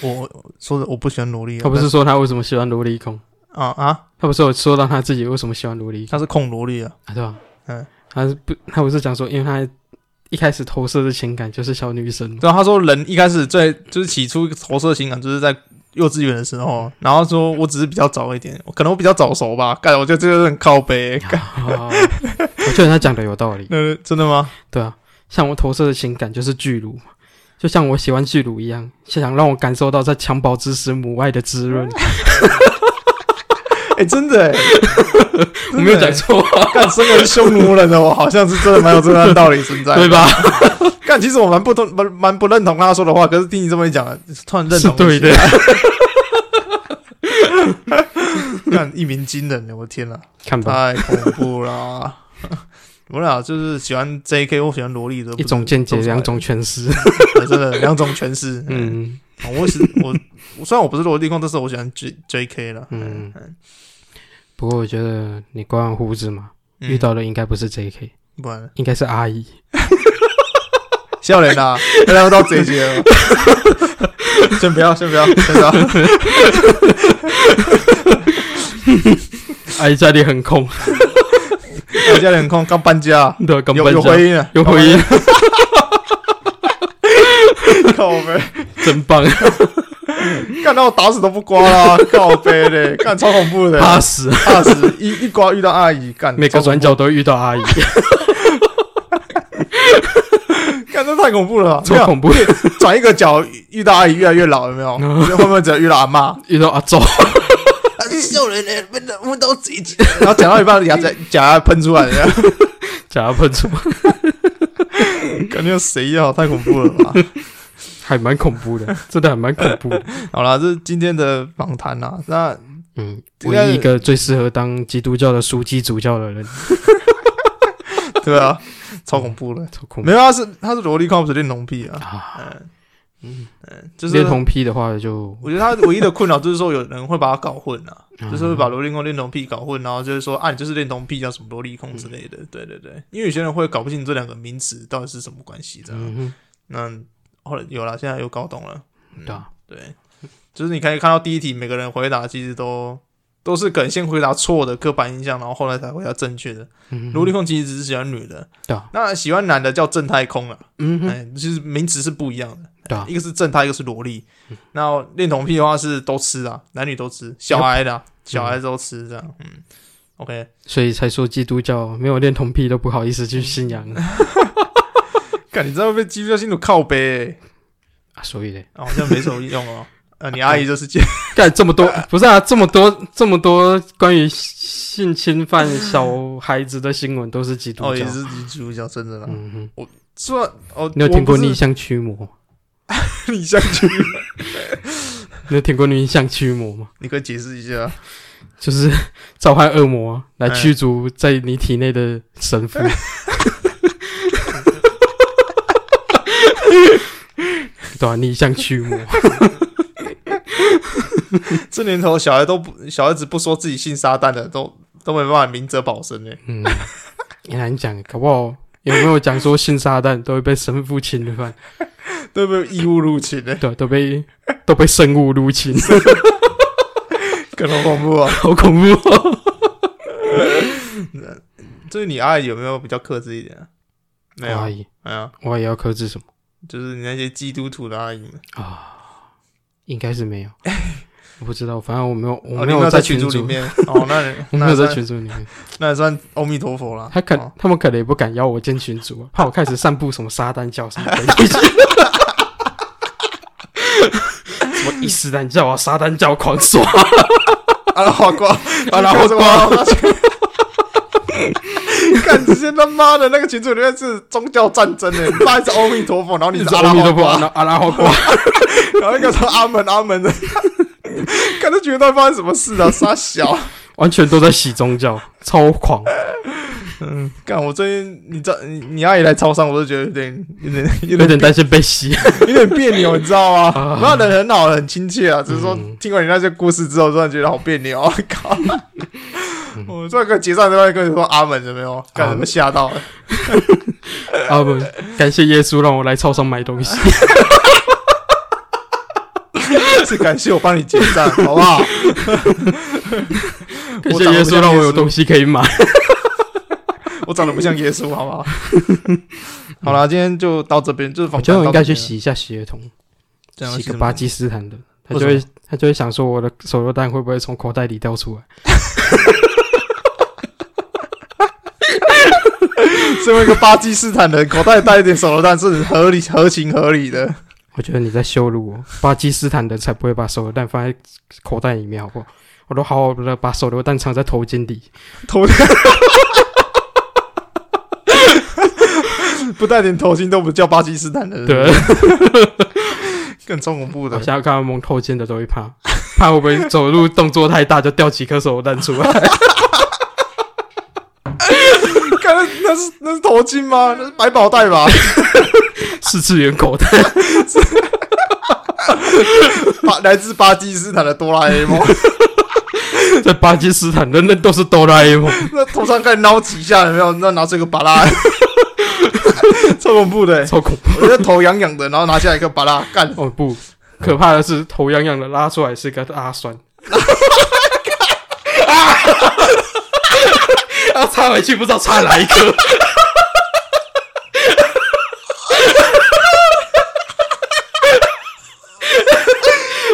Speaker 2: 我我说的我不喜欢萝莉啊，
Speaker 3: 他不是说他为什么喜欢萝莉控？
Speaker 2: 啊啊，
Speaker 3: 他不是有说到他自己为什么喜欢萝莉控
Speaker 2: 他是控萝莉啊，
Speaker 3: 啊？对吧？
Speaker 2: 嗯，
Speaker 3: 他是不，他不是讲说，因为他一开始投射的情感就是小女生嘛，
Speaker 2: 对啊，他说人一开始最就是起初投射情感就是在幼稚园的时候，然后说我只是比较早一点，可能我比较早熟吧。干，我觉得这个很靠背、干，
Speaker 3: 啊， [laughs] 我觉得他讲的有道理。
Speaker 2: 那真的吗？
Speaker 3: 对啊，像我投射的情感就是巨乳嘛，就像我喜欢巨乳一样，想让我感受到在襁褓之时母爱的滋
Speaker 2: [laughs]
Speaker 3: 润。
Speaker 2: 哎、 [laughs] 真的、欸，
Speaker 3: 我没有讲错啊，
Speaker 2: 干身为匈奴人的我，好像是真的蛮有这段道理存在，
Speaker 3: 对？吧？
Speaker 2: 干，其实我蛮不同，蛮蛮不认同他说的话，可是听你这么一讲，突然认
Speaker 3: 是
Speaker 2: 同
Speaker 3: 对的
Speaker 2: [laughs] 了。干，一鸣惊人了，我的天哪、
Speaker 3: 看吧，
Speaker 2: 太恐怖啦！我俩就是喜欢 J.K. 或喜欢萝莉的，
Speaker 3: 一种见解，
Speaker 2: 不是
Speaker 3: 两种诠释。
Speaker 2: 啊 [laughs] 真的两种诠释。嗯，
Speaker 3: 嗯
Speaker 2: 我是我，我虽然我不是萝莉控，但是我喜欢 J J.K. 了。嗯
Speaker 3: 嗯，不过我觉得你刮完胡子嘛，
Speaker 2: 嗯
Speaker 3: 遇到的应该不是 J.K，
Speaker 2: 不然
Speaker 3: 应该是阿姨。
Speaker 2: 笑脸啦，大家都到
Speaker 3: [laughs]
Speaker 2: 这节了。先不要，先不要，先不要。哎
Speaker 3: 阿姨家里很空，
Speaker 2: 我家里很空，刚搬
Speaker 3: [laughs]
Speaker 2: 家，
Speaker 3: 对，根
Speaker 2: 有
Speaker 3: 本
Speaker 2: 有回音啊，
Speaker 3: 有回音，
Speaker 2: 靠背，
Speaker 3: 真
Speaker 2: [laughs]
Speaker 3: 棒，
Speaker 2: 干到我打死都不刮啊啦，靠背嘞，干超恐怖的，
Speaker 3: 怕死。
Speaker 2: 怕死，一一刮遇到阿姨，干
Speaker 3: 每个
Speaker 2: 超恐
Speaker 3: 转角都遇到阿
Speaker 2: [laughs]
Speaker 3: 姨，
Speaker 2: 怖干这太恐怖了吧，
Speaker 3: 超恐怖。嗯
Speaker 2: 怖，转一个角遇到阿姨越来越老，有没有？会不会只有遇到阿妈？
Speaker 3: 遇到阿周，
Speaker 2: 笑人嘞，闻到闻到嘴角，然后讲到一半牙在假牙喷出来了，
Speaker 3: 假牙喷出，
Speaker 2: 感觉谁要？太恐怖了吧！
Speaker 3: 还蛮恐怖
Speaker 2: [laughs]
Speaker 3: 的，真的还蛮恐怖的。
Speaker 2: 好啦，这是今天的访谈啦，那
Speaker 3: 嗯，
Speaker 2: 这个
Speaker 3: 唯一一个最适合当基督教的枢机主教的人，
Speaker 2: 对啊，超恐怖的。
Speaker 3: 超恐怖
Speaker 2: 没有，他是他是萝莉控，不是恋童癖啊，
Speaker 3: 嗯
Speaker 2: 嗯
Speaker 3: 啊！
Speaker 2: 就是
Speaker 3: 恋童癖的话就
Speaker 2: 我觉得他唯一的困扰就是说，有人会把他搞混
Speaker 3: [laughs]
Speaker 2: 啊，
Speaker 3: 嗯
Speaker 2: 就是会把萝莉控、恋童癖搞混，然后就是说，啊，你就是恋童癖，叫什么萝莉控之类
Speaker 3: 嗯
Speaker 2: 的。对对对，因为有些人会搞不清这两个名词到底是什么关系，这样。
Speaker 3: 嗯
Speaker 2: 那后来有了，现在又搞懂了。嗯
Speaker 3: 哼，对啊，
Speaker 2: 对，就是你可以看到第一题，每个人回答其实都都是梗，先回答错的刻板印象，然后后来才回答正确的。
Speaker 3: 嗯
Speaker 2: 萝
Speaker 3: 哼，
Speaker 2: 莉控其实只是喜欢女的，
Speaker 3: 对啊，
Speaker 2: 那喜欢男的叫正太空了。
Speaker 3: 嗯哼，
Speaker 2: 哎，其实名词是不一样的，
Speaker 3: 对啊
Speaker 2: 一个是正太，一个是萝莉。那恋童癖的话是都吃啊，男女都吃，小孩的啊、
Speaker 3: 嗯
Speaker 2: 小孩都吃这样。嗯，OK，
Speaker 3: 所以才说基督教没有恋童癖都不好意思去信
Speaker 2: [laughs]
Speaker 3: 仰啊，
Speaker 2: 看你这样被基督教信徒靠背、欸
Speaker 3: 所以嘞，
Speaker 2: 啊好像没什么
Speaker 3: [laughs]
Speaker 2: 用哦。呃，你阿姨就是基，
Speaker 3: 干这么多不是啊，这么多这么多关于性侵犯小孩子的新闻都是基督
Speaker 2: 哦，也
Speaker 3: 教，
Speaker 2: 是基督教，真的啦。
Speaker 3: 嗯哼，
Speaker 2: 是吧？哦，
Speaker 3: 你有听过逆
Speaker 2: 你
Speaker 3: 向驱魔？
Speaker 2: [laughs] 你下去，
Speaker 3: 你有听过逆向驱魔吗？
Speaker 2: 你可以解释一下。啊
Speaker 3: 就是 [laughs] 召唤恶魔来
Speaker 2: 嗯
Speaker 3: 驱逐在你体内的神父。 [laughs] 对啊，逆向驱魔，
Speaker 2: 这年头，小孩都不，小孩子不说自己信撒旦的，都都没办法明哲保身呢。欸
Speaker 3: 嗯，很难讲，搞不好有没有讲说性撒旦都会被神父侵犯？
Speaker 2: 对不对？义务入侵 [laughs] 呢、欸，
Speaker 3: 对，都被都被生物入侵，
Speaker 2: 可能恐怖啊！
Speaker 3: [laughs] 好恐怖、哦！
Speaker 2: 就是你阿姨有没有比较克制一点、啊？没有，
Speaker 3: 我阿姨，
Speaker 2: 没有，啊
Speaker 3: 我也要克制什么
Speaker 2: 就是你那些基督徒的阿姨们。
Speaker 3: 啊？应该是没有，我不知道，反正我没有，我
Speaker 2: 哦，
Speaker 3: 没
Speaker 2: 你没有
Speaker 3: 在
Speaker 2: 在群
Speaker 3: 组
Speaker 2: 组里，面哦，那你
Speaker 3: [laughs] 我没
Speaker 2: 那
Speaker 3: 有在
Speaker 2: 算
Speaker 3: 群组里面。
Speaker 2: 那也算阿弥陀佛啦。
Speaker 3: 他可
Speaker 2: 哦
Speaker 3: 他们可能也不敢邀我进群
Speaker 2: [laughs]
Speaker 3: 组啊，怕我开始散布什么撒旦教什么鬼东西，什么伊斯兰教啊、撒旦教狂刷，
Speaker 2: 阿拉花瓜，
Speaker 3: [laughs] 阿拉
Speaker 2: [laughs]
Speaker 3: 花瓜
Speaker 2: 阿拉花瓜。看，直接他妈的那个群组里面是宗教战争
Speaker 3: [laughs]
Speaker 2: 呢，你妈是阿弥陀佛， [laughs] 然后你是阿拉
Speaker 3: 阿弥
Speaker 2: 花
Speaker 3: 陀佛，
Speaker 2: 瓜
Speaker 3: 阿，拉阿拉花瓜，
Speaker 2: 然后那个说阿门阿门的， [laughs] 看都觉得到底发生什么事了、啊，傻小。
Speaker 3: 完全都在洗宗教，超狂。
Speaker 2: 嗯，干，我最近你知道你你阿姨来超商，我都觉得有点有
Speaker 3: [laughs]
Speaker 2: 点有
Speaker 3: 有
Speaker 2: 点
Speaker 3: 点担心被
Speaker 2: [laughs]
Speaker 3: 吸，
Speaker 2: 有点别扭，你知道
Speaker 3: 啊
Speaker 2: 吗？那人很好，很亲切啊，只是说
Speaker 3: 嗯
Speaker 2: 听完你那些故事之后，突然觉得好别扭啊！ [laughs] 靠，
Speaker 3: 嗯
Speaker 2: 我这个结账之外跟你说阿门有没有？干什么吓到 [laughs] 了？
Speaker 3: 啊不，感谢耶稣让我来超商买东西。
Speaker 2: 是感谢我帮你结账，好不好？
Speaker 3: [laughs] 感谢耶稣让我有东西可以买。
Speaker 2: 我长得不像耶稣，好不 [laughs] 好？好啦，今天就到这边，就是
Speaker 3: 我
Speaker 2: 房
Speaker 3: 觉
Speaker 2: 间
Speaker 3: 得我应该去，洗一下血统，
Speaker 2: 这样
Speaker 3: 洗个
Speaker 2: 什么
Speaker 3: 巴基斯坦的，他
Speaker 2: 为
Speaker 3: 就
Speaker 2: 什么
Speaker 3: 会他就会想说我的手榴弹会不会从口袋里掉出来？
Speaker 2: 身为一个巴基斯坦人，口袋带一点手榴弹是合理、合情、合
Speaker 3: [laughs]
Speaker 2: 理的。
Speaker 3: 我觉得你在羞辱我，巴基斯坦人才不会把手榴弹放在口袋里面，好不好？我都好好的把手榴弹藏在头巾里，
Speaker 2: 头不戴点头巾都不叫巴基斯坦人，
Speaker 3: 对，，
Speaker 2: [laughs] 更超恐怖的
Speaker 3: 我。现在看到蒙头巾的都会怕，怕会不会走路动作太大就掉几颗手榴弹出来？
Speaker 2: 看那那是那是头巾吗？那是百宝袋吧？ [laughs]
Speaker 3: 四次元口袋，
Speaker 2: 巴来自巴基斯坦的哆啦
Speaker 3: [laughs]
Speaker 2: A 梦，
Speaker 3: 在巴基斯坦人人都是哆啦 A 梦，
Speaker 2: 那头上盖捞几下有没有？那拿出一个巴拉， [laughs] 超恐怖的。
Speaker 3: 超恐怖！
Speaker 2: 我觉得头痒痒的，然后拿下一个巴拉干，
Speaker 3: 哦不，可怕的是头痒痒的拉出来是个阿酸， [laughs] 啊！插回去不知道插哪一颗。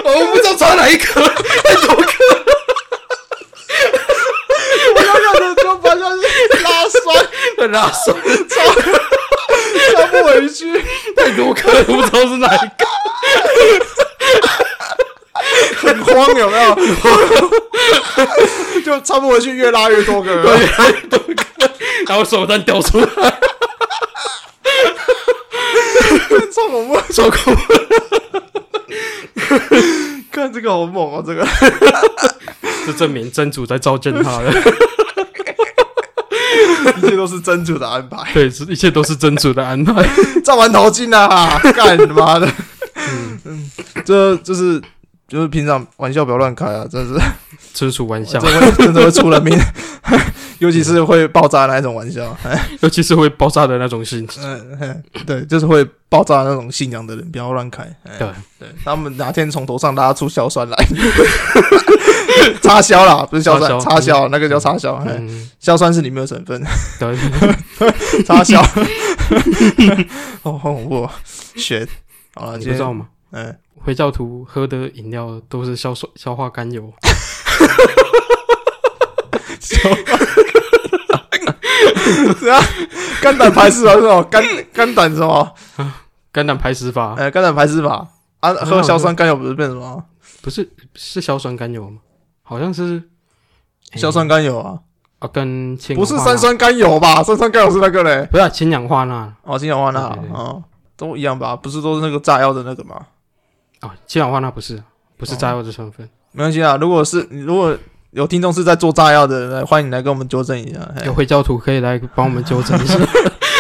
Speaker 3: 我不知道插哪一颗，
Speaker 2: 头痒痒的就把它拉酸，
Speaker 3: [laughs] 很拉手，
Speaker 2: 拉不回去，
Speaker 3: [laughs] 太多颗了，不知道是哪一颗。
Speaker 2: 很慌有没有？ [laughs] 就插不回去，越拉越多个。
Speaker 3: 对，
Speaker 2: [laughs]
Speaker 3: 太多颗，然后手弹掉出来，
Speaker 2: 超恐怖！
Speaker 3: 超恐怖。
Speaker 2: 看这个好猛哦，这个 [laughs]
Speaker 3: 这证明真主在召见他了。
Speaker 2: 一切都是真主的安排。
Speaker 3: 对，是一切都是真主的安排。
Speaker 2: 照完头巾啊，干他妈的！嗯，这就是就是平常玩笑不要乱开啊，真是
Speaker 3: 纯属玩笑
Speaker 2: 真，会真的会出人命， [laughs] 尤其是会爆炸的那一种玩笑。
Speaker 3: 尤其是会爆炸的那种心。
Speaker 2: 嗯，对，就是会爆炸的那种信仰的人，不要乱开。哎
Speaker 3: 对
Speaker 2: 对，他们哪天从头上拉出硝酸来， [laughs] 插销啦，不是硝酸，
Speaker 3: 插销
Speaker 2: 插销，那个叫插销。哎
Speaker 3: 嗯，
Speaker 2: 硝酸是里面的成分。
Speaker 3: 对，
Speaker 2: 插销， [laughs] 哦，好恐怖、哦，血。好了，
Speaker 3: 你
Speaker 2: 今
Speaker 3: 不知道
Speaker 2: 天，
Speaker 3: 吗？
Speaker 2: 嗯，
Speaker 3: 回教徒喝的饮料都是硝酸硝化甘油，
Speaker 2: 对啊，肝胆排斥法啊是什么？肝肝胆什么？
Speaker 3: 肝胆排石法，
Speaker 2: 呃，肝胆排斥法啊，喝硝酸甘油不是变什么？
Speaker 3: 不是是硝酸甘油吗？好像是哎
Speaker 2: 硝酸甘油啊，
Speaker 3: 啊，跟氢
Speaker 2: 不是
Speaker 3: 氧化钠
Speaker 2: 三，酸甘油吧？三酸甘油是那个嘞，
Speaker 3: 不是啊氢氧化钠
Speaker 2: 哦，氢氧化钠
Speaker 3: 对对对
Speaker 2: 啊，都一样吧？不是都是那个炸药的那个吗？
Speaker 3: 啊，氢氧化钠不是不
Speaker 2: 哦
Speaker 3: 是炸药的成分，
Speaker 2: 没关系啊，如果是如果有听众是在做炸药的，来欢迎来跟我们纠正一下。哎嘿 [laughs]
Speaker 3: 有回教徒可以来帮我们纠正一下。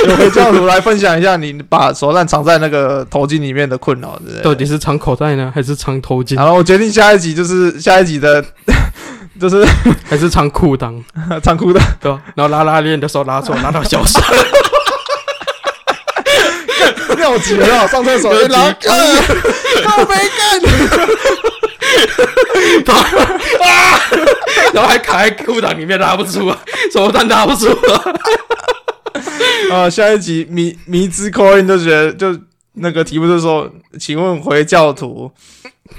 Speaker 2: 有回教徒来分享一下你把手弹藏在那个头巾里面的困扰，对不对？
Speaker 3: 到底是藏口袋呢，还是藏头巾，
Speaker 2: 好了，我决定下一集就是下一集的， [laughs] 就是 [laughs]
Speaker 3: 还是藏裤裆？
Speaker 2: 仓库的，
Speaker 3: 对吧？然后拉拉链的时候拉错，拉到小手。
Speaker 2: 尿急了，上厕所，哎然后
Speaker 3: [laughs] 靠背干，
Speaker 2: [laughs]
Speaker 3: 啊，然后还卡在裤裆里面拉不出来，手蛋拉不出来。
Speaker 2: [laughs] 啊，下一集迷迷之 coin 就觉得就那个题目就说，请问回教徒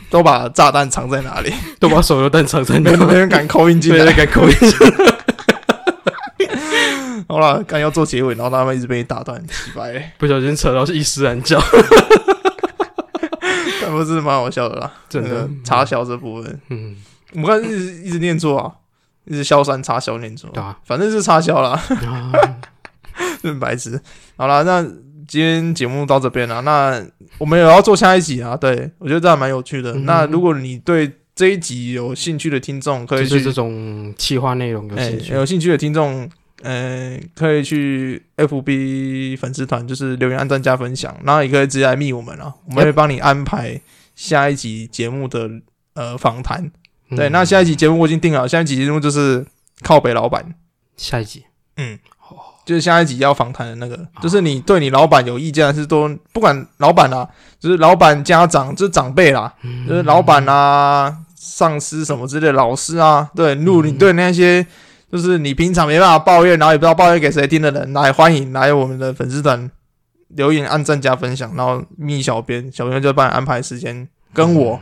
Speaker 2: 都把炸弹藏在哪里？
Speaker 3: [laughs] 都把手榴弹藏在那
Speaker 2: 没人没
Speaker 3: 里，
Speaker 2: 人敢扣印进
Speaker 3: 对，那
Speaker 2: 来。
Speaker 3: 个口音。
Speaker 2: 好了，刚要做结尾，然后他们一直被你打断，奇怪欸，
Speaker 3: 不小心扯到是伊斯兰教，
Speaker 2: 但 [laughs] 不是蛮好笑的啦，
Speaker 3: 真的
Speaker 2: 那个插销这部分，
Speaker 3: 嗯，
Speaker 2: 我们刚才一直一直念错啊，一直萧山插销念错，
Speaker 3: 对啊，
Speaker 2: 反正是插销啦， [laughs]
Speaker 3: 啊
Speaker 2: 真白痴。好啦，那今天节目到这边啦，那我们也要做下一集啊，对我觉得这还蛮有趣的。
Speaker 3: 嗯
Speaker 2: 那如果你对这一集有兴趣的听众，可
Speaker 3: 就
Speaker 2: 以
Speaker 3: 是
Speaker 2: 去
Speaker 3: 这种企划内容有
Speaker 2: 哎，
Speaker 3: 兴趣，
Speaker 2: 有兴趣的听众，呃，可以去 FB 粉丝团，就是留言、按赞、加分享，然后也可以直接来密我们啊，我们会帮你安排下一集节目的呃访谈。
Speaker 3: 嗯
Speaker 2: 对，那下一集节目我已经定好，下一集节目就是靠北老板，
Speaker 3: 下一集，
Speaker 2: 就是下一集要访谈的那个，
Speaker 3: 啊
Speaker 2: 就是你对你老板有意见，还是都不管老板啦、就是老板、家长，就是长辈啦，
Speaker 3: 嗯
Speaker 2: 就是老板啊、上司什么之类的，老师啊，对，如果你对那些就是你平常没办法抱怨，然后也不知道抱怨给谁听的人，来欢迎来我们的粉丝团留言、按赞、加分享，然后密小编，小编就帮你安排时间跟我、
Speaker 3: 嗯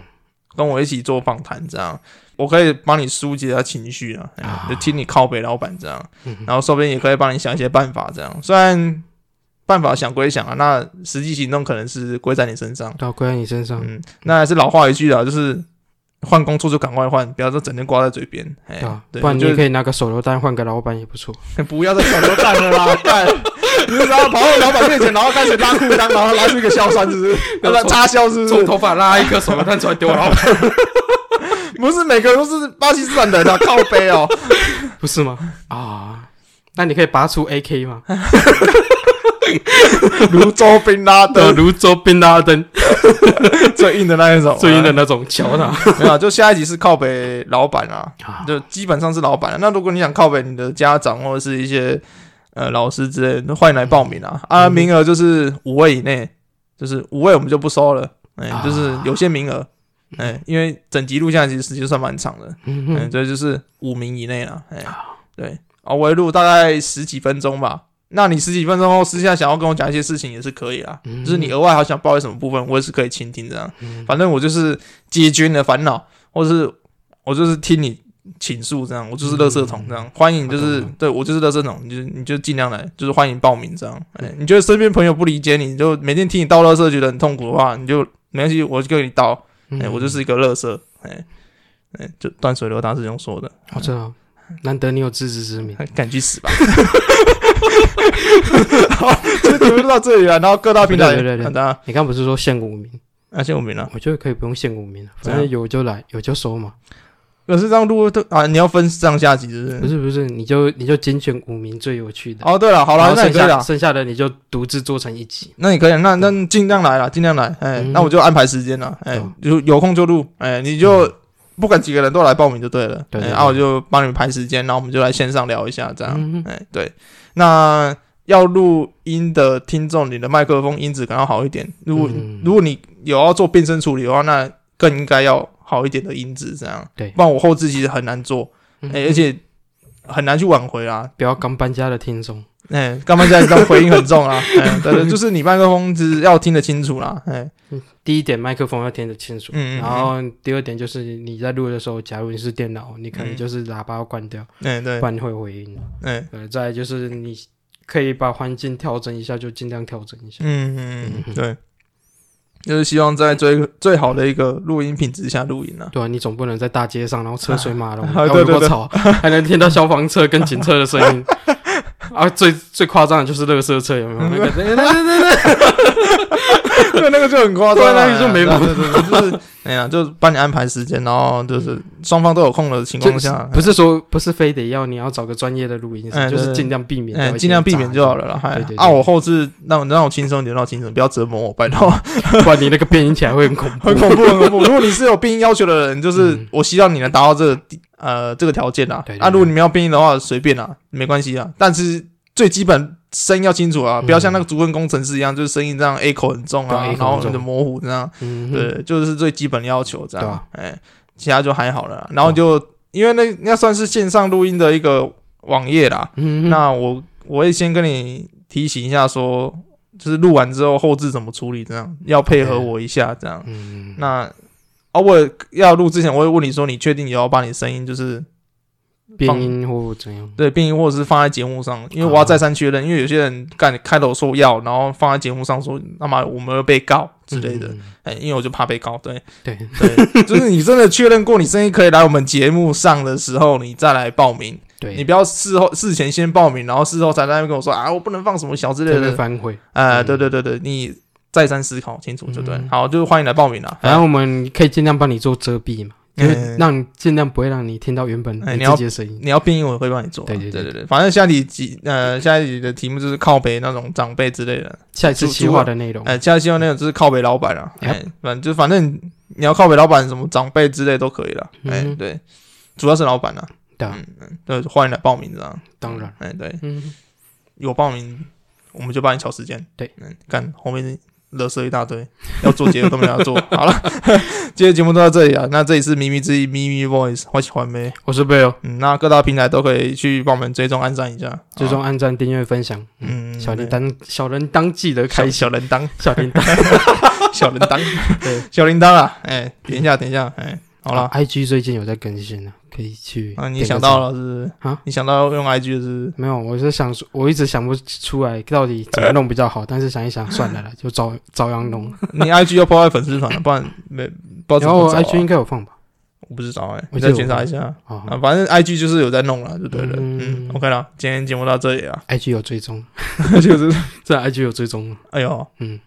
Speaker 2: 跟我一起做访谈，这样我可以帮你疏解一下情绪啊，哎
Speaker 3: 啊
Speaker 2: 就听你靠北老板这样，
Speaker 3: 嗯
Speaker 2: 然后说不定也可以帮你想一些办法，这样虽然。办法想归想啊，那实际行动可能是归在你身上。
Speaker 3: 到归在你身上，
Speaker 2: 嗯，那还是老话一句啦，啊就是换工作就赶快换，不要说整天挂在嘴边。哎、
Speaker 3: 对吧？
Speaker 2: 对，
Speaker 3: 不然你也可
Speaker 2: 以
Speaker 3: 以拿个手榴弹换个老板也不错。
Speaker 2: 不要再小流蛋了啦， [laughs] 干！你是要跑到老板面前，然后开始拉裤裆，然后拉出一个笑栓，是不
Speaker 3: [laughs]
Speaker 2: 是？要不然插销是不是？
Speaker 3: 头发拉一颗手榴弹出来丢老板，
Speaker 2: 不是每个人都是巴基斯坦人啊，靠背
Speaker 3: [laughs]
Speaker 2: 哦。
Speaker 3: [laughs] 不是吗？啊，那你可以拔出 AK
Speaker 2: [laughs]
Speaker 3: 吗？
Speaker 2: 泸州宾拉
Speaker 3: 的
Speaker 2: 德
Speaker 3: 泸州宾拉登
Speaker 2: 最硬的那一种，
Speaker 3: 最近的那种桥塔，
Speaker 2: [laughs] 没有啊，就下一集是靠北老板啊
Speaker 3: 啊，
Speaker 2: 就基本上是老板啊、那如果你想靠北你的家长或者是一些呃老师之类的，欢迎来报名啊！
Speaker 3: 嗯
Speaker 2: 啊，名额就是五位以内，就是五位我们就不收了，哎、
Speaker 3: 啊
Speaker 2: 就是有些名额，哎、因为整集录下来其实时间算蛮长的，
Speaker 3: 嗯
Speaker 2: 嗯，
Speaker 3: 哼
Speaker 2: 所以就是五名以内了，哎、对，啊，我会录大概十几分钟吧。那你十几分钟后私下想要跟我讲一些事情也是可以啦，
Speaker 3: 嗯
Speaker 2: 就是你额外还想抱怨什么部分，我也是可以倾听这样。
Speaker 3: 嗯
Speaker 2: 反正我就是解决你的烦恼，或是我就是听你倾诉这样，我就是垃圾桶
Speaker 3: 嗯
Speaker 2: 这样。欢迎就
Speaker 3: 好
Speaker 2: 是
Speaker 3: 的
Speaker 2: 对我就是垃圾桶，你就你就尽量来，就是欢迎报名这样。哎、你觉得身边朋友不理解你，你就每天听你倒垃圾觉得很痛苦的话，你就没关系，我就给你倒。哎、
Speaker 3: 嗯
Speaker 2: 我就是一个垃圾。哎、哎、就断水流大师兄说的，
Speaker 3: 我知道，哦难得你有自知之明。
Speaker 2: 赶去死吧！ [laughs] 好，这节目就到这里了。然后各大平台，
Speaker 3: 对对对对
Speaker 2: 好的，啊
Speaker 3: 你刚不是说限五名？
Speaker 2: 那谢我明了。
Speaker 3: 我觉得可以不用限五名，
Speaker 2: 怎
Speaker 3: 反
Speaker 2: 样
Speaker 3: 正有就来，有就收嘛。
Speaker 2: 可是这样录都啊，你要分上下集是不是？
Speaker 3: 不是不是，你就你就精选五名最有趣的，
Speaker 2: 哦，对了，嗯好
Speaker 3: 然
Speaker 2: 了
Speaker 3: 后，
Speaker 2: 那
Speaker 3: 剩
Speaker 2: 也可以
Speaker 3: 下
Speaker 2: 了，
Speaker 3: 剩下的你就独自做成一集。
Speaker 2: 那也可以，那那尽量来了，尽量来，哎，
Speaker 3: 嗯
Speaker 2: 那我就安排时间了，哎
Speaker 3: 懂，
Speaker 2: 就有空就录，哎，你就不管几个人都来报名就对了，
Speaker 3: 嗯对对
Speaker 2: 哎
Speaker 3: 对
Speaker 2: 啊，我就帮你们排时间，然后我们就来线上聊一下，这样，
Speaker 3: 嗯哼，
Speaker 2: 哎，对，那要录音的听众，你的麦克风音质可能要好一点，如果
Speaker 3: 嗯
Speaker 2: 如果你有要做变声处理的话，那更应该要好一点的音质，这样，
Speaker 3: 对
Speaker 2: 不然我后置其实很难做，
Speaker 3: 嗯
Speaker 2: 哎，而且很难去挽回啊，
Speaker 3: 不要刚搬家的听众，
Speaker 2: 哎、干嘛现在这样回音很重啊？哎、对对，就是你麦克风只要听得清楚啦。哎、
Speaker 3: 第一点麦克风要听得清楚，
Speaker 2: 嗯嗯嗯
Speaker 3: 然后第二点就是你在录的时候，假如你是电脑，你可能
Speaker 2: 嗯
Speaker 3: 就是喇叭要关掉，
Speaker 2: 哎、对
Speaker 3: 不，然会有回音。
Speaker 2: 哎、
Speaker 3: 呃，再来就是你可以把环境调整一下，就尽量调整一下。
Speaker 2: 嗯嗯嗯，对，就是希望在最最好的一个录音品质下录音啊。
Speaker 3: 对啊，你总不能在大街上，然后车水马龙，
Speaker 2: [laughs] 啊
Speaker 3: 然后
Speaker 2: 对
Speaker 3: 那
Speaker 2: 对
Speaker 3: 么
Speaker 2: 对
Speaker 3: 吵，还能听到消防车跟警车的声音。 [laughs] 啊，最最夸张的就是垃圾车，有没有？那
Speaker 2: 嗯
Speaker 3: 个，对对对对，
Speaker 2: 对，那个就很夸张
Speaker 3: 对
Speaker 2: 啊，
Speaker 3: 那个就没
Speaker 2: 对对对，就是哎呀，就是帮你安排时间，然后就是双方都有空的情况
Speaker 3: 就是
Speaker 2: 下，
Speaker 3: 不是说不是非得要你要找个专业的录音
Speaker 2: 哎
Speaker 3: 师，就是
Speaker 2: 对对
Speaker 3: 尽量避免掉一
Speaker 2: 哎
Speaker 3: 些杂音，
Speaker 2: 尽量避免就好了啦。哎
Speaker 3: 对对，对
Speaker 2: 啊，我后置让让我轻松一点，让我轻松，不要折磨我，拜托。
Speaker 3: 不然你那个变音起来会很恐怖。
Speaker 2: 很恐怖，很恐怖。如果你是有变音要求的人，就是
Speaker 3: 嗯
Speaker 2: 我希望你能达到这个地呃这个条件啦
Speaker 3: 对。对
Speaker 2: 啊，
Speaker 3: 对
Speaker 2: 如果你们要变音的话，随便啦，没关系啊。但是最基本声音要清楚啊，不要像那个足跟工程师一样，就是声音这样 A 口很重啊，
Speaker 3: 嗯对
Speaker 2: 然
Speaker 3: echo
Speaker 2: 后
Speaker 3: 很重
Speaker 2: 就模糊这样。
Speaker 3: 嗯，
Speaker 2: 对，就是最基本的要求这
Speaker 3: 对
Speaker 2: 样
Speaker 3: 啊。哦
Speaker 2: 哎、其他就还好了啦。然后就、因为那那算是线上录音的一个网页啦，
Speaker 3: 嗯，
Speaker 2: 那我我会先跟你提醒一下说，就是录完之后后置怎么处理，这样要配合我一下这样。
Speaker 3: 嗯，
Speaker 2: 那哦，我也要录之前，我会问你说，你确定也要把你声音就是
Speaker 3: 变音或怎样？
Speaker 2: 对变音，或者是放在节目上，因为
Speaker 3: 啊
Speaker 2: 我要再三确认，因为有些人干开头说要，然后放在节目上说，那么我们会被告之类的，
Speaker 3: 嗯，
Speaker 2: 哎、因为我就怕被告，对，
Speaker 3: 对，
Speaker 2: 对， [laughs] 就是你真的确认过你声音可以来我们节目上的时候，你再来报名。
Speaker 3: 对，
Speaker 2: 你不要事后事前先报名，然后事后才在那边跟我说啊，我不能放什么小之类
Speaker 3: 这边
Speaker 2: 的。
Speaker 3: 反悔。
Speaker 2: 呃，
Speaker 3: 嗯
Speaker 2: 对对对对，你再三思考清楚就对。
Speaker 3: 嗯
Speaker 2: 好，就是欢迎来报名啦。哎
Speaker 3: 反正我们可以尽量帮你做遮蔽嘛，就
Speaker 2: 嗯
Speaker 3: 是让尽量不会让你听到原本
Speaker 2: 哎
Speaker 3: 你
Speaker 2: 你要
Speaker 3: 自己的声音。
Speaker 2: 你要变音，我会帮你做啊。
Speaker 3: 对
Speaker 2: 对
Speaker 3: 对对
Speaker 2: 对，反正下一题几呃下一题的题目就是靠北那种长辈之类的，
Speaker 3: 下一次企划的内容，
Speaker 2: 哎，下一希望那种就是靠北老板啦。
Speaker 3: Yep
Speaker 2: 哎，反正就反正你要靠北老板什么长辈之类都可以啦。哎
Speaker 3: 嗯，哼
Speaker 2: 对，主要是老板啦。
Speaker 3: 对啊
Speaker 2: 嗯嗯，对，欢迎来报名这样。
Speaker 3: 当然，
Speaker 2: 哎，对，
Speaker 3: 嗯，
Speaker 2: 有报名，我们就帮你调时间。
Speaker 3: 对，
Speaker 2: 嗯，干后面乐色一大堆，要做节目都没法
Speaker 3: [laughs]
Speaker 2: 做。好了， [laughs] 今天节目都到这里啊了。那这里是咪咪之音咪咪 Voice，我喜欢呗。
Speaker 3: 我是贝尔，
Speaker 2: 嗯，那各大平台都可以去帮我们追踪、按赞一下，
Speaker 3: 最
Speaker 2: 好
Speaker 3: 终按赞、订阅、分享，嗯，
Speaker 2: 嗯，
Speaker 3: 小铃
Speaker 2: 对。
Speaker 3: 铛，小铃铛记得
Speaker 2: 开
Speaker 3: 开
Speaker 2: 小铃
Speaker 3: [laughs]
Speaker 2: 铛，
Speaker 3: 小铃铛。
Speaker 2: 小铃
Speaker 3: 对
Speaker 2: 铛，小铃铛啊！哎，等一下，等一下，哎，好了，
Speaker 3: ，IG 最近有在更新了，可以去。
Speaker 2: 啊，你想到？了是不是？
Speaker 3: 啊，
Speaker 2: 你想到用 IG 了是
Speaker 3: 没有，我是想说，我一直想不出来到底怎么弄比较好，但是想一想，算了
Speaker 2: [laughs]
Speaker 3: 啦，就照照样弄。
Speaker 2: 不是？你 IG 要抛在粉丝团了，不然没不知
Speaker 3: 然
Speaker 2: 道怎
Speaker 3: 后
Speaker 2: 么找啊
Speaker 3: IG 应该有放吧？
Speaker 2: 我不知道哎，
Speaker 3: 我
Speaker 2: 你
Speaker 3: 记
Speaker 2: 再
Speaker 3: 得
Speaker 2: 检
Speaker 3: 我
Speaker 2: 查一下。啊，
Speaker 3: 啊
Speaker 2: 反正 IG 就是有在弄了，就对了。嗯
Speaker 3: 嗯
Speaker 2: o k 了，今天节目到这里啊了，
Speaker 3: ，IG 有追
Speaker 2: [laughs]
Speaker 3: 踪，
Speaker 2: 就是，
Speaker 3: [laughs] 这 IG 有追踪。
Speaker 2: 哎呦，
Speaker 3: 嗯，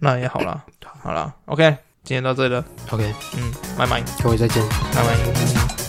Speaker 2: 那也好了，好了，OK，今天到这里了，
Speaker 3: OK，
Speaker 2: 嗯，拜拜，
Speaker 3: 各位再见。
Speaker 2: 拜拜。